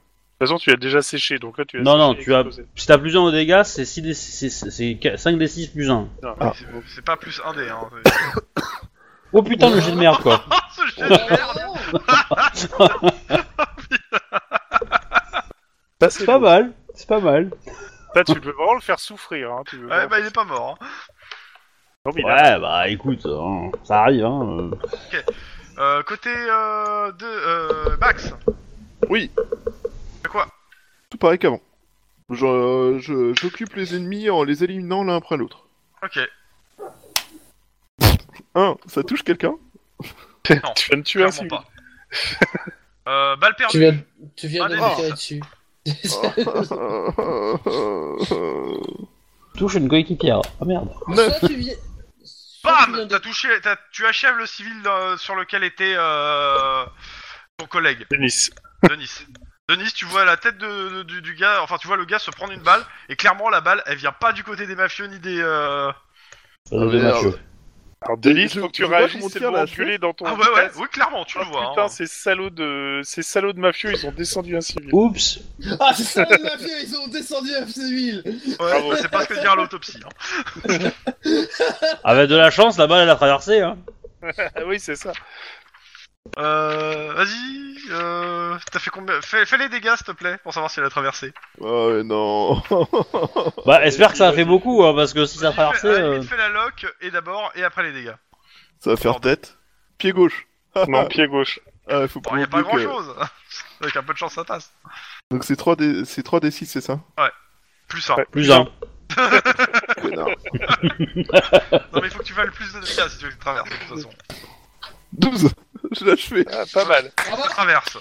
S4: façon, tu l'as déjà séché, donc là tu l'as
S1: Non, non,
S4: séché et
S1: tu as-
S4: explosé.
S1: Si t'as plus 1 au dégâts, c'est 6 des 6, c'est- c'est 5 des 6 plus 1.
S4: Non,
S3: Ah.
S4: c'est bon.
S2: C'est- C'est pas plus un dé, hein.
S1: Oh putain, le jeu de merde quoi.
S2: Ah, ce jeu de merde
S5: Oh,
S1: Bah, c'est pas mal. C'est pas mal.
S4: Là, tu veux vraiment le faire souffrir. Hein, tu veux
S2: Ouais,
S4: vraiment-
S2: bah, il est pas mort. hein.
S4: Non, mais il a-
S1: Ouais, bah écoute, hein, ça arrive. Hein. euh.
S2: Euh, côté euh, de euh, Max.
S3: Oui.
S2: C'est quoi
S3: Tout pareil qu'avant. Je- euh, je- J'occupe les ennemis en les éliminant l'un après l'autre.
S2: Ok.
S3: 1. Ça touche quelqu'un
S2: Non,
S4: Tu viens de tuer un
S2: clairement
S4: civil.
S2: pas. Euh, balle
S5: tu
S2: perdue.
S5: viens, tu viens de
S2: Allez.
S5: me tirer dessus.
S3: Ah,
S1: Touche une coéquipière. Ah merde.
S5: Soit tu viens. soit tu viens
S2: Bam
S5: de-
S2: T'as touché, t'as- tu achèves le civil euh, sur lequel était euh, ton collègue,
S4: Denis.
S2: Denis. Denis, tu vois la tête de, de- du, du gars, enfin tu vois le gars se prendre une balle, et clairement la balle, elle vient pas du côté des mafieux ni des... euh,
S1: Ça doit être
S3: merde.
S1: Mathieu.
S4: Alors, Denis,
S3: Je-
S4: faut que tu
S3: je vois
S4: réagisses,
S3: comment
S4: c'est
S3: tire
S4: le
S3: la
S4: bon enculé dans ton.
S2: Ah ouais ouais,
S4: casque.
S2: oui clairement, tu
S4: Ah,
S2: le vois.
S4: putain,
S2: hein.
S4: ces salauds de ces salauds de mafieux, ils ont descendu un civil.
S1: Oups.
S5: Ah, c'est ça, les mafieux, ils ont descendu à civil.
S2: Ouais,
S4: Bravo.
S2: c'est pas ce que dire l'autopsie. hein.
S1: Avec de la chance, la balle elle a traversé. Hein.
S4: Ah oui, c'est ça.
S2: Euh, vas-y, euh, t'as fait combien fais, fais les dégâts s'il te plaît, pour savoir si elle a traversé.
S3: Ah ouais, non.
S1: Bah espère que ça a fait beaucoup, hein, parce que si ça a
S2: Vas-y,
S1: traversé.
S2: fais, à la
S1: euh,
S2: limite, fais la lock, et d'abord, et après les dégâts.
S3: Ça va faire tête. Pied gauche.
S4: Non, pied gauche.
S3: Ah, faut
S2: Bon, y a pas
S3: oublier
S2: grand
S3: que-
S2: chose Avec un peu de chance, ça passe.
S3: Donc c'est 3D... c'est 3D6, c'est ça
S2: Plus un.
S1: Plus 1.
S2: Non
S3: Connard.
S2: mais il faut que tu fasses le plus de dégâts si tu veux que tu traverses de toute façon.
S3: 12 Je l'ai achevé
S4: Ah, pas mal.
S5: Bravo.
S2: Ça traverse.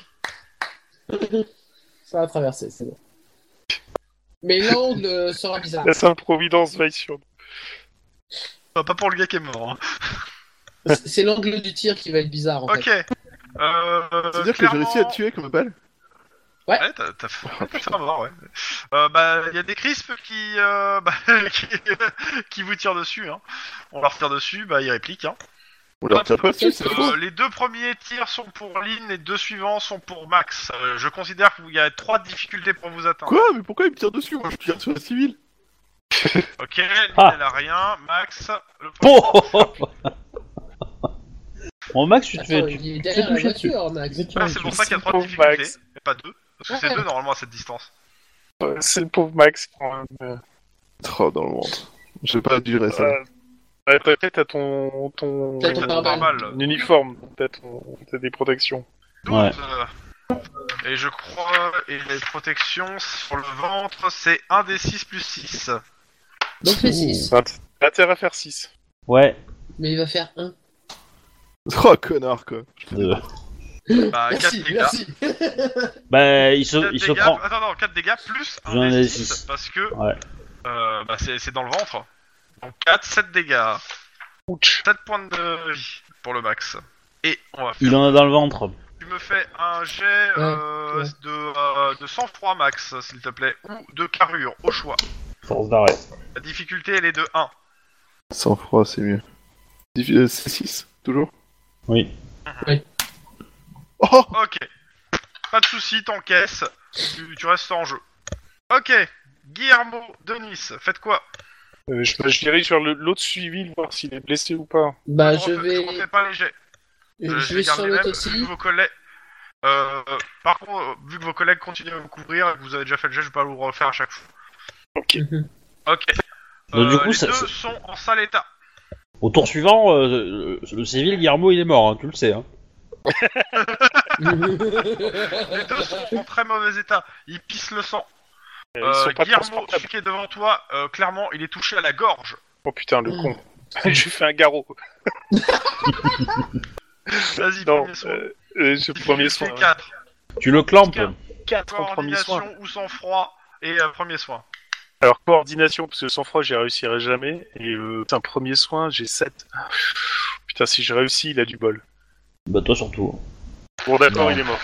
S5: Ça a traversé, c'est bon. Mais l'angle euh, sera bizarre.
S4: La Sainte Providence veille sur.
S2: Enfin, pas pour le gars qui est mort. hein.
S5: C'est c'est l'angle du tir qui va être bizarre en
S2: Ok.
S5: fait.
S2: Euh, C'est-à-dire
S3: C'est-à-dire que j'ai réussi à te tuer avec ma balle
S2: Ouais, t'as t'as fait putain mort, ouais. Euh, bah, il y a des crisps qui, euh, bah, qui, qui vous tirent dessus. Hein. On leur tire dessus, bah, ils répliquent. Hein.
S3: On leur tire pas dessus,
S2: Euh,
S3: c'est faux
S2: les deux premiers tirs sont pour Lynn, les deux suivants sont pour Max. Euh, je considère qu'il y a trois difficultés pour vous atteindre.
S3: Quoi Mais pourquoi il me tire dessus Moi je tire sur la civile
S2: ok, Lynn,
S1: Ah.
S2: elle a rien. Max, le premier.
S1: Bon Bon, Max, tu te fais.
S5: Attends,
S1: Tu...
S5: il est
S1: fais
S5: derrière la
S1: toucher dessus.
S5: voiture, Max.
S2: Ah, c'est pour ça qu'il y a trois
S4: Pauvre
S2: difficultés,
S4: Max.
S2: et pas deux. Parce que c'est
S5: Ouais.
S2: deux normalement à cette distance.
S4: Euh, C'est le pauvre Max. qui prend un- euh,
S3: Oh, dans le monde. Je vais pas durer ça.
S4: euh, ouais, t'as- T'as ton, ton,
S5: T'as
S2: Oui,
S5: ton
S2: t'as ton
S5: pare-balles.
S2: pare-balles.
S4: ton uniforme, t'as ton- t'as des protections.
S2: 12.
S1: Ouais.
S2: euh, Et je crois, et les protections sur le ventre, c'est 1 des 6 plus 6.
S5: Donc les 6.
S4: T'as t'as intérêt à faire 6.
S1: Ouais.
S5: Mais il va faire 1.
S3: Oh connard quoi
S1: Euh,
S2: Bah, 4
S5: Merci,
S2: dégâts.
S5: merci.
S1: Bah, il se,
S2: 4
S1: il se
S2: dégâts,
S1: prend.
S2: Attends, non, 4 dégâts plus
S1: J'ai
S2: 1 des 6, parce que
S1: Ouais.
S2: euh, bah, c'est c'est dans le ventre. Donc 4, 7 dégâts.
S4: Ouch.
S2: 7 points de vie pour le max. Et on va faire.
S1: Il en a dans le ventre.
S2: Tu me fais un jet
S5: Ouais,
S2: euh,
S5: ouais.
S2: de, euh, de sang-froid max, s'il te plaît, ou de carrure, au choix.
S1: Force d'arrêt.
S2: La difficulté, elle est de 1.
S3: Sans froid c'est mieux. Diffi- euh, C'est 6 toujours
S1: Oui.
S5: Oui.
S3: Oh
S2: Ok. Pas de soucis, t'encaisses. Tu, tu restes en jeu. Ok. Guillermo, Denis, faites quoi
S4: Euh, je, je dirige sur le- l'autre suivi, voir s'il est blessé ou pas.
S5: Bah
S2: Je
S5: je
S2: refais-
S5: vais,
S2: Je refais pas les jets. Euh,
S5: je,
S2: je
S5: vais
S2: garde
S5: sur
S2: les mêmes,
S5: l'autopsie.
S2: vu que vos collègues... Euh, par contre, euh, vu que vos collègues continuent à vous couvrir et que vous avez déjà fait le jet, je vais pas vous refaire à chaque fois.
S4: Ok.
S5: Mhm.
S2: Ok. Euh,
S1: Donc, du coup,
S2: les
S1: ça-
S2: deux
S1: ça-
S2: sont en sale état.
S1: Au tour suivant, euh, le, le civil Guillermo il est mort, hein, tu le sais. Hein.
S2: Les deux sont en très mauvais état. Ils pissent le sang.
S4: Ils
S2: Euh,
S4: sont pas
S2: Guillermo, celui
S4: transportables.
S2: qui est devant toi, euh, clairement, il est touché à la gorge.
S4: Oh putain, le con. J'ai fait un garrot.
S2: Vas-y,
S4: Non,
S2: premier soin.
S4: euh, euh, ce premier soin. ouais.
S2: 4.
S1: Tu le clampes.
S2: Tiens.
S4: 4 en premier soin.
S2: Coordination ou sang-froid et euh, premier soin.
S4: Alors, coordination, parce que sans froid, j'y réussirai jamais. Et euh, putain, premier soin, j'ai 7. Putain, si je réussis, il a du bol.
S1: Bah toi surtout.
S4: Bon,
S1: Non.
S4: d'accord, il est mort.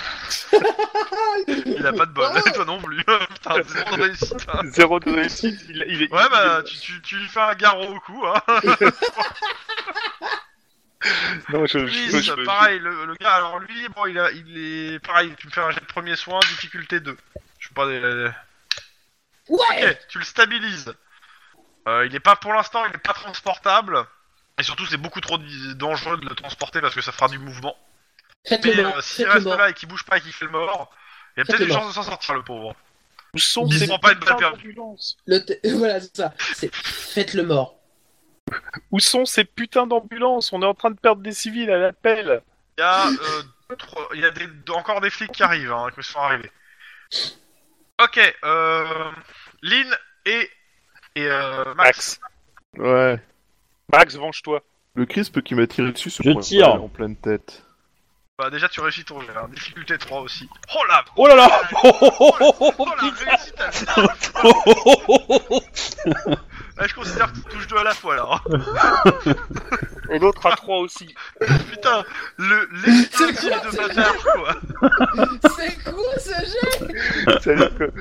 S2: Il a pas de bol,
S5: Ah
S2: toi non plus. Putain, zéro réussite.
S4: Zéro de réussite, il, il est.
S2: Ouais, bah, tu, tu, tu lui fais un garrot au cou, hein.
S4: Non, Euh, je, je,
S2: Oui,
S4: je- je-
S2: pareil, le, le gars, alors lui, bon, il, a, il est. Pareil, tu me fais un jet de premier soin, difficulté 2. Je sais pas. euh,
S5: Ouais
S2: Ok, tu le stabilises. Euh, il est pas, pour l'instant, il est pas transportable. Et surtout, c'est beaucoup trop di- dangereux de le transporter parce que ça fera du mouvement.
S5: Faites
S2: Mais
S5: le
S2: euh,
S5: mort,
S2: s'il
S5: faites le
S2: reste
S5: mort.
S2: là et qu'il bouge pas et qu'il fait le mort, il y a peut-être
S5: Faites-le
S2: une chance de s'en sortir, le pauvre.
S4: Le son,
S5: Ils
S4: c'est
S2: ont pas une balle
S4: putain
S2: perdue.
S4: d'ambulance.
S5: Le te- Voilà, c'est ça. C'est faites le mort.
S4: Où sont ces putains d'ambulances On est en train de perdre des civils à l'appel.
S2: Il y a, euh, trois- il y a des- encore des flics qui arrivent, hein, qui sont arrivés. Ok, euh, Lynn et, et euh, Max.
S4: Max.
S3: Ouais.
S4: Max, venge-toi.
S3: Le crisp qui m'a tiré dessus se
S1: Je
S3: prend une
S1: tire.
S3: balle en pleine tête.
S2: Bah, déjà, tu réussis ton jeu, hein. difficulté 3 aussi. Oh la
S1: Oh là là
S2: Oh la réussite à- Là, je considère que tu touches deux à la fois là. hein.
S4: Et l'autre à trois aussi.
S2: Putain, le l'extinct de bâtard quoi. Euh,
S5: C'est quoi ce jeu
S4: C'est-à-dire que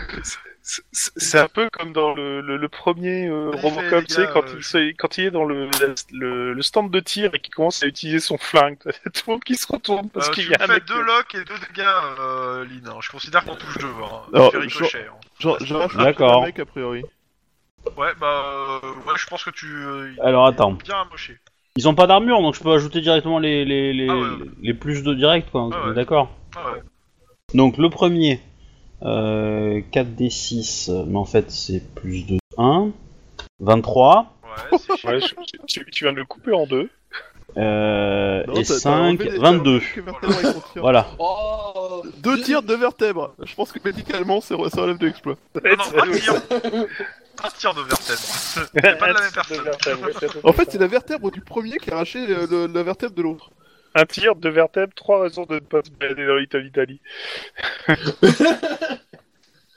S4: c'est- c'est c'est un peu comme dans le, le- le premier euh,
S2: Vas-y, fais, les
S4: Robocop, tu sais,
S2: gars,
S4: quand,
S2: euh,
S4: il se- quand il est dans le, la- le, le stand de tir et qu'il commence à utiliser son flingue. Tout le monde qui se retourne parce
S2: Euh,
S4: qu'il
S2: tu
S4: y
S2: me
S4: a un
S2: fais
S4: mec.
S2: deux locks et deux dégâts, euh, Lynn. hein. Je considère qu'on touche deux. Hein.
S3: Alors,
S2: Tu fais
S3: je-
S2: ricochet, hein.
S3: Genre, j'arrache le
S1: D'accord.
S3: mec a priori.
S2: Ouais, bah, euh, ouais, je pense que tu. euh, il
S1: Alors attends.
S2: est bien amoché.
S1: Ils ont pas d'armure donc je peux ajouter directement les les, les,
S2: Ah ouais, ouais.
S1: les plus de direct quoi.
S2: Ah ouais.
S1: D'accord.
S2: Ah ouais.
S1: Donc le premier, euh, 4d6, euh, mais en fait c'est plus de 1, 23,
S2: Ouais, c'est chiant.
S4: Ouais, je- tu, tu viens de le couper en deux.
S1: euh,
S3: Non,
S1: et
S3: t'as- t'as
S1: 5,
S3: enlevé des- t'as enlevé
S1: 22.
S3: quelques vertèbres avec ton tir.
S1: Voilà.
S5: Oh
S3: Deux tirs, deux vertèbres. Je pense que médicalement, c'est- ça relève de l'exploit.
S2: Non, non, un tir. Un tir de Vertel.
S4: C'est
S2: pas de la même personne.
S4: Oh,
S3: En fait, c'est la vertèbre du premier qui a arraché euh, le- la vertèbre de l'autre.
S4: Un tir, deux vertèbres, trois raisons de ne pas se balader dans l'Italie. d'Italie.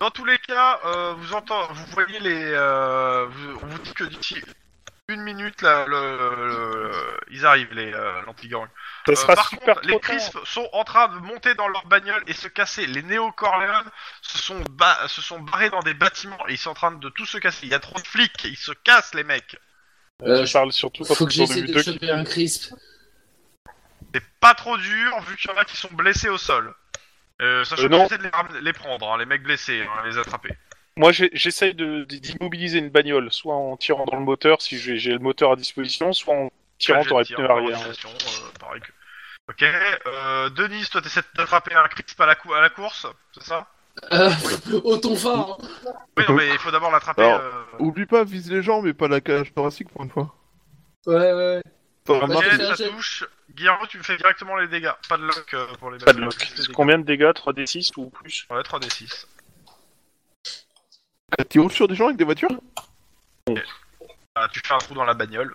S2: Dans tous les cas, euh, vous entend, vous voyez les. euh, vous- on vous dit que d'ici une minute, là, le, le- ils arrivent, les euh, l'anti-gang.
S4: Ça
S2: Euh,
S4: sera
S2: par
S4: super
S2: contre, les
S4: trop tard.
S2: crisps sont en train de monter dans leur bagnole et se casser. Les néo-corléones se sont, ba- se sont barrés dans des bâtiments et ils sont en train de tout se casser. Il y a trop de flics, ils se cassent, les mecs.
S5: Euh,
S4: Je parle surtout quand
S5: Faut que
S4: ils ont
S5: j'essaie
S4: vu
S5: de
S4: deux qui
S5: choper un crisp.
S2: C'est pas trop dur vu qu'il y en a qui sont blessés au sol. Euh, sachant
S4: Euh,
S2: que
S4: non.
S2: j'essaie de les, ram- les prendre, hein, les mecs blessés, hein, les attraper.
S4: Moi, j'ai- j'essaye de- de- d'immobiliser une bagnole, soit en tirant dans le moteur si j'ai j'ai le moteur à disposition, soit en tirant
S2: Ouais,
S4: dans les
S2: j'ai
S4: pneus
S2: tir,
S4: arrière.
S2: organisation, euh, pareil que- Ok, euh, Denis, toi t'essaies d'attraper un crisp à la, cou- à la course, c'est ça
S5: Euh, au ton phare hein.
S2: Oui, non, mais il faut d'abord l'attraper.
S3: Alors,
S2: euh,
S3: Oublie pas, vise les jambes et pas la cage thoracique pour une fois.
S5: Ouais, ouais.
S3: T'as
S5: Moi,
S3: remarqué
S5: j'ai
S2: Ok,
S5: fait un
S2: ça
S5: jet.
S2: touche. Guillermo, tu me fais directement les dégâts. Pas de lock euh, pour les
S4: Pas de
S2: bâtiments,
S4: lock.
S2: juste les dégâts.
S4: Combien de dégâts 3d6 ou plus
S2: Ouais, 3d6.
S3: Tu roules sur des gens avec des voitures
S2: Ah, tu fais un trou dans la bagnole.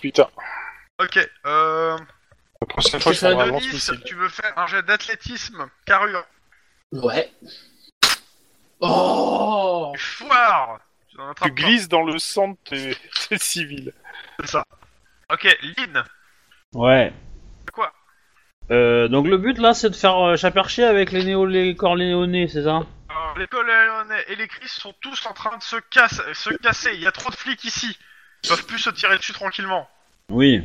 S4: Putain.
S2: Ok, euh.
S4: La prochaine fois, je
S5: J'ai fait
S4: prendrai un
S5: un
S2: Denis,
S4: lance-missile.
S2: tu veux faire un jet d'athlétisme, carrure.
S5: Ouais. Oh
S2: Tu foires Tu en
S4: Tu
S2: attrapes pas.
S4: glisses dans le sang de tes, tes civils.
S2: Ok, Lynn,
S1: Ouais.
S2: Quoi
S1: Euh, donc le but là c'est de faire euh, chapercher avec les néo les corléonais, c'est ça
S2: Alors, les colonnes et les Chris sont tous en train de se, casse- se casser. Il y a trop de flics ici. Ils peuvent plus se tirer dessus tranquillement.
S1: Oui.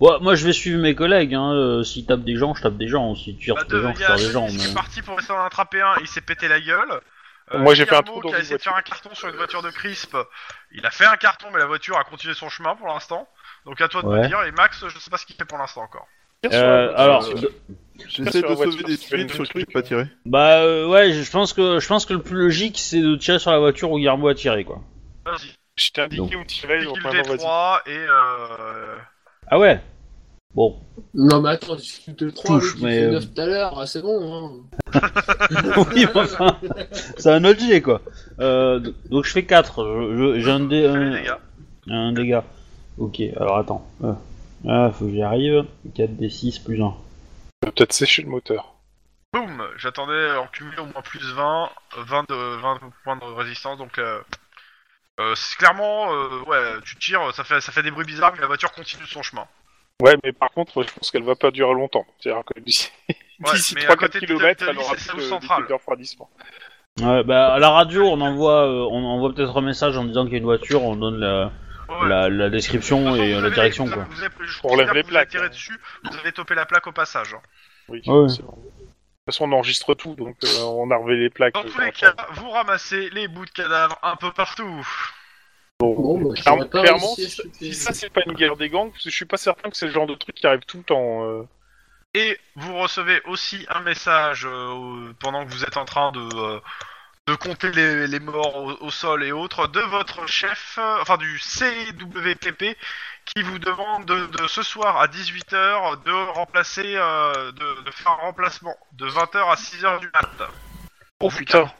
S1: Ouais, moi je vais suivre mes collègues, hein. euh, s'ils tapent des gens, je tape des gens, s'ils tirent
S2: Bah,
S1: sur des
S2: deux,
S1: gens,
S2: il
S1: je
S2: y a
S1: tire des
S2: Denis
S1: gens.
S2: qui est
S1: mais-
S2: parti pour essayer d'en attraper un, il s'est pété la gueule. Euh,
S4: Moi, j'ai fait un
S2: Guillermo
S4: trou dans
S2: qui a
S4: une
S2: essayé de faire un carton sur une voiture de Crisp. Il a fait un carton, mais la voiture a continué son chemin pour l'instant. Donc à toi de me
S1: Ouais.
S2: dire. Et Max, je sais pas ce qu'il fait pour l'instant encore.
S1: Euh, alors,
S3: Euh,
S1: de-
S3: J'essaie
S4: sur
S3: de sauver
S4: la voiture,
S3: des
S4: si tu fais
S3: tuiles
S4: le
S3: sur qui
S4: truc,
S3: j'ai pas tiré.
S1: bah euh, ouais, je pense que je pense que le plus logique c'est de tirer sur la voiture où Guillermo a tiré quoi.
S2: Vas-y.
S4: Je t'ai indiqué où tirer, donc
S2: Difficulté
S4: maintenant, vas-y.
S2: 3 et euh...
S1: Ah ouais. Bon.
S5: Non, mais attends, difficulté 3,
S1: Touche,
S5: lui, qui
S1: mais,
S5: fait
S1: euh,
S5: 9 tout à l'heure, ah, c'est bon. Hein.
S1: oui, mais enfin, c'est un autre jet, quoi. Euh, d- donc je fais 4, j'ai un, dé,
S2: fais les
S1: un,
S2: dégâts.
S1: un dégât. Ok, alors attends. Euh, ah, faut que j'y arrive. 4 d 6 plus 1.
S4: Peut-être sécher le moteur.
S2: Boum J'attendais en cumulé au moins plus 20, 20, de, 20 points de résistance, donc euh, euh, c'est clairement, euh, ouais, tu tires, ça fait, ça fait des bruits bizarres, mais la voiture continue son chemin.
S4: Ouais, mais par contre, je pense qu'elle va pas durer longtemps. C'est-à-dire que d'ici
S2: Ouais,
S4: d'ici
S2: mais à
S4: 3-4
S2: côté de
S4: km,
S2: Italie,
S4: elle aura
S2: c'est South
S4: plus de
S2: Central.
S4: difficulté de refroidissement.
S1: Ouais, bah, à la radio, on envoie, euh, on envoie peut-être un message en disant qu'il y a une voiture, on donne la,
S2: Ouais, ouais.
S1: la, la
S2: De toute
S1: description
S2: façon,
S1: et
S2: vous
S1: euh, la
S2: avez-
S1: direction,
S2: vous avez-
S1: quoi.
S2: vous avez- je
S4: On
S2: considère
S4: relève
S2: que
S4: les
S2: vous
S4: plaques,
S2: avez tiré
S4: hein.
S2: dessus, vous avez topé la plaque au passage. hein.
S4: Oui,
S1: Ouais.
S4: c'est vrai. De toute façon, on enregistre tout, donc euh, on a relevé les plaques.
S2: Dans
S4: euh,
S2: tous les
S4: enfin,
S2: cas, vous ramassez les bouts de cadavres un peu partout.
S4: bon,
S5: Bon, bah,
S4: clairement-
S5: j'aurais pas
S4: clairement,
S5: réussi à
S4: si,
S5: choper.
S4: si ça c'est pas une guerre des gangs, parce que je suis pas certain que c'est le genre de truc qui arrive tout le temps. euh.
S2: Et vous recevez aussi un message euh, pendant que vous êtes en train de, euh, de compter les, les morts au, au sol et autres de votre chef, euh, enfin du CWTP, qui vous demande de, de ce soir à 18h de remplacer, euh, de, de faire un remplacement de 20h à 6h du matin.
S4: Oh putain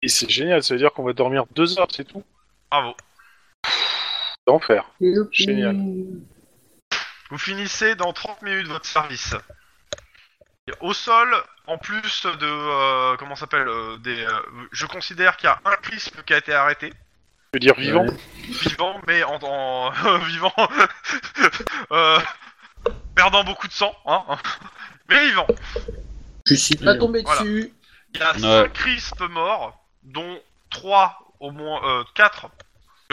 S4: Et c'est génial, ça veut dire qu'on va dormir deux heures, c'est tout.
S2: Bravo.
S4: D'enfer.
S5: Youpi.
S4: Génial.
S2: Vous finissez dans 30 minutes votre service. Au sol, en plus de euh, comment ça s'appelle euh, des, euh, je considère qu'il y a un crisp qui a été arrêté,
S4: Je veux dire vivant.
S2: vivant mais en, en- euh, vivant, euh, perdant beaucoup de sang, hein, hein, mais vivant.
S5: Je suis pas tombé
S2: Voilà.
S5: dessus.
S2: Il y a 5
S1: Ouais.
S2: crisps morts, dont 3 au moins, euh, 4,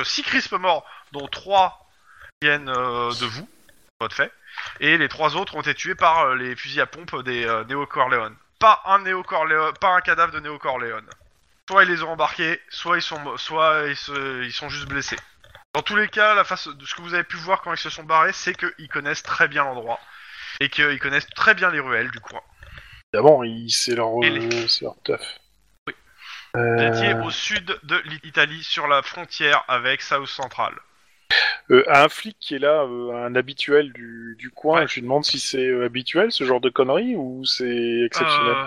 S2: 6 crisps morts, dont 3 viennent euh, de vous, votre fait, et les 3 autres ont été tués par euh, les fusils à pompe des euh, Neo Corleone. Pas un Neo Corleone, pas un cadavre de Neo Corleone. Soit ils les ont embarqués, soit ils sont, mo- soit ils, se- ils sont juste blessés. Dans tous les cas, la face de ce que vous avez pu voir quand ils se sont barrés, c'est qu'ils connaissent très bien l'endroit et qu'ils connaissent très bien les ruelles du hein. coin.
S4: Évidemment, il- c'est leur,
S2: Et les-
S4: euh, c'est leur taf.
S2: Oui.
S4: Euh,
S2: dédié au sud de l'Italie, sur la frontière avec South Central.
S4: euh, à un flic qui est là, euh, un habituel du, du coin,
S2: Ouais.
S4: je lui demande si c'est euh, habituel ce genre de conneries ou c'est exceptionnel.
S2: Euh,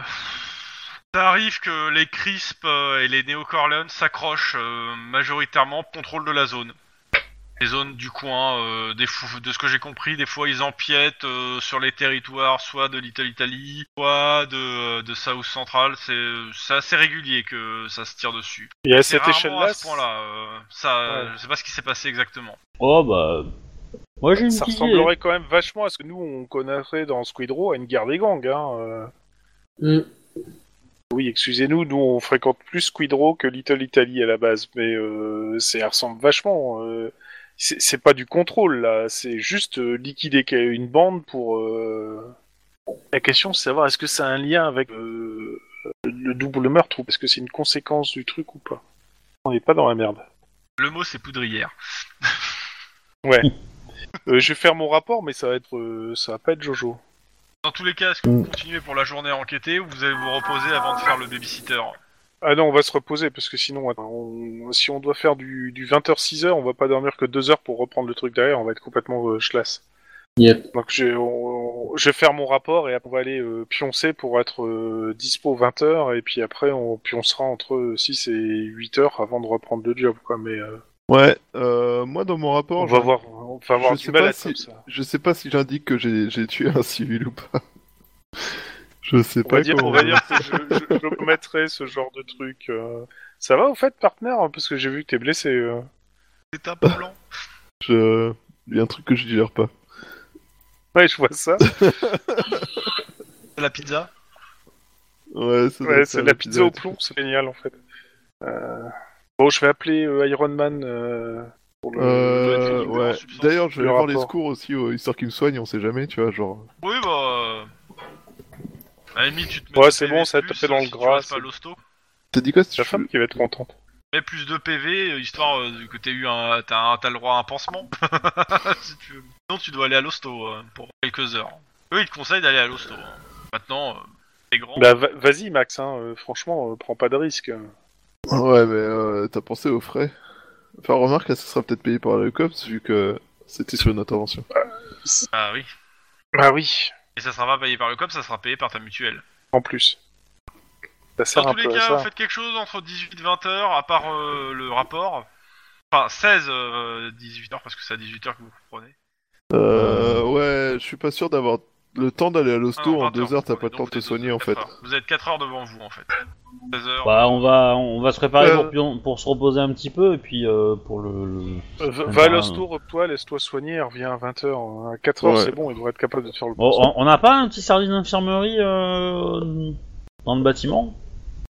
S2: ça arrive que les CRISP euh, et les néocorleones s'accrochent euh, majoritairement au contrôle de la zone. Les zones du coin, euh, des fou- de ce que j'ai compris, des fois ils empiètent euh, sur les territoires soit de l'Italie, Italie, soit de, de South Central. C'est c'est assez régulier que ça se tire dessus.
S4: Et à
S2: C'est
S4: cette
S2: rarement
S4: échelle-là,
S2: à ce point-là. euh, ça,
S4: Ouais.
S2: je sais pas ce qui s'est passé exactement.
S1: Oh, bah. Moi, j'ai une
S4: ça
S1: petite idée.
S4: ressemblerait quand même vachement à ce que nous on connaîtrait dans Squidrow à une guerre des gangs. Hein. euh.
S5: Hmm.
S4: Oui, excusez-nous, nous on fréquente plus Squidrow que Little Italy à la base, mais euh, ça ressemble vachement. euh, C'est c'est pas du contrôle là, c'est juste euh, liquider qu'a- une bande pour. euh, La question c'est de savoir est-ce que ça a un lien avec euh, le double meurtre ou est-ce que c'est une conséquence du truc ou pas. On n'est pas dans la merde.
S2: Le mot c'est poudrière.
S4: Euh, je vais faire mon rapport, mais ça va être, euh, ça va pas être Jojo.
S2: Dans tous les cas, est-ce que vous continuez pour la journée à enquêter ou vous allez vous reposer avant de faire le babysitter
S4: Ah non, on va se reposer parce que sinon, attends, on- si on doit faire du, du 20h-6h, on va pas dormir que 2 heures pour reprendre le truc derrière, on va être complètement euh, schlass.
S5: Yep.
S4: Donc je, on- on- je vais faire mon rapport et après on va aller euh, pioncer pour être euh, dispo 20h et puis après on pioncera entre 6 et 8h avant de reprendre le job quoi. Mais euh,
S3: Ouais, euh, moi dans mon rapport,
S4: on
S3: je-
S4: va voir, hein. on va avoir
S3: je
S4: du
S3: sais
S4: mal
S3: pas
S4: à
S3: si-
S4: comme ça.
S3: je sais pas si j'indique que j'ai j'ai tué un civil ou pas. Je sais
S4: On
S3: pas
S4: va, dire,
S3: comment.
S4: on va dire que je, je, je commettrai ce genre de truc. euh. Ça va au fait, partenaire, hein, parce que j'ai vu que t'es blessé. euh.
S2: C'est un plan.
S3: Je- Il y a un truc que je digère pas.
S4: Ouais, je vois ça.
S2: La pizza
S3: Ouais, ça doit
S4: Ouais,
S3: être ça,
S4: c'est la pizza au
S3: ouais.
S4: plomb, c'est génial en fait. Euh, Bon, je vais appeler euh, Iron Man. euh, pour le-
S3: Euh,
S2: le-
S3: ouais.
S2: le substance,
S3: D'ailleurs, je vais
S4: le
S3: aller voir les
S4: rapport.
S3: secours aussi, euh, histoire qu'ils me soignent, on sait jamais, tu vois, genre.
S2: Oui, bah. euh, À la limite, tu te mets
S4: Ouais,
S2: des
S4: c'est
S2: PV
S4: bon, ça
S2: de
S4: te
S2: plus,
S4: fait dans
S2: euh,
S4: le
S2: si tu
S4: gras,
S2: restes pas
S4: c'est-
S2: à l'hosto.
S3: T'as dit quoi si
S4: la
S3: je-
S4: femme qui va être contente.
S2: Mets plus de PV, euh, histoire euh, que t'aies eu un. T'as un- t'as le droit à un pansement. si tu veux. Sinon, tu dois aller à l'hosto euh, pour quelques heures. Eux, ils te conseillent d'aller à l'hosto. hein. Maintenant, euh, t'es grand.
S4: Bah, va- vas-y, Max, hein, euh, franchement, euh, prends pas de risque.
S3: Ouais, mais euh, t'as pensé aux frais Enfin, remarque, ça sera peut-être payé par le COPS vu que c'était sur une intervention.
S2: Ah oui.
S4: Ah oui,
S2: Et ça sera pas payé par le COP, ça sera payé par ta mutuelle.
S4: en plus. Ça sert
S2: Dans
S4: un
S2: tous les
S4: peu à
S2: cas,
S4: ça.
S2: faites quelque chose entre 18 et 20 heures, à part euh, le rapport. Enfin, 16, euh, 18 heures, parce que c'est à 18 heures que vous comprenez.
S3: Euh, ouais, je suis pas sûr d'avoir le temps d'aller à
S2: Ah,
S3: l'hosto
S2: non,
S3: en
S2: 20
S3: deux heures, t'as pas le
S2: Donc,
S3: temps de te
S2: vous êtes
S3: soigner
S2: deux-
S3: en fait.
S2: quatre heures. Vous êtes 4 heures devant vous en fait. 16 heures.
S1: Bah, on va, on va se préparer
S3: Euh.
S1: pour, pion- pour se reposer un petit peu et puis euh, pour le. le-
S4: Euh, va-
S1: Ah,
S4: va à
S1: non.
S4: l'hosto, repose-toi, laisse-toi soigner, elle revient à 20h. À 4h,
S3: Ouais.
S4: c'est bon, il devrait être capable de te faire le
S1: Oh, on- on n'a pas un petit service d'infirmerie euh, dans le bâtiment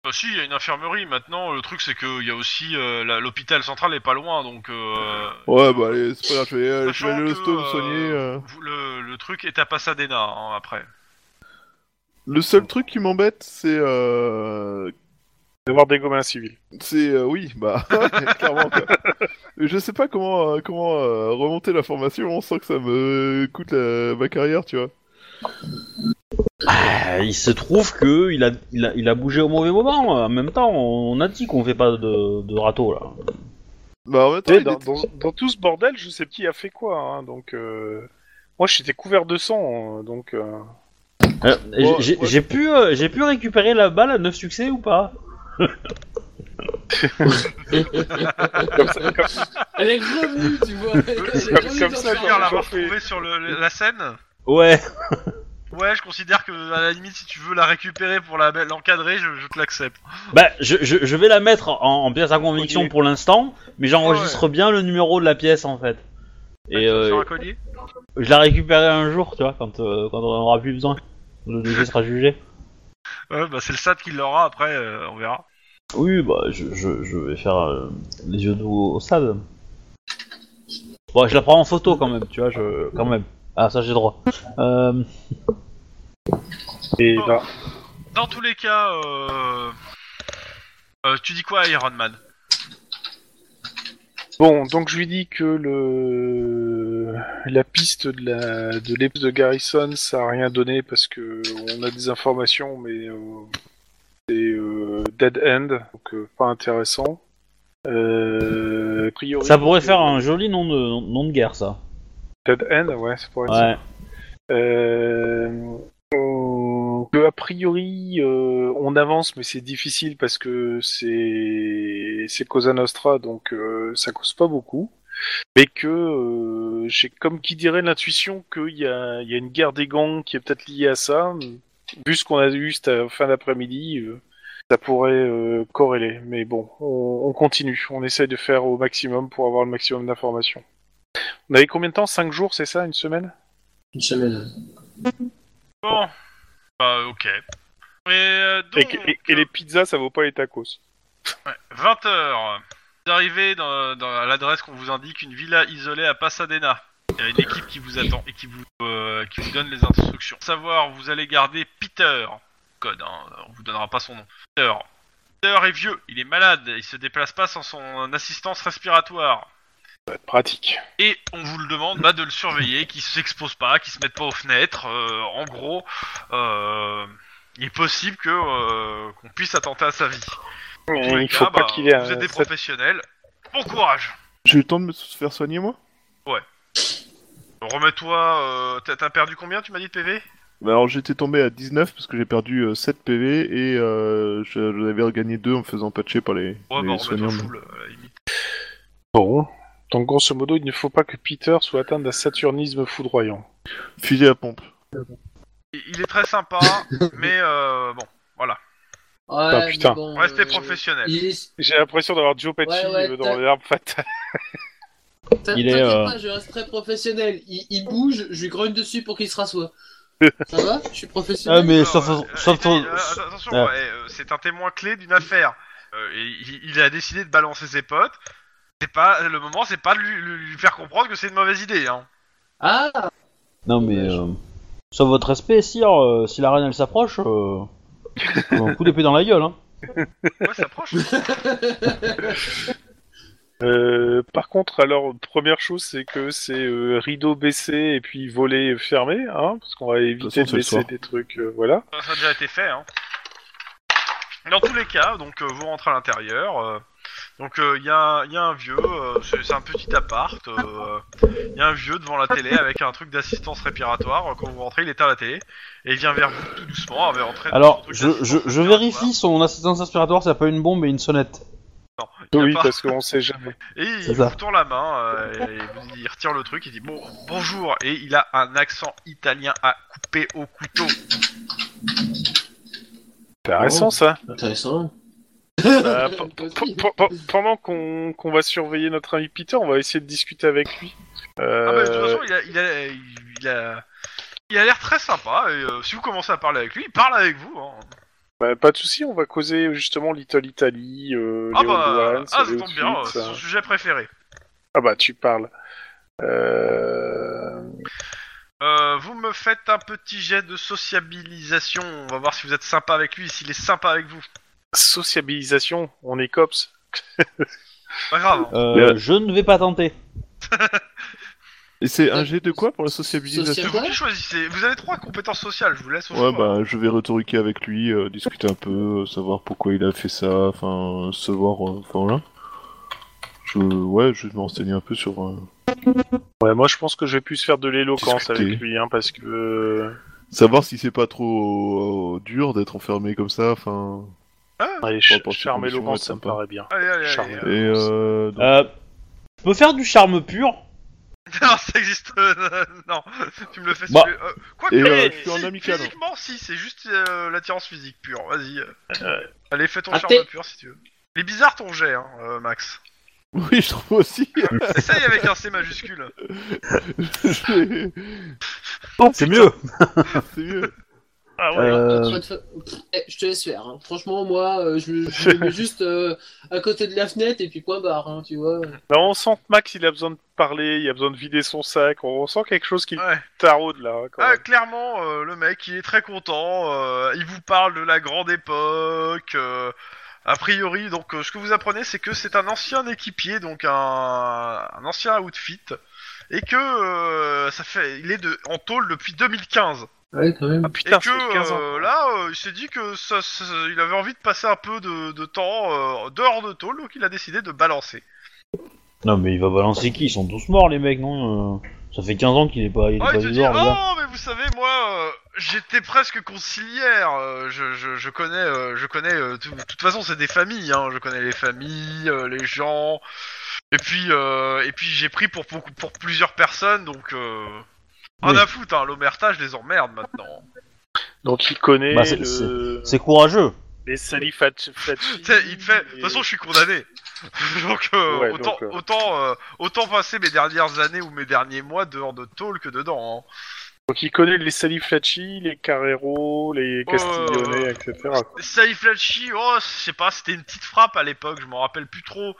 S2: Bah si, il y a une infirmerie. Maintenant, le truc c'est que il y a aussi euh, la- l'hôpital central est pas loin, donc euh,
S3: Ouais, bah allez, c'est pas grave, je vais, euh, je
S2: Sachant
S3: vais aller à
S2: que,
S3: l'hosto me
S2: euh,
S3: soigner. euh.
S2: vous- le, le truc est à Pasadena hein, après.
S3: Le seul truc qui m'embête, c'est. Euh...
S4: D'avoir dégommé un civil.
S3: C'est. euh, Oui, bah, clairement quoi. Mais Je sais pas comment, euh, comment euh, remonter la formation sans que ça me coûte la- ma carrière, tu vois.
S1: Euh, Il se trouve que il a, il, a, il a bougé au mauvais moment. En même temps, on a dit qu'on fait pas de, de râteau là.
S3: Bah en même temps,
S4: Tu sais,
S3: il
S4: dans,
S3: est-
S4: dans- dans tout ce bordel, je sais qui a fait quoi. hein, donc, euh, moi, j'étais couvert de sang. euh, donc, euh,
S1: Euh,
S3: Ouais,
S1: j'ai-
S3: ouais.
S1: J'ai pu, euh, j'ai pu récupérer la balle à 9 succès ou pas
S4: comme ça, comme-
S5: Elle est revenue, tu vois. Elle est
S4: Comme-
S5: revenue
S4: comme
S5: dans
S4: ça,
S5: sa
S4: quand-
S2: Hier,
S5: barre.
S2: l'avoir
S4: j'en fais-
S2: trouvé sur le- la scène.
S1: Ouais.
S2: Ouais, je considère que à la limite, si tu veux la récupérer pour la l'encadrer, je, je te l'accepte.
S1: Bah, je, je, je vais la mettre en, en pièce à conviction
S4: Ok.
S1: pour l'instant, mais j'enregistre bien le numéro de la pièce en fait. Et
S2: Sur- sur
S1: euh,
S2: un collier.
S1: je la récupérerai un jour, tu vois, quand, euh, quand on en aura plus besoin. Le dossier sera jugé.
S2: Ouais, bah c'est le SAT qui l'aura après, euh, on verra.
S1: Oui, bah, je, je, je vais faire euh, les yeux doux au stade. Bon, je la prends en photo quand même, tu vois, je, quand même. Ah, ça j'ai droit. Euh,
S4: et bah,
S2: Dans tous les cas, euh... euh, tu dis quoi à Iron Man
S4: Bon, donc je lui dis que le la piste de la de l'épouse de Garrison, ça a rien donné parce que on a des informations, mais euh, c'est euh, dead end, donc euh, pas intéressant. Euh, a priori,
S1: ça pourrait faire un joli nom de, nom de guerre, ça.
S4: dead end, ouais, ça pourrait. être ça.
S1: Ouais.
S4: Euh, on- que a priori, euh, on avance, mais c'est difficile parce que c'est c'est Cosa Nostra, donc euh, ça cause pas beaucoup. Mais que euh, j'ai comme qui dirait l'intuition qu'il y a, il y a une guerre des gangs qui est peut-être liée à ça. Vu ce qu'on a eu cette fin d'après-midi, euh, ça pourrait euh, corréler. Mais bon, on, on continue. On essaye de faire au maximum pour avoir le maximum d'informations. On avait combien de temps Cinq jours, c'est ça Une semaine
S5: Une semaine.
S2: Bon, bah ok. Et, euh,
S4: Et,
S2: donc,
S4: que- et- et les pizzas, ça vaut pas les tacos.
S2: 20h, vous arrivez dans, dans- à l'adresse qu'on vous indique, une villa isolée à Pasadena. Il y a une équipe qui vous attend et qui vous, euh, qui vous donne les instructions. Pour savoir, vous allez garder Peter. Code, hein, on vous donnera pas son nom. Peter. Peter est vieux, il est malade, il se déplace pas sans son assistance respiratoire.
S4: Ça va être pratique.
S2: Et on vous le demande bah, de le surveiller, qu'il s'expose pas, qu'il se mette pas aux fenêtres. Euh, en gros, euh, il est possible que euh, qu'on puisse attenter à sa vie. Dans tous les
S4: il
S2: cas,
S4: faut pas
S2: bah,
S4: qu'il ait
S2: Vous
S4: un...
S2: êtes des
S4: cette-
S2: professionnels. Bon courage.
S3: j'ai eu le temps de me faire soigner moi
S2: Remets-toi. euh, t'as- T'as perdu combien Tu m'as dit de PV
S3: Bah alors j'étais tombé à 19 parce que j'ai perdu euh, 7 PV et euh, je- j'en avais regagné 2 en me faisant patcher par les,
S2: Ouais,
S3: les
S2: bah
S3: soignants.
S2: remets-toi full. euh, à la limite.
S4: Bon. Donc, grosso modo, il ne faut pas que Peter soit atteint d'un saturnisme foudroyant.
S3: Fusil à pompe.
S2: Il il est très sympa, mais euh, bon,
S5: Ouais,
S4: Ah, putain.
S5: mais bon,
S2: restez
S5: euh,
S2: professionnels.
S5: Il est...
S4: J'ai l'impression d'avoir Joe Pesci
S5: Ouais, ouais,
S4: euh,
S5: t'as-
S4: dans l'arbre fatale.
S5: T'in-
S1: Il est,
S5: t'inquiète
S1: euh,
S5: pas, je reste très professionnel. Il, il bouge, je lui grogne dessus pour qu'il se rassoie. Ça va Je suis professionnel.
S1: Ah, mais
S2: Alors,
S1: sauf.
S2: euh,
S1: sauf
S2: et- et- euh, attention,
S1: Ah.
S2: ouais, euh, c'est un témoin clé d'une affaire. Euh, et il, il a décidé de balancer ses potes. C'est pas le moment, c'est pas de lui, lui- lui faire comprendre que c'est une mauvaise idée. Hein.
S5: Ah
S1: Non mais euh, sauf votre respect, sire, euh, si la reine elle s'approche, euh, un coup d'épée dans la gueule. Hein.
S2: Ouais, ça approche.
S4: Euh, par contre, alors, première chose, c'est que c'est euh, rideau baissé et puis volet fermé, hein, parce qu'on va
S3: façon,
S4: éviter de
S3: c'est le
S4: laisser
S3: soir.
S4: des trucs, euh, voilà.
S2: Ça, ça a déjà été fait. Hein. Dans tous les cas, donc euh, vous rentrez à l'intérieur. euh, donc il y, a un- y a un vieux, euh, c'est c'est un petit appart. euh, Il y a un vieux devant la télé avec un truc d'assistance respiratoire. Euh, Quand vous rentrez, il éteint la télé et il vient vers vous tout doucement. Avec, en train de- son
S1: Alors,
S2: truc
S1: je, je,
S2: d'assistance
S1: je
S2: respiratoire.
S1: vérifie son assistance respiratoire, c'est pas une bombe et une sonnette.
S2: Non,
S4: Oui,
S2: pas.
S4: parce qu'on sait jamais.
S2: Et
S6: C'est
S2: il
S6: ça.
S2: vous tend la main, euh, et vous- il retire le truc, il dit bon, bonjour, et il a un accent italien à couper au couteau.
S4: Intéressant ça.
S5: Intéressant.
S3: Euh,
S4: Bah, pe- pe- pe- pe- pendant qu'on qu'on va surveiller notre ami Peter, on va essayer de discuter avec lui. Euh,
S2: Ah bah, de toute façon, il a, il a, il a, il a l'air très sympa, et euh, si vous commencez à parler avec lui, il parle avec vous. hein.
S4: bah, pas de souci, on va causer justement Little Italy, euh,
S2: Ah
S4: les
S2: bah,
S4: Old Ones,
S2: ah,
S4: les
S2: ça tombe
S4: Outfits,
S2: bien, euh, c'est
S4: euh.
S2: son sujet préféré.
S4: Ah bah tu parles. Euh...
S2: Euh, vous me faites un petit jet de sociabilisation, on va voir si vous êtes sympa avec lui, et s'il est sympa avec vous.
S4: Sociabilisation, on est cops.
S2: Pas grave. hein.
S6: Euh,
S3: Mais-
S6: Je ne vais pas tenter.
S3: Et c'est un jet de quoi pour la sociabilisation
S2: C'est vous qui choisissez. Vous avez trois compétences sociales, je vous laisse au
S3: Ouais,
S2: choix.
S3: bah, je vais rhétoriquer avec lui, euh, discuter un peu, euh, savoir pourquoi il a fait ça, enfin, savoir, euh, enfin, voilà. Je, ouais, je vais me renseigner un peu sur... euh,
S4: Ouais, moi je pense que je vais plus faire de l'éloquence
S3: Discuter.
S4: avec lui, hein, parce que... euh,
S3: savoir si c'est pas trop euh, dur d'être enfermé comme ça, enfin...
S4: Allez,
S3: Pour
S4: ch-
S3: apporter
S4: charme
S3: une solution,
S4: éloquence,
S3: ouais,
S4: ça me
S3: sympa.
S4: paraît bien.
S2: Allez, allez, allez.
S4: Charme.
S3: Et euh... donc-
S6: Euh, je peux faire du charme pur
S2: Non, ça existe. euh, non, tu me le fais.
S6: Bah.
S2: sur le- euh, quoi
S3: Et,
S2: que,
S3: euh,
S2: si,
S3: je suis en amical.
S2: Physiquement, si, c'est juste euh, l'attirance physique pure. Vas-y. euh. Allez, fais ton
S5: Ah,
S2: charme
S5: t'es-
S2: pur si tu veux. Il est bizarre ton jet, hein, euh, Max.
S3: Oui, je trouve aussi
S2: Essaye avec un C majuscule.
S3: C'est
S6: C'est mieux
S3: c'est mieux
S4: Ah ouais,
S6: Euh,
S5: Eh, je te laisse faire. hein. Franchement, moi, euh, je, me- je me mets juste euh, à côté de la fenêtre et puis point barre, hein, tu vois.
S4: Bah, on sent que Max il a besoin de parler, il a besoin de vider son sac, on, on sent quelque chose qui le
S2: Ouais.
S4: taraude là. hein, quand
S2: Ah,
S4: même.
S2: clairement, euh, le mec, il est très content. euh, il vous parle de la grande époque. euh, a priori, donc, euh, ce que vous apprenez, c'est que c'est un ancien équipier, donc un, un ancien outfit, et que euh, ça fait, il est de, en tôle depuis 2015.
S5: Ouais, quand même.
S4: Ah, putain,
S2: et
S4: ça fait
S2: que
S4: 15 ans.
S2: euh, là, euh, il s'est dit que ça, ça- il avait envie de passer un peu de, de temps euh, dehors de tôle, donc il a décidé de balancer.
S6: Non mais il va balancer qui Ils sont tous morts les mecs, non Euh, Ça fait 15 ans qu'il est pas, il est
S2: Ah,
S6: pas
S2: il te dit,
S6: dehors, le gars.
S2: oh, mais vous savez, moi, euh, j'étais presque conciliaire. euh, je, je, je connais, euh, je connais. euh, tout- De toute façon, c'est des familles. Hein, je connais les familles, euh, les gens. Et puis, euh, et puis, j'ai pris pour, pour pour plusieurs personnes, donc. Euh... On
S6: Oui.
S2: a foutre, hein, l'omerta, je les emmerde maintenant.
S4: Donc il connaît
S6: Bah, c'est-
S4: le...
S6: C'est courageux.
S4: les salifat-
S2: Tu sais, il te fait. De toute façon, je suis condamné. donc, euh,
S4: Ouais,
S2: autant,
S4: donc, euh.
S2: autant, euh, autant passer mes dernières années ou mes derniers mois dehors de tôle que dedans. hein.
S4: Donc il connaît les Salifacci, les Carrero,
S2: Ouais,
S4: les Castiglione,
S2: ouais, ouais.
S4: etc.
S2: Saif Lachi, oh, je sais pas, c'était une petite frappe à l'époque, je m'en rappelle plus trop.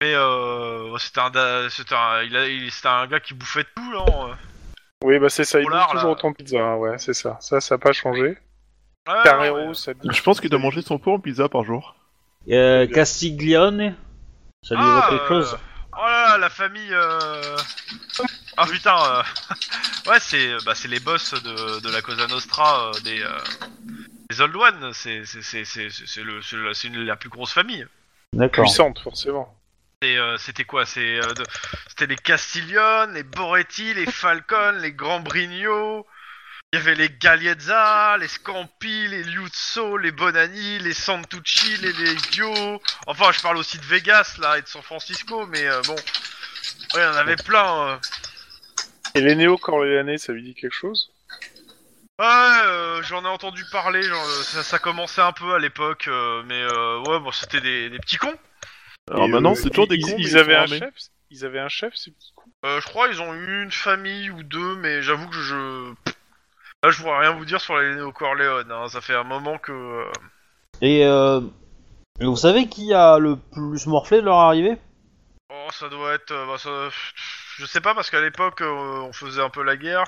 S2: Mais euh, c'était un, da- c'était un, il a- il- c'était un gars qui bouffait de tout, hein. non
S4: Oui, bah c'est ça, il
S2: Polar,
S4: mange toujours
S2: là.
S4: autant de pizza, hein, ouais, c'est ça. Ça, ça n'a pas changé.
S2: Ouais, ouais,
S4: Carrero,
S2: ouais.
S4: ça dit.
S3: Je pense qu'il doit manger son pot en pizza par jour.
S6: Euh, Castiglione Ça lui évoque
S2: Ah,
S6: quelque
S2: euh,
S6: chose
S2: Oh là là, la famille. euh, Ah putain. euh, ouais, c'est, bah, c'est les boss de, de la Cosa Nostra, euh, des, euh, des Old Ones. C'est, c'est, c'est, c'est, c'est- c'est le, c'est la- c'est une- la plus grosse famille.
S6: D'accord.
S4: Puissante, forcément.
S2: Et, euh, c'était quoi C'est, euh, de- C'était les Castiglione, les Boretti, les Falcon, les Grambrigno. Il y avait les Galiezza, les Scampi, les Liuzzo, les Bonani, les Santucci, les Legio. Enfin, je parle aussi de Vegas là et de San Francisco, mais euh, bon. Ouais, on avait plein. euh.
S4: Et les néo-corléanais, ça lui dit quelque chose
S2: Ouais, euh, j'en ai entendu parler, genre, euh, ça, ça commençait un peu à l'époque, euh, mais euh, ouais, bon, c'était des, des petits cons.
S3: Alors
S4: Et,
S3: maintenant,
S4: euh,
S3: Ah bah c'est toujours des
S4: ils-
S3: cons, mais
S4: Ils
S3: sont
S4: avaient un
S3: armés.
S4: chef Ils avaient un chef, ces petits cons
S2: Euh, je crois ils ont eu une famille ou deux, mais j'avoue que je... Là, je pourrais rien vous dire sur les néo-corléones, hein, ça fait un moment que... euh,
S6: Et euh, et vous savez qui a le plus morflé de leur arrivée
S2: Oh, ça doit être... euh, bah, ça- Je sais pas, parce qu'à l'époque, euh, on faisait un peu la guerre.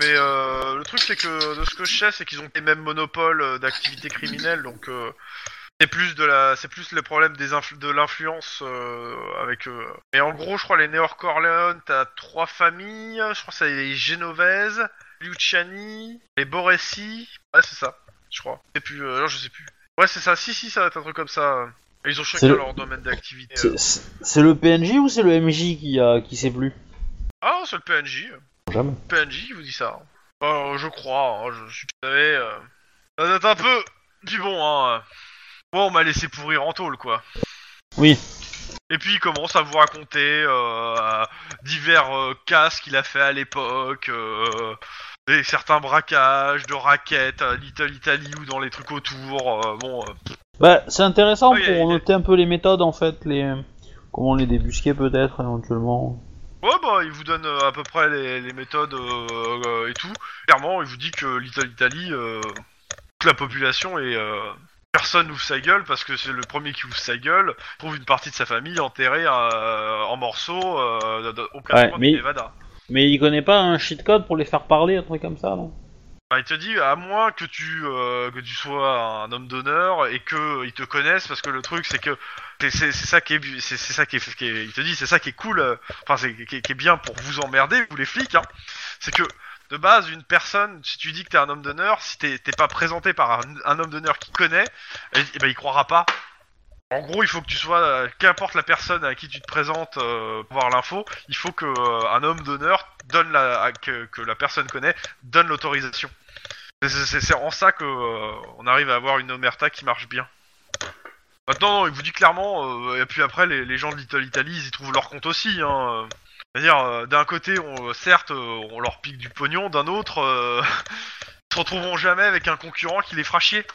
S2: Mais euh, le truc, c'est que, de ce que je sais, c'est qu'ils ont les mêmes monopoles euh, d'activité criminelle, donc... euh, C'est plus de la, c'est plus le problème des influ- de l'influence euh, avec. euh, Mais en gros, je crois les Néor-Corleone, t'as trois familles. Je crois que c'est les Genovaises, Luciani, les Boressi. Ouais, c'est ça. Je crois. Je sais plus. euh, non, je sais plus. Ouais, c'est ça. Si, si, ça va être un truc comme ça. Et Ils ont chacun
S6: le-
S2: leur domaine d'activité.
S6: C'est- C'est c'est le PNJ ou c'est le MJ qui, a, qui sait plus
S2: Ah, c'est le PNJ.
S6: Jamais.
S2: PNJ il vous dit ça. Euh, je crois, hein, je suis vous savez, euh, Ça date un peu du bon, hein. euh. Moi, on m'a laissé pourrir en tôle, quoi.
S1: Oui.
S2: Et puis il commence à vous raconter euh, divers euh, casses qu'il a fait à l'époque, euh, et certains braquages de raquettes à Little Italy ou dans les trucs autour. euh, bon, euh,
S1: Bah, c'est intéressant
S2: Oui, il est-
S1: pour noter un peu les méthodes en fait, les comment les débusquer peut-être éventuellement.
S2: Ouais, bah, il vous donne euh, à peu près les, les méthodes euh, euh, et tout. Clairement, il vous dit que l'Italie, l'Italie, euh, toute la population et personne ouvre sa gueule parce que c'est le premier qui ouvre sa gueule trouve une partie de sa famille enterrée euh, en morceaux euh, dans- au plein
S1: Ouais,
S2: fond du
S1: mais-
S2: Nevada.
S1: Mais il connaît pas un cheat code pour les faire parler, un truc comme ça, non
S2: Bah, il te dit à moins que tu euh, que tu sois un homme d'honneur et que euh, ils te connaissent parce que le truc c'est que c'est- c'est c'est ça qui est bu- c'est c'est ça qui est, qui est- il te dit c'est ça qui est cool euh, enfin c'est qui, est- qui est bien pour vous emmerder vous les flics hein c'est que de base une personne si tu dis que t'es un homme d'honneur si t'es t'es pas présenté par un, un homme d'honneur qui connaît eh, eh ben il croira pas en gros, il faut que tu sois, euh, qu'importe la personne à qui tu te présentes euh, pour voir l'info, il faut que euh, un homme d'honneur donne la, à- que, que la personne connaît donne l'autorisation. C'est- C'est c'est en ça que euh, on arrive à avoir une omerta qui marche bien. Maintenant, il vous dit clairement, euh, et puis après, les, les gens de Little Italy, ils y trouvent leur compte aussi. Hein. C'est-à-dire, euh, d'un côté, on, certes, euh, on leur pique du pognon, d'un autre, euh, ils se retrouveront jamais avec un concurrent qui les fera chier.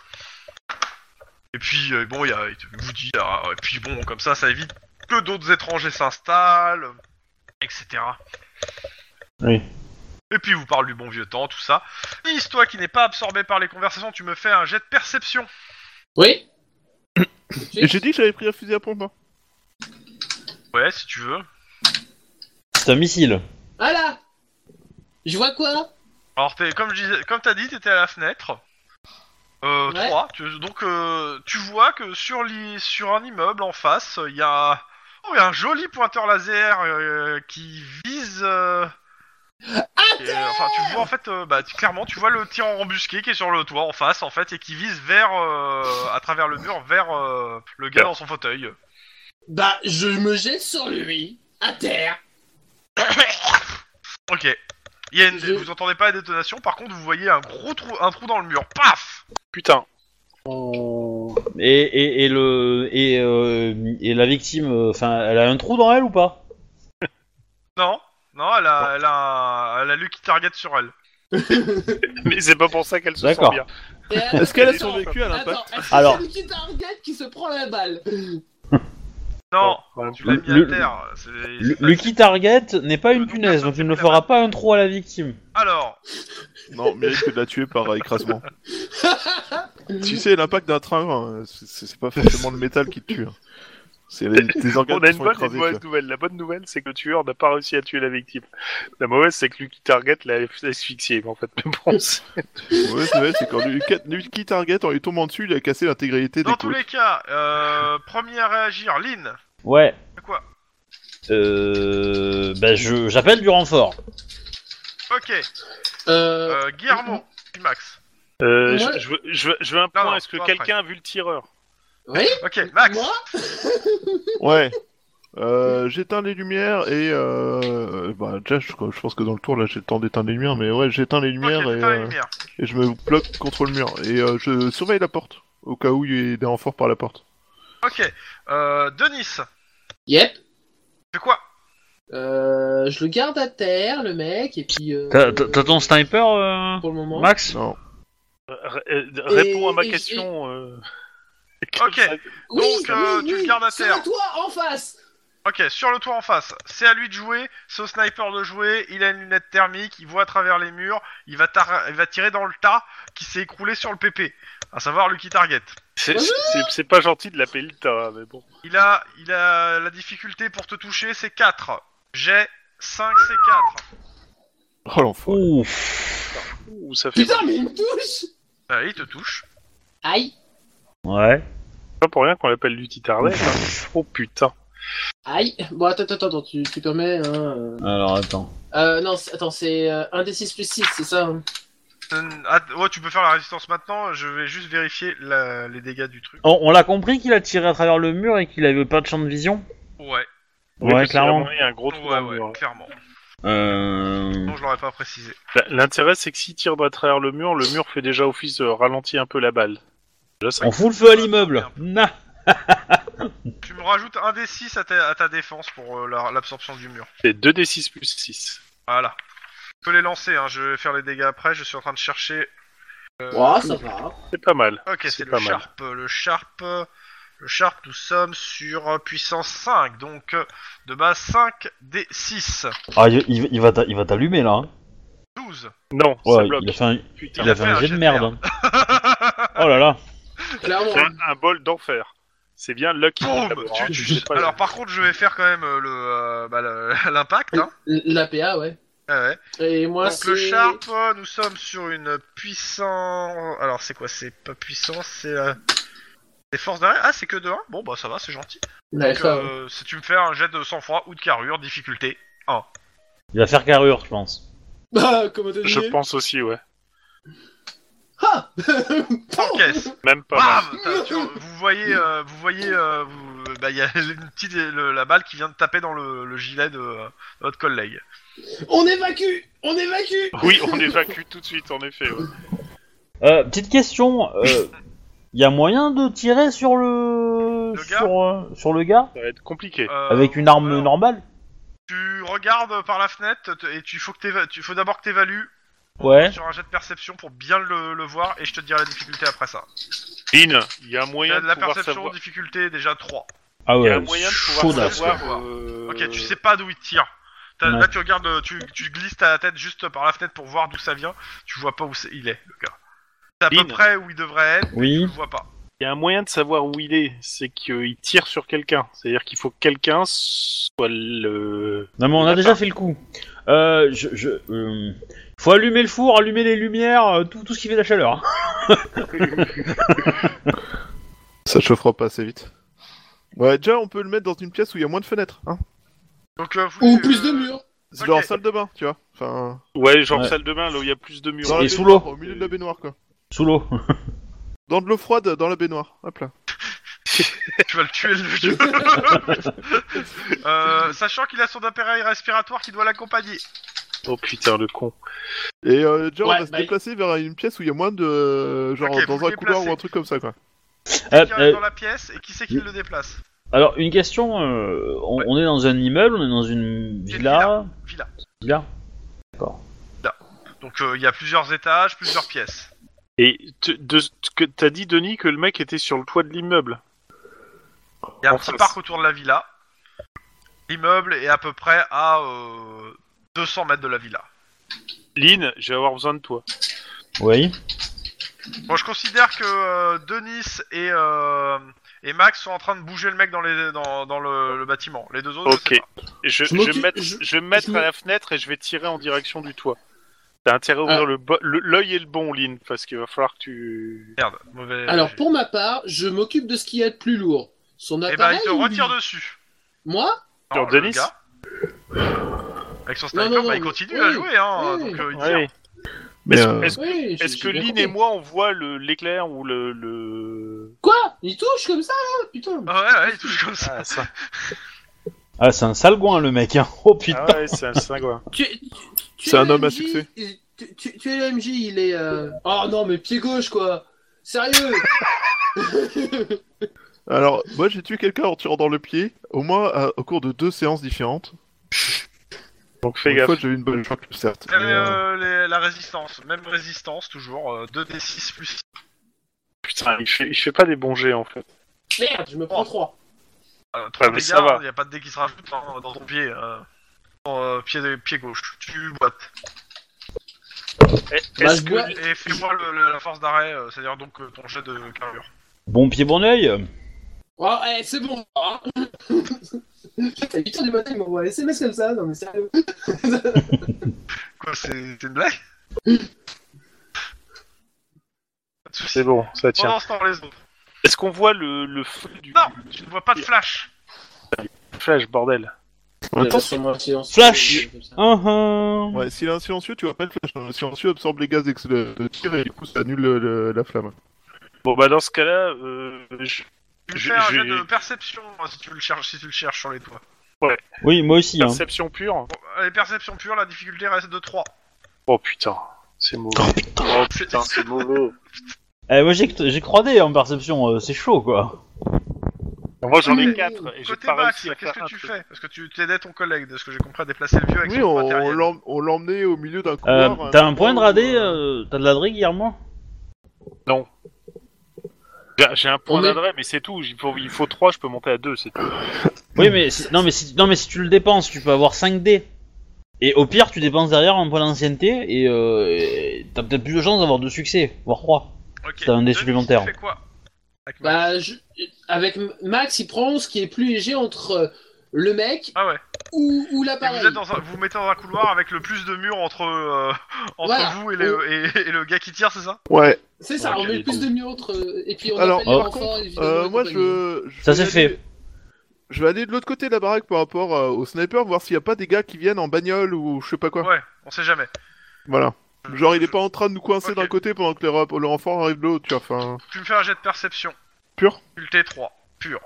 S2: Et puis, euh, bon, il y a- il te- il vous dit, ah, et puis bon, comme ça, ça évite que d'autres étrangers s'installent, etc.
S1: Oui.
S2: Et puis, il vous parle du bon vieux temps, tout ça. Nice, toi qui n'es pas absorbé par les conversations, tu me fais un jet de perception.
S5: Oui
S3: Et j'ai dit que j'avais pris un fusil à pompe. hein.
S2: Ouais, si tu veux.
S1: C'est un missile.
S5: Ah là Je vois quoi
S2: Alors, t'es, comme, je disais- comme t'as dit, t'étais à la fenêtre. Euh,
S5: Ouais.
S2: trois. Tu- donc, euh, tu vois que sur, l'i- sur un immeuble en face, il y a... Oh, il y a un joli pointeur laser euh, qui vise... euh, qui est- enfin, tu vois en fait, euh, bah, tu- clairement, tu vois le tir en embusqué qui est sur le toit en face, en fait, et qui vise vers, euh, à travers le mur, vers euh, le gars dans son fauteuil.
S5: Bah, je me jette sur lui, à terre.
S2: Ok. Il y a une-
S5: Je-
S2: Vous entendez pas la détonation, par contre vous voyez un gros trou, un trou dans le mur. Paf
S4: Putain.
S1: Et, et, et le et, euh, et la victime, enfin, elle a un trou dans elle ou pas
S2: Non, non, elle a, elle a, un- elle a Lucky Target sur elle.
S4: Mais c'est pas pour ça qu'elle se sent
S1: D'accord.
S4: bien.
S3: Est-ce qu'elle a
S5: Attends,
S3: survécu à l'impact
S5: Attends, est-ce que
S1: Alors-
S5: c'est le petit target qui se prend la balle
S2: Non,
S4: Bon,
S2: tu l'as mis
S1: le-
S2: à terre. c'est-
S1: Lu-
S2: c'est pas-
S1: Lucky Target n'est pas une
S2: Donc,
S1: punaise,
S2: personne
S1: donc il
S2: ne
S1: ne
S2: fait
S1: fera pas un trou à la victime.
S2: Alors,
S3: Non, mais il risque de la tuer par euh, écrasement. tu sais, l'impact d'un train, hein, c'est- c'est pas forcément le métal qui te tue. hein. C'est les, tes organes
S4: On a
S3: qui
S4: une
S3: sont
S4: bonne et une
S3: écrasés. tu
S4: mauvaise nouvelle. La bonne nouvelle, c'est que le tueur n'a pas réussi à tuer la victime. La mauvaise, c'est que Lucky Target l'a asphyxié. Mais en fait, même bon, c'est-
S3: vois. La mauvaise nouvelle, c'est quand Lucky Target, en lui tombant dessus, il a cassé l'intégralité des
S2: dans tous
S3: côtes.
S2: les cas, euh, premier à réagir, Lynn.
S1: Ouais.
S2: Quoi
S1: Euh, bah je j'appelle du renfort.
S2: Ok.
S5: Euh...
S2: Euh, Guillermo. Puis Max.
S4: Euh,
S5: Moi-
S4: je, je veux, je veux- je veux un
S2: Non,
S4: point.
S2: non,
S4: Est-ce que
S2: toi après.
S4: quelqu'un a vu le tireur
S5: Oui
S2: Ok, Max.
S5: Moi
S3: Ouais. Euh, j'éteins les lumières et euh, bah déjà je, je pense que dans le tour là j'ai le temps d'éteindre les lumières mais ouais j'éteins les
S2: Ok,
S3: lumières et,
S2: t'éteins les
S3: euh,
S2: lumières.
S3: et je me bloque contre le mur et euh, je surveille la porte au cas où il y ait des renforts par la porte.
S2: Ok. Euh, Denis, tu
S5: Yep.
S2: fais quoi
S5: Euh, je le garde à terre, le mec, et puis... euh,
S1: T'as t'as- t'as ton sniper, euh,
S5: Pour le moment.
S1: Max
S3: Non.
S4: R- euh, Réponds à ma
S5: et-
S4: question. euh.
S2: Ok.
S5: Oui,
S2: Donc, euh,
S5: oui,
S2: tu le
S5: oui,
S2: gardes à
S5: sur
S2: terre.
S5: le toit, en face
S2: Ok, sur le toit en face, c'est à lui de jouer, c'est au sniper de jouer, il a une lunette thermique, il voit à travers les murs, il va, tar- il va tirer dans le tas qui s'est écroulé sur le PP, à savoir Lucky Target.
S4: C'est- C'est c'est pas gentil de l'appeler le tas, mais bon.
S2: Il a, il a la difficulté pour te toucher, c'est 4. J'ai 5, c'est 4.
S3: Oh l'enfant.
S1: Ouf.
S4: Ouh, ça fait. mal.
S5: Putain, mais il me touche
S2: Euh, il te touche.
S5: Aïe
S1: Ouais.
S4: C'est pas pour rien qu'on l'appelle Lucky Target. hein. Oh putain.
S5: Aïe Bon, attends, attends, attends, tu, tu permets, hein... euh,
S1: Alors attends.
S5: Euh, non, c'est- attends, c'est euh, 1 des 6 plus 6, c'est ça hein
S2: Euh, att- ouais, tu peux faire la résistance maintenant, je vais juste vérifier la- les dégâts du truc.
S1: On, on l'a compris qu'il a tiré à travers le mur et qu'il avait pas de champ de vision.
S2: Ouais,
S1: Ouais,
S4: Oui, parce qu'il a
S1: clairement.
S4: vraiment eu un gros trou
S2: ouais,
S4: dans le
S2: ouais,
S4: mur.
S2: clairement.
S1: Euh...
S2: Non, je l'aurais pas précisé.
S4: L- L'intérêt, c'est que s'il tire à travers le mur, le mur fait déjà office de ralentir un peu la balle. Déjà, ça-
S1: On fout le feu à l'immeuble. Na.
S2: Tu me rajoutes un des 6 à ta, à ta défense pour euh, la- l'absorption du mur.
S4: C'est 2d6 plus 6.
S2: Voilà. Tu peux les lancer, hein, je vais faire les dégâts après, je suis en train de chercher... euh,
S5: Ouais, ça va.
S4: C'est pas mal.
S2: Ok,
S4: C'est
S2: c'est
S4: pas
S2: le
S4: mal.
S2: sharp. Le sharp, euh, le sharp, nous sommes sur euh, puissance 5, donc euh, de base 5 des 6.
S1: Ah, il, il- il va t'a- il va t'allumer là. hein.
S2: 12.
S4: Non, ça
S1: Ouais,
S4: bloque.
S1: il a fait un,
S4: Putain,
S1: il a fait un jet de merde. oh là là.
S5: Clairement.
S4: c'est un, un bol d'enfer. C'est bien Lucky.
S2: Boum
S4: d'abord, hein.
S2: Tu-
S4: Je sais pas-
S2: Alors par contre, je vais faire quand même euh, le, euh, bah, le- l'impact. hein.
S5: L'APA, ouais.
S2: Ah ouais.
S5: Et moi,
S2: Donc
S5: c'est.
S2: le sharp, euh, nous sommes sur une puissance... Alors c'est quoi C'est pas puissance, c'est... euh, C'est force d'arrêt Ah, c'est que de 1 Bon, bah ça va, c'est gentil.
S5: Ouais,
S2: Donc,
S5: ça va.
S2: euh, si tu me fais un jet de sang-froid ou de carrure, difficulté.
S1: Il va faire carrure, je pense.
S5: Ah, comment t'as dit
S4: Je pense aussi, ouais.
S5: Ah Oh,
S2: T'encaisses.
S4: Même pas. mal.
S2: Bam T'as- tu- Vous voyez, euh, vous voyez, euh, vous- bah, il y a une petite, le- la balle qui vient de taper dans le, le gilet de, euh, de votre collègue.
S5: On évacue On évacue
S4: Oui, on évacue tout de suite, en effet. ouais.
S1: Euh, petite question. euh, Il y a moyen de tirer sur le,
S2: Le gars
S1: sur, euh, sur le gars
S4: Ça va être compliqué.
S2: Euh,
S1: avec une arme
S2: alors,
S1: normale
S2: Tu regardes par la fenêtre t- et tu faut que t'éva- tu faut d'abord que t'évalues
S1: Ouais.
S2: sur un jet de perception pour bien le, le voir et je te dirai la difficulté après ça.
S4: Lynn, il y a un
S2: Il y
S4: moyen
S2: a
S4: de
S2: de la
S4: pouvoir
S2: perception,
S4: savoir.
S2: difficulté déjà 3.
S1: Ah
S4: Il y a
S1: ouais.
S4: un moyen de
S1: chaud
S4: pouvoir
S1: d'assaut.
S4: savoir. euh,
S2: Ok, tu sais pas d'où il tire. T'as-
S1: Ouais.
S2: Là, tu regardes, euh, tu, tu glisses ta tête juste par la fenêtre pour voir d'où ça vient. Tu vois pas où c'est- il est, le gars. C'est à peu
S4: Lynn.
S2: près où il devrait être, tu
S1: Oui.
S2: le vois pas.
S4: Il y a un moyen de savoir où il est, c'est qu'il tire sur quelqu'un. C'est-à-dire qu'il faut que quelqu'un soit le.
S1: Non mais on a déjà fait le coup. Euh, je, je, euh, faut allumer le four, allumer les lumières, euh, tout, tout ce qui fait de la chaleur.
S3: Ça chauffera pas assez vite. Ouais, déjà, on peut le mettre dans une pièce où il y a moins de fenêtres, hein.
S2: Donc, euh, vous-
S5: Ou plus de
S2: euh,
S5: murs
S3: C'est
S2: Ok.
S3: genre salle de bain, tu vois. Enfin,
S4: Ouais, genre
S1: Ouais.
S4: salle de bain, là où il y a plus de murs.
S3: dans la
S1: Et sous
S3: baignoire,
S1: l'eau.
S3: Au milieu de la baignoire, quoi.
S1: Sous l'eau.
S3: Dans de l'eau froide, dans la baignoire. Hop là.
S2: Tu vas le tuer le vieux. Euh, sachant qu'il a son appareil respiratoire qui doit l'accompagner.
S4: Oh putain, le con.
S3: Et euh, déjà,
S5: Ouais,
S3: on va se
S5: bah,
S3: déplacer vers une pièce où il y a moins de. euh, Genre
S2: Ok,
S3: dans
S2: vous
S3: un couloir
S2: déplacez.
S3: ou un truc comme ça, quoi.
S2: Qui
S1: Euh,
S2: arrive
S1: euh,
S2: dans la pièce et qui c'est qui le déplace
S1: alors une question. euh, on, on est dans un immeuble, on est dans une
S2: C'est une
S1: villa.
S2: villa.
S1: Villa.
S2: Donc euh, il y a plusieurs étages, plusieurs pièces.
S4: Et te- de- que- t'as dit, Denis, que le mec était sur le toit de l'immeuble.
S2: Il y a un
S4: En
S2: petit
S4: face.
S2: parc autour de la villa. L'immeuble est à peu près à euh, 200 mètres de la villa.
S4: Lynn, je vais avoir besoin de toi.
S1: Oui.
S2: Bon, je considère que euh, Denis et, euh, et Max sont en train de bouger le mec dans, les, dans, dans le, le bâtiment. Les deux autres, je
S4: Ok.
S2: sais pas.
S4: Je,
S5: Je
S4: je vais
S5: m'occupe-
S4: me mettre,
S5: je-
S4: je vais me mettre
S5: je me-
S4: à la fenêtre et je vais tirer en direction du toit. T'as intérêt à ouvrir
S5: Ah.
S4: le bo- le- l'œil et le bon, Lynn, parce qu'il va falloir que tu.
S2: Merde, mauvais.
S5: Alors, pour ma part, je m'occupe de ce qu'il y a de plus lourd.
S4: Eh
S5: Son
S4: ben,
S2: Et bah,
S5: appareil.
S2: il te
S5: ou lui
S2: retire dessus.
S5: Moi
S4: Sur
S2: Non, le
S4: Denis
S2: gars, Avec son
S5: Non,
S2: sniper,
S5: non,
S2: bah, il
S5: mais-
S2: continue
S5: oui,
S2: à jouer, hein.
S5: oui.
S2: donc euh, il tire.
S4: Ouais.
S3: Mais,
S4: Est-ce-
S3: euh,
S4: est-ce-
S5: Oui, j'ai-
S4: Est-ce que
S5: j'ai bien
S4: Lynn
S5: compris.
S4: et moi on voit le- l'éclair ou le, le...
S5: Quoi Il touche comme ça, là Putain
S2: Ah ouais, ouais, il touche comme ça.
S4: Ah, ça.
S1: Ah c'est un sale goin le mec. hein. Oh putain.
S4: ah ouais, c'est un cingouin.
S5: Tu es- tu- tu es
S3: C'est un
S5: le
S3: homme à
S5: MJ,
S3: succès.
S5: il- Tu, tu- tu es le MJ, il est. euh, Oh non, mais pied gauche, quoi Sérieux
S3: Alors, moi j'ai tué quelqu'un en tirant dans le pied, au moins à- au cours de deux séances différentes.
S4: Donc
S3: Pour
S4: fais
S3: une
S4: gaffe.
S3: fois, j'ai eu une bonne choc, certes.
S4: Ah,
S2: Même,
S3: mais, euh,
S2: euh, les- la résistance, même résistance toujours, euh, 2d6 plus.
S4: Putain, il fait, il fait pas des bons jets en fait.
S5: Merde, je me prends 3.
S2: Euh, trois
S4: Ouais, mais
S2: dégâts,
S4: ça va.
S2: il n'y a pas de dé qui se rajoute hein, dans ton pied. euh, dans, euh, pied, pied gauche. Tu boites.
S4: Oh. Est-ce
S5: Bah, je
S4: que-
S5: bois-
S2: Et fais-moi le- le- la force d'arrêt, euh, c'est-à-dire donc euh, ton jet de carrure.
S1: Bon pied bon oeil.
S5: Oh, eh, c'est bon Ah. À 8 heures du matin, il m'envoie un SMS comme ça, non mais sérieux
S2: Quoi, c'est c'est une blague
S5: Mm.
S2: Pas de soucis.
S4: C'est bon, ça tient.
S2: Pendant ce temps, les autres.
S4: Est-ce qu'on voit le, le feu du
S2: Non, tu ne vois pas de flash.
S4: flash, bordel
S3: en même temps,
S1: Flash. Hein, hein.
S3: ouais, s'il est un silencieux, tu vas pas le flash. hein. Le silencieux absorbe les gaz d'ex- de de tir et du coup ça annule le- le- la flamme.
S4: Bon bah dans ce cas-là, euh, je-
S2: Tu
S4: Je-
S2: fais un
S4: j'ai-
S2: jet de perception hein, si tu le cherches, si tu le cherches sur les toits.
S1: Oui moi aussi. Hein.
S4: perception pure.
S2: Bon, allez, perception pure, la difficulté reste de 3.
S4: Oh putain, c'est mauvais. Oh putain, c'est mauvais.
S1: Eh, moi j'ai que j'ai que 3D en perception. euh, c'est chaud quoi.
S4: Moi j'en ai
S5: Mais-
S4: 4 et j'ai
S2: Côté
S4: pas
S2: Max,
S4: réussi à
S2: qu'est-ce
S4: faire
S2: que
S4: un
S2: tu
S4: truc.
S2: fais Parce que tu t'aidais ton collègue, de ce que j'ai compris, à déplacer le vieux avec
S3: Oui, oh,
S2: son
S3: on, on
S2: matériel.
S3: l'em- on l'emmenait au milieu d'un
S1: Euh,
S3: couloir.
S1: t'as un point de radé,
S3: endroit où, euh,
S1: euh, t'as de la drague, Guillermo
S4: J'ai- J'ai un point
S5: On est-
S4: d'adresse, mais c'est tout. Il faut, il faut 3, je peux monter à 2, c'est tout.
S1: Oui, mais si, non, mais si, non, mais si tu le dépenses, tu peux avoir 5 dés. Et au pire, tu dépenses derrière un point d'ancienneté et euh, et t'as peut-être plus de chances d'avoir deux succès, voire trois.
S2: Ok.
S1: c'est un dé
S2: Denis,
S1: supplémentaire.
S2: Tu fais quoi Avec Max
S5: Bah, je- avec M- Max, il prend ce qui est plus léger entre euh, le mec
S2: Ah ouais.
S5: ou, ou
S2: Et
S5: l'appareil.
S2: vous, êtes dans un- vous vous mettez dans un couloir avec le plus de murs entre, euh, entre
S5: Voilà.
S2: vous et le, et- et le gars qui tire, c'est ça
S3: Ouais,
S5: C'est ça, on
S1: Ok,
S5: met le plus
S1: donc-
S5: de mieux entre. euh, Et puis on
S3: Alors,
S5: appelle les
S1: par
S5: enfants, évidemment,
S3: euh,
S5: et
S3: moi
S5: compagnie.
S3: je. je
S1: Ça,
S3: vais
S1: c'est
S3: aller-
S1: fait.
S3: Je vais aller de l'autre côté de la baraque par rapport euh, au sniper, voir s'il n'y a pas des gars qui viennent en bagnole ou je sais pas quoi.
S2: Ouais, on sait jamais.
S3: Voilà. Genre, il est pas en train de nous coincer
S2: Ok.
S3: d'un côté pendant que le, rap- le renfort arrive de l'autre, tu vois. Enfin,
S2: Tu me fais un jet de perception.
S3: Pur
S2: Culté 3. Pur.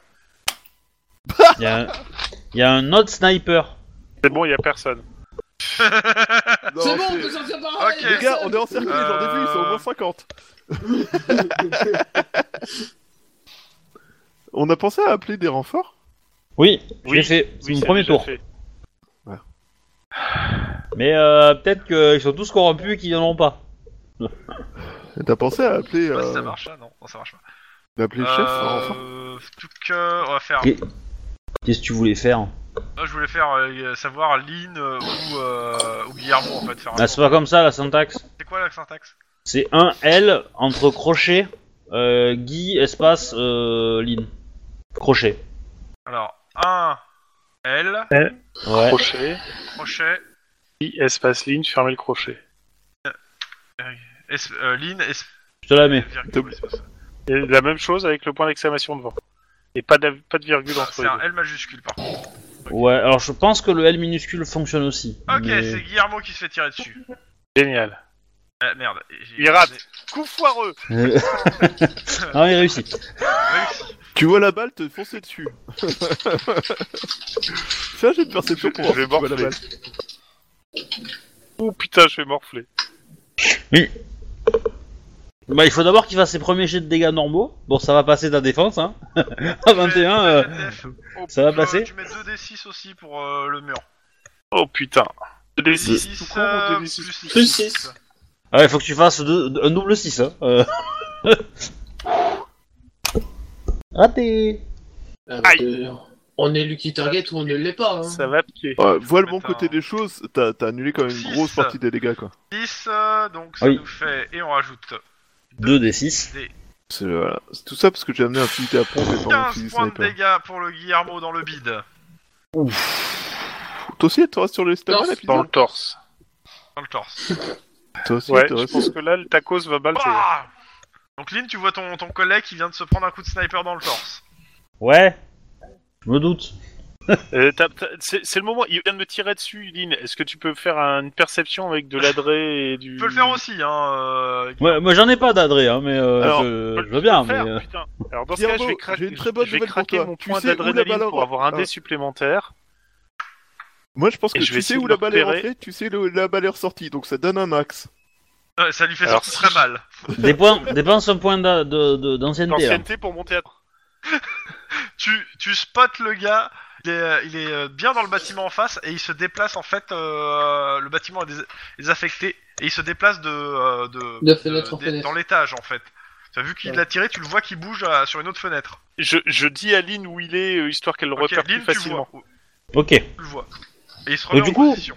S1: Il y, a un- y a un autre sniper.
S4: C'est bon, il y a personne.
S3: non,
S5: C'est bon, on
S3: c'est-
S5: peut sortir par là,
S2: Ok.
S5: il y a
S3: Les gars, on
S5: personne.
S3: est encerclés, j'en ai vu, ils sont au
S2: Euh.
S3: moins 50. On a pensé à appeler des renforts
S1: Oui, je
S4: Oui,
S1: l'ai fait. C'est
S4: Oui,
S1: mon
S4: c'est
S1: premier
S4: déjà
S1: tour.
S4: fait.
S1: Mais euh, peut-être qu'ils sont tous corrompus et qu'ils n'en auront pas.
S3: T'as pensé à appeler,
S2: Je sais pas si ça
S3: euh,
S2: marche, ça. Non, non, ça marche pas.
S3: d'appeler le chef un renfort
S2: Euh, tout que... On va faire...
S1: Et- Qu'est-ce que tu voulais faire
S2: Moi, je voulais faire euh, savoir Lynn euh, ou, euh, ou Guillermo, en fait. Faire un
S1: Ah, c'est pas comme ça la syntaxe.
S2: C'est quoi la syntaxe
S1: C'est un L entre crochet, euh, Guy, espace, euh, ligne. Crochet.
S2: Alors, 1, L,
S1: Ouais.
S4: Crochet,
S2: crochet,
S4: puis espace ligne, fermez le crochet.
S2: es, euh, Lynn, es,
S1: Je te la mets.
S2: virgule, espace.
S4: Et la même chose avec le point d'exclamation devant. Et pas de, pas de virgule entre
S2: C'est
S4: les
S2: un
S4: deux.
S2: L majuscule, par contre.
S1: Ouais, alors je pense que le L minuscule fonctionne aussi.
S2: Ok,
S1: mais-
S2: c'est Guillermo qui se fait tirer dessus.
S4: Génial.
S2: Ah, merde. j'ai-
S4: Il rate.
S2: j'ai
S4: Coup foireux
S1: Ah, il réussit.
S2: réussi.
S3: Tu vois la balle te foncer dessus. Ça, j'ai une perception pour voir
S4: Je
S3: si
S4: vais
S3: tu vois la
S4: morfler.
S3: balle.
S4: Oh putain, je vais morfler.
S1: Bah, il faut d'abord qu'il fasse ses premiers jets de dégâts normaux. Bon, ça va passer ta défense, hein. à 21, euh,
S2: Tu mets- tu mets le def. Au
S1: ça va
S2: plus, euh,
S1: passer
S2: Tu mets 2d6 aussi pour euh, le mur.
S4: Oh putain. 2d6
S2: 6,
S4: tout court ou 2d6
S2: euh, plus
S5: plus
S2: 6.
S1: ah, il faut que tu fasses deux- un double 6, hein. euh. Raté
S5: Ah,
S4: Aïe.
S5: euh, On est Lucky Target ou on ne l'est pas. hein.
S4: Ça va piquer.
S3: Ouais, vois le bon
S2: Attends.
S3: côté des choses, t'as t'as annulé quand même une
S2: Six.
S3: grosse partie des dégâts quoi.
S2: 10, euh, donc ça
S1: Oui.
S2: nous fait. Et on rajoute
S1: 2 des 6.
S3: C'est voilà. C'est tout ça parce que j'ai amené un fusil à pompe et pas mon
S2: 15
S3: fusil
S2: points de
S3: sniper.
S2: dégâts pour le Guillermo dans le bide.
S3: Toi aussi, tu restes sur les stamina,
S5: Non,
S3: la
S4: Dans
S3: pizza
S4: le torse.
S2: Dans le torse.
S3: Toi aussi,
S4: Ouais,
S3: tu
S4: je
S3: restes
S4: pense que là, le tacos va mal jouer.
S2: Bah donc Lynn, tu vois ton, ton collègue qui vient de se prendre un coup de sniper dans le torse.
S1: Ouais. Je me doute.
S4: Euh, t'as- t'as- c'est c'est le moment, il vient de me tirer dessus, Lynn. Est-ce que tu peux faire une perception avec de l'adré et du.
S2: Tu peux le faire aussi, hein. euh,
S1: Ouais, moi j'en ai pas d'adré, hein, mais euh,
S3: Alors,
S1: je,
S4: peux-
S1: je veux bien,
S4: peux le
S1: mais...
S4: faire,
S1: euh,
S4: putain. Alors dans ce cas,
S3: Guillermo,
S4: je vais, cra-
S3: j'ai une très bonne
S4: je vais
S3: nouvelle pour
S4: craquer
S3: toi.
S4: mon
S3: Tu
S4: point
S3: sais où la
S4: d'adrénaline
S3: balle
S4: pour
S3: en-
S4: avoir un
S3: Ah.
S4: dé supplémentaire.
S3: Moi, je pense
S4: Et
S3: que
S4: je vais
S3: tu sais
S4: essayer
S3: où
S4: de
S3: la
S4: me
S3: balle est
S4: repérer.
S3: rentrée, tu sais où la balle est ressortie, donc ça donne un axe.
S2: euh, ça lui fait
S4: Alors,
S2: surtout très
S4: si-
S2: mal.
S1: Dépense, dépense un point d'a- de- de- d'ancienneté. là.
S4: D'ancienneté pour monter à.
S2: Tu, tu spots le gars, il est, il est euh, bien dans le bâtiment en face et il se déplace en fait. euh, le bâtiment est dés- désaffecté et il se déplace de, euh, de,
S5: De fenêtre en
S2: des-
S5: fenêtre.
S2: dans l'étage en fait. Tu as vu qu'il
S5: Ouais.
S2: l'a tiré, tu le vois qui bouge euh, sur une autre fenêtre.
S4: Je, je dis à Lynn où il est, euh, histoire qu'elle le
S2: Ok,
S4: repère
S2: Lynn,
S4: plus
S2: tu le
S4: facilement.
S2: vois.
S1: Ok.
S2: Tu le vois. Et il se
S1: Donc,
S2: remet
S1: du
S2: en
S1: coup,
S2: position.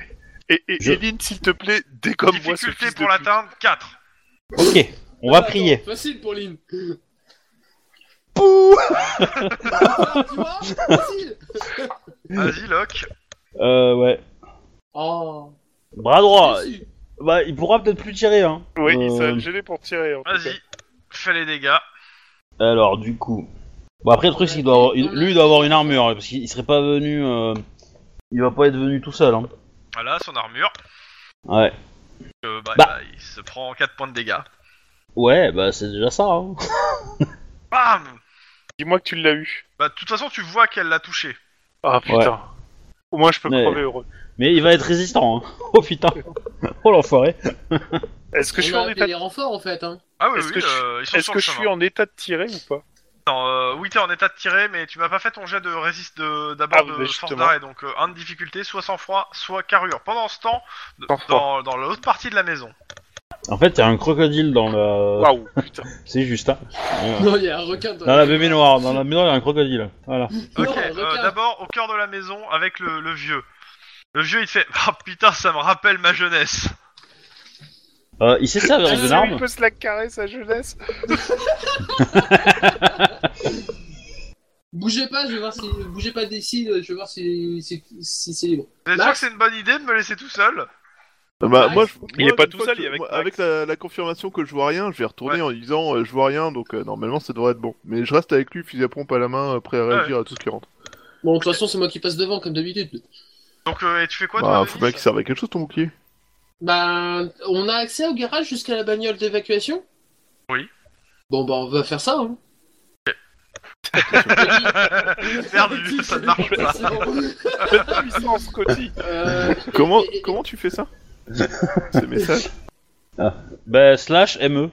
S4: Et, et,
S1: Je-
S4: et Lynn, s'il te plaît, dégomme-moi ce
S2: Difficulté
S4: fils
S2: pour
S4: de pute.
S2: l'atteindre 4.
S1: Ok, on va
S5: Attends,
S1: prier.
S5: Ah, Facile pour Lynn.
S1: Pouh
S5: Ah, tu vois Facile
S2: Vas-y, Locke.
S1: Euh, ouais.
S5: Oh.
S1: Bras droit.
S5: déçu.
S1: Bah, il pourra peut-être plus tirer, hein.
S4: Oui,
S1: Euh,
S4: il ça va le gêner pour tirer. en tout cas.
S2: Vas-y, fais les dégâts.
S1: Alors, du coup. Bon, après, le truc, c'est qu'il doit avoir... il- lui, il doit avoir une armure, hein, parce qu'il serait pas venu. euh, Il va pas être venu tout seul, hein.
S2: Voilà, son armure.
S1: Ouais.
S2: Euh, bah,
S1: Bah.
S2: bah, il se prend 4 points de dégâts.
S1: Ouais, bah, c'est déjà ça, hein.
S2: Bam
S4: Dis-moi que tu l'as eu.
S2: Bah, de toute façon, tu vois qu'elle l'a touché.
S4: Ah putain. Au moins, je peux
S1: Ouais.
S4: crever heureux.
S1: Mais il va être résistant, hein. Oh putain. Oh l'enfoiré.
S4: Est-ce que,
S5: On
S4: je suis,
S5: a
S4: en
S5: appelé
S4: état...
S5: les renforts en fait. Hein.
S2: Ah oui,
S4: Est-ce
S2: oui,
S4: que je-
S2: euh, ils sont
S4: Est-ce
S2: sur
S4: que
S2: le
S4: je
S2: chemin.
S4: suis en état de tirer ou pas
S2: Attends, euh, oui, t'es en état de tirer, mais tu m'as pas fait ton jet de résiste de- d'abord
S4: Ah,
S2: de
S4: bah,
S2: force
S4: justement.
S2: d'arrêt, donc euh, un de difficulté, soit sang-froid, soit carrure. Pendant ce temps, d- dans,
S4: Sang-froid.
S2: dans l'autre partie de la maison.
S1: En fait, il y a un crocodile dans le.
S4: Waouh, putain.
S1: C'est juste hein. Euh,
S5: Non, il y a un requin dans
S1: Dans la baignoire, dans la baignoire, il y a un crocodile. Voilà.
S5: Non,
S2: Ok,
S5: un
S2: euh,
S5: requin.
S2: d'abord au cœur de la maison avec le, le vieux. Le vieux il fait Ah putain, ça me rappelle ma jeunesse.
S1: Euh, il sait
S4: Ah,
S1: servir d'une
S4: Il
S1: arme.
S4: peut se la carrer sa jeunesse.
S5: Bougez pas, je vais voir si. Bougez pas d'ici, je vais voir si, si... si c'est libre.
S2: Vous êtes sûr
S5: Max
S2: que c'est une bonne idée de me laisser tout seul
S3: Bah,
S5: Max.
S3: moi, je-
S4: Il
S3: moi,
S4: est pas
S3: une
S4: tout
S3: fois
S4: seul,
S3: que-
S4: il est avec
S3: moi,
S4: Max.
S3: avec la, la confirmation que je vois rien, je vais retourner
S2: Ouais.
S3: en disant euh, je vois rien, donc euh, normalement ça devrait être bon. Mais je reste avec lui, fusil à pompe à la main, euh, prêt à réagir à tout ce qui rentre.
S5: Bon, de toute façon, c'est moi qui passe devant, comme d'habitude.
S2: Donc, euh, et tu fais quoi toi
S3: bah,
S2: Denis
S3: faut bien qu'il serve à quelque chose ton bouclier.
S5: Ben, on a accès au garage jusqu'à la bagnole d'évacuation
S2: Oui.
S5: Bon, bah, on va faire ça, hein.
S2: Perdu, ça ne marche pas.
S5: C'est bon.
S4: Puissance, Scotty.
S5: Euh,
S3: Comment,
S5: et- et-
S3: comment tu fais ça Ces messages
S1: Bah, slash ME.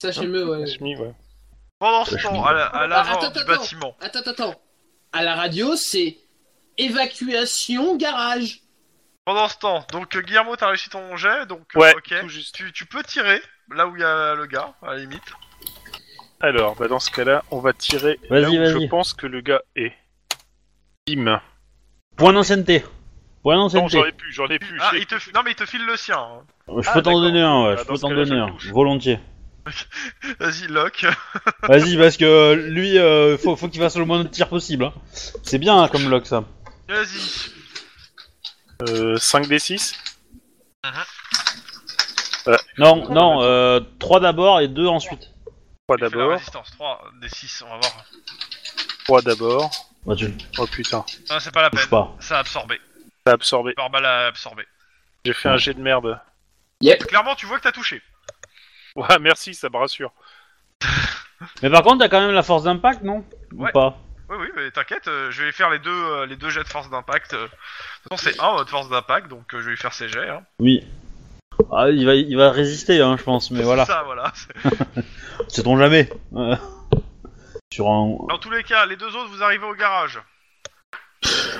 S5: Sachez-le, ouais.
S4: Chemise, ouais.
S2: Pendant ce temps, à la- à l'avant
S5: Attends,
S2: du
S5: attends,
S2: bâtiment.
S5: Attends, attends, attends. À la radio, c'est évacuation garage.
S2: Pendant ce temps, donc euh, Guillermo, t'as réussi ton jet, donc euh,
S4: Ouais,
S2: ok.
S4: tout juste.
S2: Tu, tu peux tirer là où il y a le gars, à la limite.
S4: Alors, bah, dans ce cas-là, on va tirer là
S1: Vas-y,
S4: où je
S1: vas-y.
S4: pense que le gars est. Bim.
S1: Point d'ancienneté. Point
S4: Non,
S1: d'ancienneté.
S4: j'en ai plus, j'en ai plus.
S2: Ah,
S4: j'ai-
S2: il te, f- non, mais il te file le sien. hein.
S1: Je
S4: Ah,
S1: peux t'en
S4: d'accord.
S1: donner un, ouais.
S4: Ah,
S1: Je
S4: dans
S1: peux
S4: ce
S1: t'en
S4: cas-là,
S1: donner
S4: je
S1: un.
S4: le touche.
S1: Volontiers.
S2: Vas-y, lock.
S1: Vas-y, parce que lui, euh, faut, faut qu'il fasse le moins de tirs possible. hein. C'est bien hein, comme lock ça.
S2: Vas-y.
S4: Euh, 5d6
S1: Non, non, euh, 3 d'abord et 2 ensuite.
S4: 3
S2: Fais la
S4: d'abord,
S2: résistance. 3 des 6, on va voir.
S4: 3 d'abord.
S1: Bah, tu le
S4: Oh putain,
S2: Non, c'est pas la peine.
S1: touches pas.
S2: Ça a absorbé.
S4: ça a absorbé.
S2: Par balle a absorbé.
S4: J'ai fait un jet de merde.
S2: Clairement, tu vois que t'as touché.
S4: Ouais, merci, ça me rassure.
S1: Mais par contre, t'as quand même la force d'impact, non Ou
S2: Ouais.
S1: pas
S2: Oui, oui, mais t'inquiète, euh, je vais faire les deux, euh, les deux jets de force d'impact. euh. De toute façon, c'est un euh, de force d'impact, donc euh, je vais lui faire ses jets. Hein.
S1: Oui. Ah, il va, il va résister, hein, je pense, mais voilà.
S2: C'est Ça, voilà.
S1: Sait-on jamais Euh, Sur un.
S2: Dans tous les cas, les deux autres, vous arrivez au garage.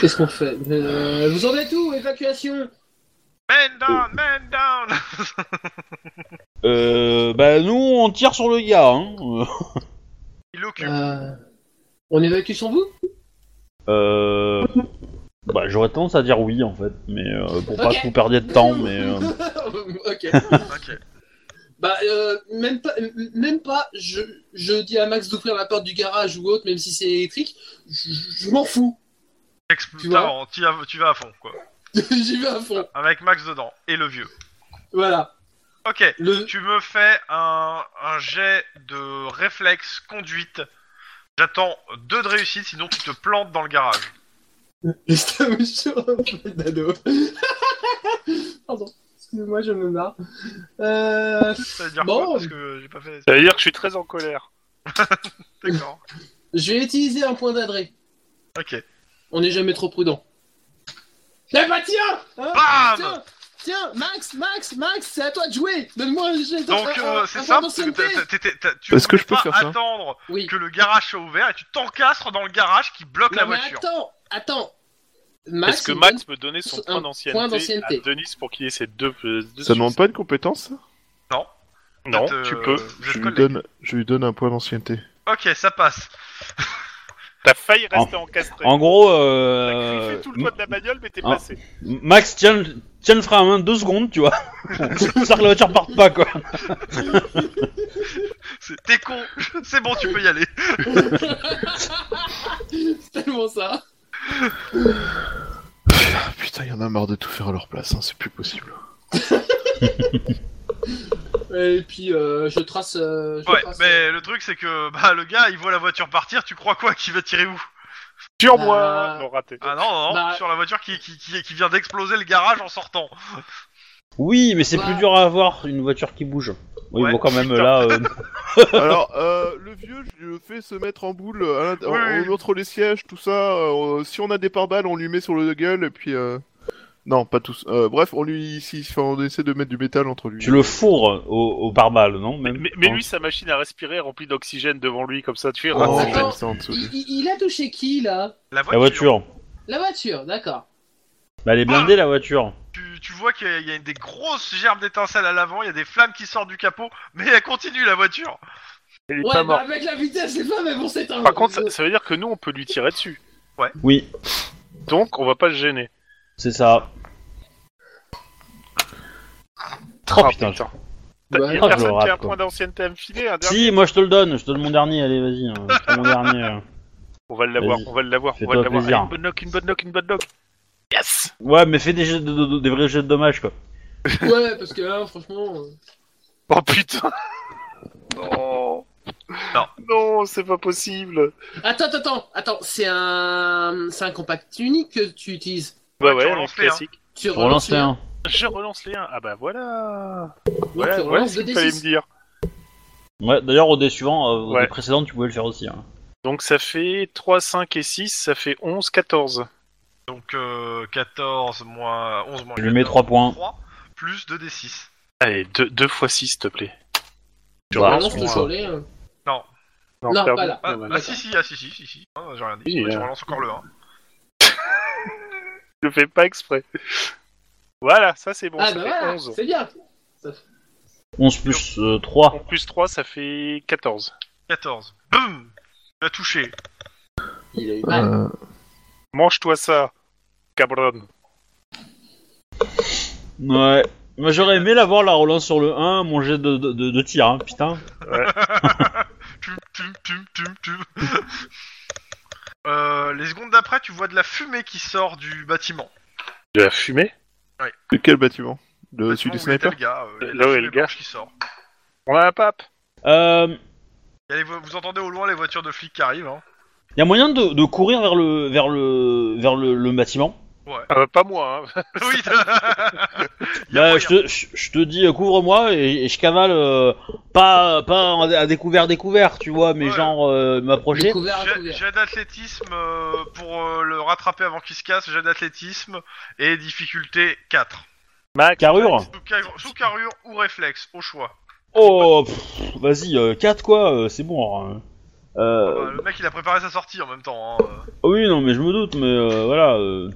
S5: Qu'est-ce qu'on fait Euh, Vous en êtes où, évacuation
S2: Man down, man down
S1: Euh, bah, nous, on tire sur le gars, hein.
S2: Il l'occupe.
S5: Euh, On évacue sans vous
S1: Euh. Bah, j'aurais tendance à dire oui, en fait, mais euh, pour pas
S5: Ok.
S1: que vous perdiez de temps, mais. euh,
S5: ok.
S2: Ok.
S5: Bah, euh, même pas, m- même pas je, je dis à Max d'ouvrir la porte du garage ou autre, même si c'est électrique, je, je m'en fous.
S2: Expl-
S5: Tu vois
S2: T'as- on- t'y vas- tu vas à fond, quoi.
S5: J'y vais à fond.
S2: Avec Max dedans et le vieux.
S5: Voilà.
S2: Ok.
S5: Le...
S2: Tu me fais un, un jet de réflexe conduite. J'attends deux de réussite, sinon tu te plantes dans le garage.
S5: Le Stamoucho, en fait, d'ado. Pardon. Excusez-moi, je me marre. Euh,
S2: Ça veut dire
S5: Bon.
S2: quoi Parce que j'ai pas fait.
S4: Ça veut dire que je suis très en colère.
S2: D'accord.
S5: je vais utiliser un point d'adresse.
S2: Ok.
S5: On n'est jamais trop prudent. Eh bah tiens Hein
S2: Bam
S5: Tiens Tiens, Max, Max, Max, c'est à toi de jouer Donne-moi un jet
S2: Donc
S5: un-
S2: euh,
S5: un-
S2: c'est
S5: un
S2: simple, parce que
S5: d'ancienneté.
S2: t'as- t'as- t'as- t'as- tu
S3: Est-ce que je peux
S2: voulais
S3: faire
S2: pas
S3: ça
S2: attendre
S5: Oui.
S2: que le garage soit ouvert et tu t'encastres dans le garage qui bloque la
S5: Non, mais
S2: voiture.
S5: attends, attends Max,
S4: Est-ce que
S5: il me
S4: Max peut donner son
S5: un
S4: point
S5: point
S4: d'ancienneté à
S5: d'ancienneté.
S4: Denis pour qu'il ait ses deux. euh, deux
S3: Ça demande
S4: succès
S3: pas une compétence ça
S4: Non,
S2: Peut-être,
S4: tu
S2: euh,
S4: peux.
S2: Je te
S3: je lui,
S2: connais.
S3: donne, je lui donne un point d'ancienneté.
S2: Ok, ça passe.
S4: T'as failli rester encastré.
S1: En gros,
S4: T'as
S1: euh.
S4: griffé tout le toit de la bagnole, mais t'es
S1: ah.
S4: passé.
S1: Max, tiens, tiens le frein à main deux secondes, tu vois. Pour ça que la voiture parte pas, quoi.
S2: C'est- T'es con. c'est bon, tu peux y aller.
S5: donne- C'est tellement ça
S3: Ah, putain, il y en a marre de tout faire à leur place, hein, c'est plus possible.
S5: Et puis, euh, je trace... euh, je
S2: Ouais,
S5: trace, euh,
S2: mais le truc c'est que bah le gars, il voit la voiture partir. Tu crois quoi Qu'il va tirer où
S4: Sur
S5: Bah.
S4: moi Non, raté.
S2: Ah non, non, non,
S5: Bah-
S2: sur la voiture qui, qui, qui, qui vient d'exploser le garage en sortant.
S1: Oui, mais c'est
S5: Bah.
S1: plus dur à avoir une voiture qui bouge. Oui,
S2: Ouais,
S1: bon, quand même,
S2: putain.
S1: là. euh,
S3: Alors, euh, le vieux, je le fais se mettre en boule à l'int-
S2: Oui,
S3: en-
S2: oui.
S3: entre les sièges, tout ça. euh, si on a des pare-balles, on lui met sur le gueule, et puis. euh, Non, pas tous. Euh, bref, on lui, si, enfin, on essaie de mettre du métal entre lui. Euh,
S1: Tu le fourres au, au pare-balles, non Même- hein,
S4: Mais, mais lui, sa machine à respirer est remplie d'oxygène devant lui, comme ça, tu fais.
S3: Oh,
S5: Attends.
S3: c'est en dessous.
S5: Il, il- il a touché qui là
S1: La
S2: La voiture.
S1: voiture.
S5: La voiture, d'accord.
S1: Bah, elle
S4: Ah
S1: est blindée, la voiture.
S2: Tu, tu vois qu'il y a- il y a des grosses gerbes d'étincelles à l'avant, il y a des flammes qui sortent du capot, mais elle continue la voiture.
S4: Elle est
S5: Ouais,
S4: pas
S5: bah,
S4: morte.
S5: avec la vitesse, les femmes elles vont s'éteindre.
S4: Par contre, ça, ça veut dire que nous, on peut lui tirer dessus.
S1: Oui,
S4: Donc, on va pas le gêner.
S1: c'est ça. Oh, putain, je-
S4: T'as-
S5: Bah,
S4: y a
S1: ah, je
S4: personne qui
S1: rate,
S4: a un
S1: quoi.
S4: point d'ancienneté à me filer, un dernier
S1: Si, moi je te le donne, je te donne mon dernier, allez, vas-y. hein, je te donne mon dernier. euh.
S4: On va l'avoir,
S1: Vas-y.
S4: on va l'avoir, on va
S1: Fais-toi
S4: l'avoir.
S1: plaisir.
S4: Allez, Une bonne knock, une bonne knock, une bonne knock. Yes
S1: Ouais, mais fais des, jets de- de- de- des vrais jets de dommages, quoi.
S5: Ouais, parce que là, franchement. euh,
S4: Oh putain Non
S2: Non.
S4: Non, c'est pas possible
S5: Attends, attends, attends, attends, c'est un... c'est un compact unique que tu utilises.
S4: Bah
S2: Ouais, tu
S4: ouais,
S2: relances les
S4: classique.
S5: Tu
S1: Relance les
S5: les
S1: un.
S4: Je relance les 1. Ah bah voilà
S5: Donc,
S4: Voilà,
S5: tu
S4: voilà
S5: relances
S4: ce qu'il
S5: 2D6.
S4: fallait me dire.
S1: Ouais, d'ailleurs, au dé suivant, euh, au
S4: Ouais.
S1: dé précédent, tu pouvais le faire aussi. hein.
S4: Donc ça fait 3, 5 et 6, ça fait 11, 14.
S2: Donc euh, 14 moins 11 moins
S1: Je lui mets
S2: 14,
S1: 3 points.
S2: 3 plus 2 d6.
S4: Allez, 2, fois 6, s'il te plaît.
S5: Tu
S1: Bah,
S5: relances
S1: ouais.
S5: le chalet. hein. Non,
S4: pardon.
S5: pas là.
S2: Ah,
S5: Non, bah,
S2: ah,
S5: d'accord.
S2: si, si, ah si si si si, Ah, j'ai rien dit.
S4: Oui,
S2: Ouais, je
S4: euh.
S2: relance encore le 1.
S4: Je fais pas exprès. Voilà, ça c'est bon,
S5: ah
S4: ça
S5: bah
S4: fait
S5: voilà,
S4: 11.
S5: c'est bien.
S1: 11 plus euh,
S4: En
S1: 3.
S4: plus 3, ça fait 14.
S2: 14. Boum Tu as touché.
S5: Il a eu mal.
S3: Euh,
S4: Mange-toi ça, cabron.
S1: Ouais. Moi, j'aurais aimé l'avoir, la relance sur le 1, mon jet de, de, de- de tir, hein, putain.
S2: Tum, tum, tum, tum, tum. Euh, les secondes d'après, tu vois de la fumée qui sort du bâtiment.
S4: De la fumée
S3: de Euh, quel bâtiment De
S2: Le
S3: celui
S2: bâtiment
S3: du
S2: où était
S3: sniper
S2: le gars, euh, il y a de
S4: Là
S2: la
S4: où est
S2: fumée
S4: le gars.
S2: blanche qui sort.
S4: On a un pape
S1: Euh,
S2: Il y a les vo- vous entendez au loin les voitures de flics qui arrivent. Hein.
S1: y a moyen de, de courir vers le, vers le, vers le, le bâtiment
S4: Ah bah, Pas moi, hein.
S2: oui Il y a
S1: Bah,
S2: moyen.
S1: je te, je- je te dis, euh, couvre-moi et, et je cavale, euh, pas, pas en- à découvert, découvert, tu vois, mais
S2: Ouais.
S1: genre euh, m'approcher.
S5: Découvert à
S2: J'ai-
S5: découvert.
S2: J'ai d'athlétisme euh, pour euh, le rattraper avant qu'il se casse. J'ai d'athlétisme et difficulté 4.
S4: Max,
S1: Carrure
S2: Sous, car- sous carrure ou réflexe, au choix.
S1: Oh, pff, vas-y, 4 quoi, euh, c'est bon. alors, euh. Euh,
S2: Euh, le mec il a préparé sa sortie en même temps. hein, euh.
S1: oh oui, non, mais je me doute, mais euh, voilà. euh,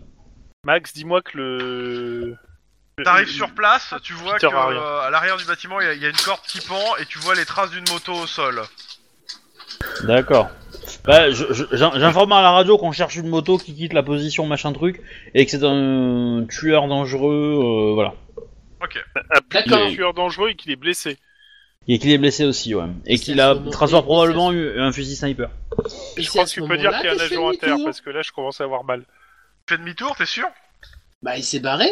S4: Max, dis-moi que le.
S2: T'arrives sur place, tu vois que
S4: euh, Peter Harrier.
S2: euh, à l'arrière du bâtiment il y a- il y, a une corde qui pend et tu vois les traces d'une moto au sol.
S1: D'accord. Bah, je- je- j'in- j'informe à la radio qu'on cherche une moto qui quitte la position, machin truc, et que c'est un tueur dangereux, euh, voilà.
S4: Putain,
S5: D'accord.
S4: un tueur dangereux et qu'il est blessé.
S1: Et qu'il est blessé aussi, ouais. Et
S5: C'est
S1: qu'il
S5: à
S1: a
S5: ce moment-
S1: transfert
S5: et-
S1: probablement eu un fusil sniper.
S4: Je
S5: C'est
S4: crois
S5: à
S4: que
S5: ce
S4: tu peux dire
S5: moment-là
S4: qu'il y a un
S5: que je fais
S4: agent inter
S5: demi-tour.
S4: parce que là je commence à avoir mal.
S2: Tu fais demi-tour, t'es sûr
S5: Bah, il s'est barré.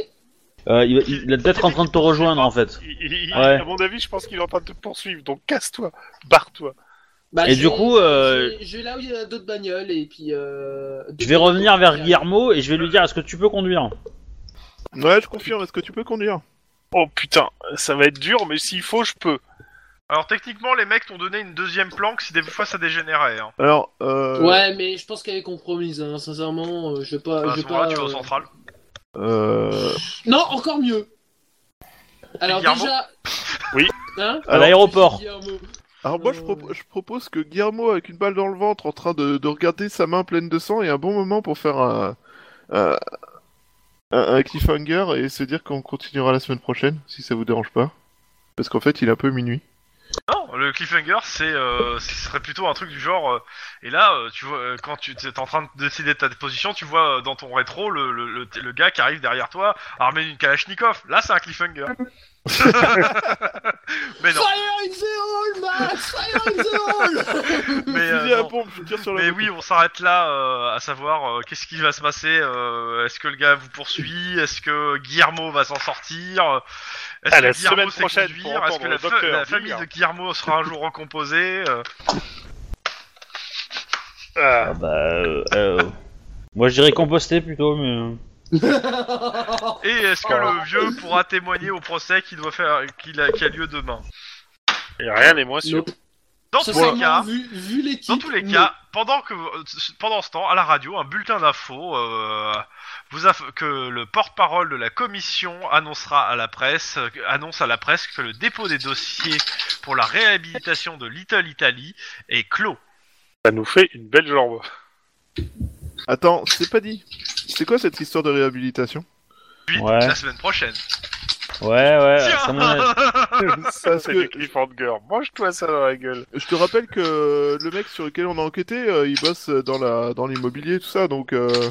S1: Euh, il, va- il est peut-être en train de te rejoindre en fait.
S4: Il- il- il-
S1: Ouais.
S4: À mon avis, je pense qu'il est en train de te poursuivre, donc casse-toi, barre-toi.
S5: Bah,
S1: Et
S5: je
S1: du
S5: vais-
S1: coup, euh,
S5: je vais- Je vais là où il y a d'autres bagnoles et puis. Euh...
S1: Je vais revenir vers Guillermo et je vais lui dire est-ce que tu peux conduire
S3: Ouais, je confirme. Est-ce que tu peux conduire
S4: Oh putain, ça va être dur, mais s'il faut, je peux.
S2: Alors techniquement les mecs t'ont donné une deuxième planque si des fois ça dégénérait. Hein.
S3: Alors, euh,
S5: Ouais, mais je pense qu'elle est compromise, hein. sincèrement. euh, Je vais pas.
S2: Bah, À
S5: je
S2: ce
S5: vais pas
S2: moment-là tu vas au
S5: euh,
S2: central.
S3: euh,
S5: Non, encore mieux. Alors
S2: Guillermo
S5: déjà.
S4: Oui.
S5: Hein
S1: À l'aéroport.
S5: Guillermo.
S3: Alors moi je, propo- je propose que Guillermo avec une balle dans le ventre en train de, de regarder sa main pleine de sang et un bon moment pour faire un, un, un- un cliffhanger et se dire qu'on continuera la semaine prochaine si ça vous dérange pas. Parce qu'en fait il est un peu minuit.
S2: Non, le cliffhanger, c'est, euh, ce serait plutôt un truc du genre. euh, et là, euh, tu vois, euh, quand tu es en train de décider de ta position, tu vois euh, dans ton rétro le, le, le, le gars qui arrive derrière toi armé d'une Kalachnikov. Là, c'est un cliffhanger. mais non,
S5: Fire in the hole, Max Fire in the hole
S2: mais, euh,
S4: ah,
S3: Fusil à
S2: non.
S3: pompe, je tire sur la
S2: Mais
S3: moto.
S2: oui, on s'arrête là euh, à savoir euh, qu'est-ce qui va se passer. euh, Est-ce que le gars vous poursuit Est-ce que Guillermo va s'en sortir euh, Est-ce
S4: À
S2: que
S4: Ah, la
S2: Guillermo
S4: semaine
S2: sait
S4: prochaine pour
S2: conduire Est-ce que
S4: entendre
S2: la,
S4: le
S2: fa-
S4: docteur
S2: la famille
S4: Bigard.
S2: de Guillermo sera un jour recomposée euh,
S4: Ah,
S1: Ah bah, euh, euh, Moi je dirais composter plutôt, mais. euh,
S2: Et est-ce
S4: Oh,
S2: que le vieux pourra témoigner au procès qui doit faire, qu'il a, qui a lieu demain
S4: et rien n'est moins sûr.
S5: Nope.
S2: Dans
S5: Ce
S2: tous les cas,
S5: vu, vu l'équipe.
S2: Dans tous les
S5: non.
S2: cas, pendant que euh, pendant ce temps, à la radio, un bulletin d'infos euh, vous aff- que le porte-parole de la commission annoncera à la presse euh, annonce à la presse que le dépôt des dossiers pour la réhabilitation de Little Italy est clos.
S4: Ça nous fait une belle jambe.
S3: Attends, c'est pas dit. C'est quoi cette histoire de réhabilitation
S2: Puis
S1: Ouais.
S2: la semaine prochaine.
S1: Ouais, ouais,
S2: Tiens
S1: ça m'en est-
S4: ça, c'est
S3: que-
S4: des cliffhangers. Mange-toi ça dans la gueule.
S3: Je te rappelle que le mec sur lequel on a enquêté, euh, il bosse dans la dans l'immobilier tout ça, donc euh,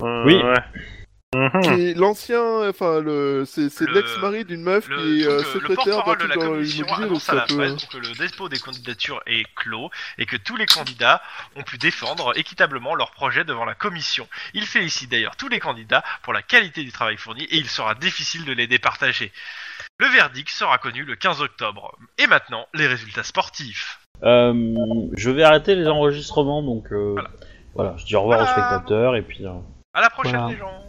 S1: Oui.
S4: Ouais. Mhm.
S3: qui est l'ancien, enfin le, c'est c'est
S2: Hmm. Le-
S3: l'ex-mari d'une meuf qui est
S2: donc,
S3: euh,
S2: euh,
S3: secrétaire d'un
S2: porte-parole de
S3: truc
S2: la
S3: dans
S2: commission
S3: l'immobilier, donc
S2: annonce à
S3: ça
S2: la
S3: peut.
S2: presse que le dépôt des candidatures est clos et que tous les candidats ont pu défendre équitablement leur projet devant la commission. Il félicite d'ailleurs tous les candidats pour la qualité du travail fourni et il sera difficile de les départager. Le verdict sera connu le 15 octobre. Et maintenant, les résultats sportifs.
S1: Euh, je vais arrêter les enregistrements, donc euh, voilà.
S2: Voilà.
S1: je dis au revoir aux
S2: Voilà.
S1: spectateurs et puis. euh,
S2: À la prochaine
S1: Voilà.
S2: les gens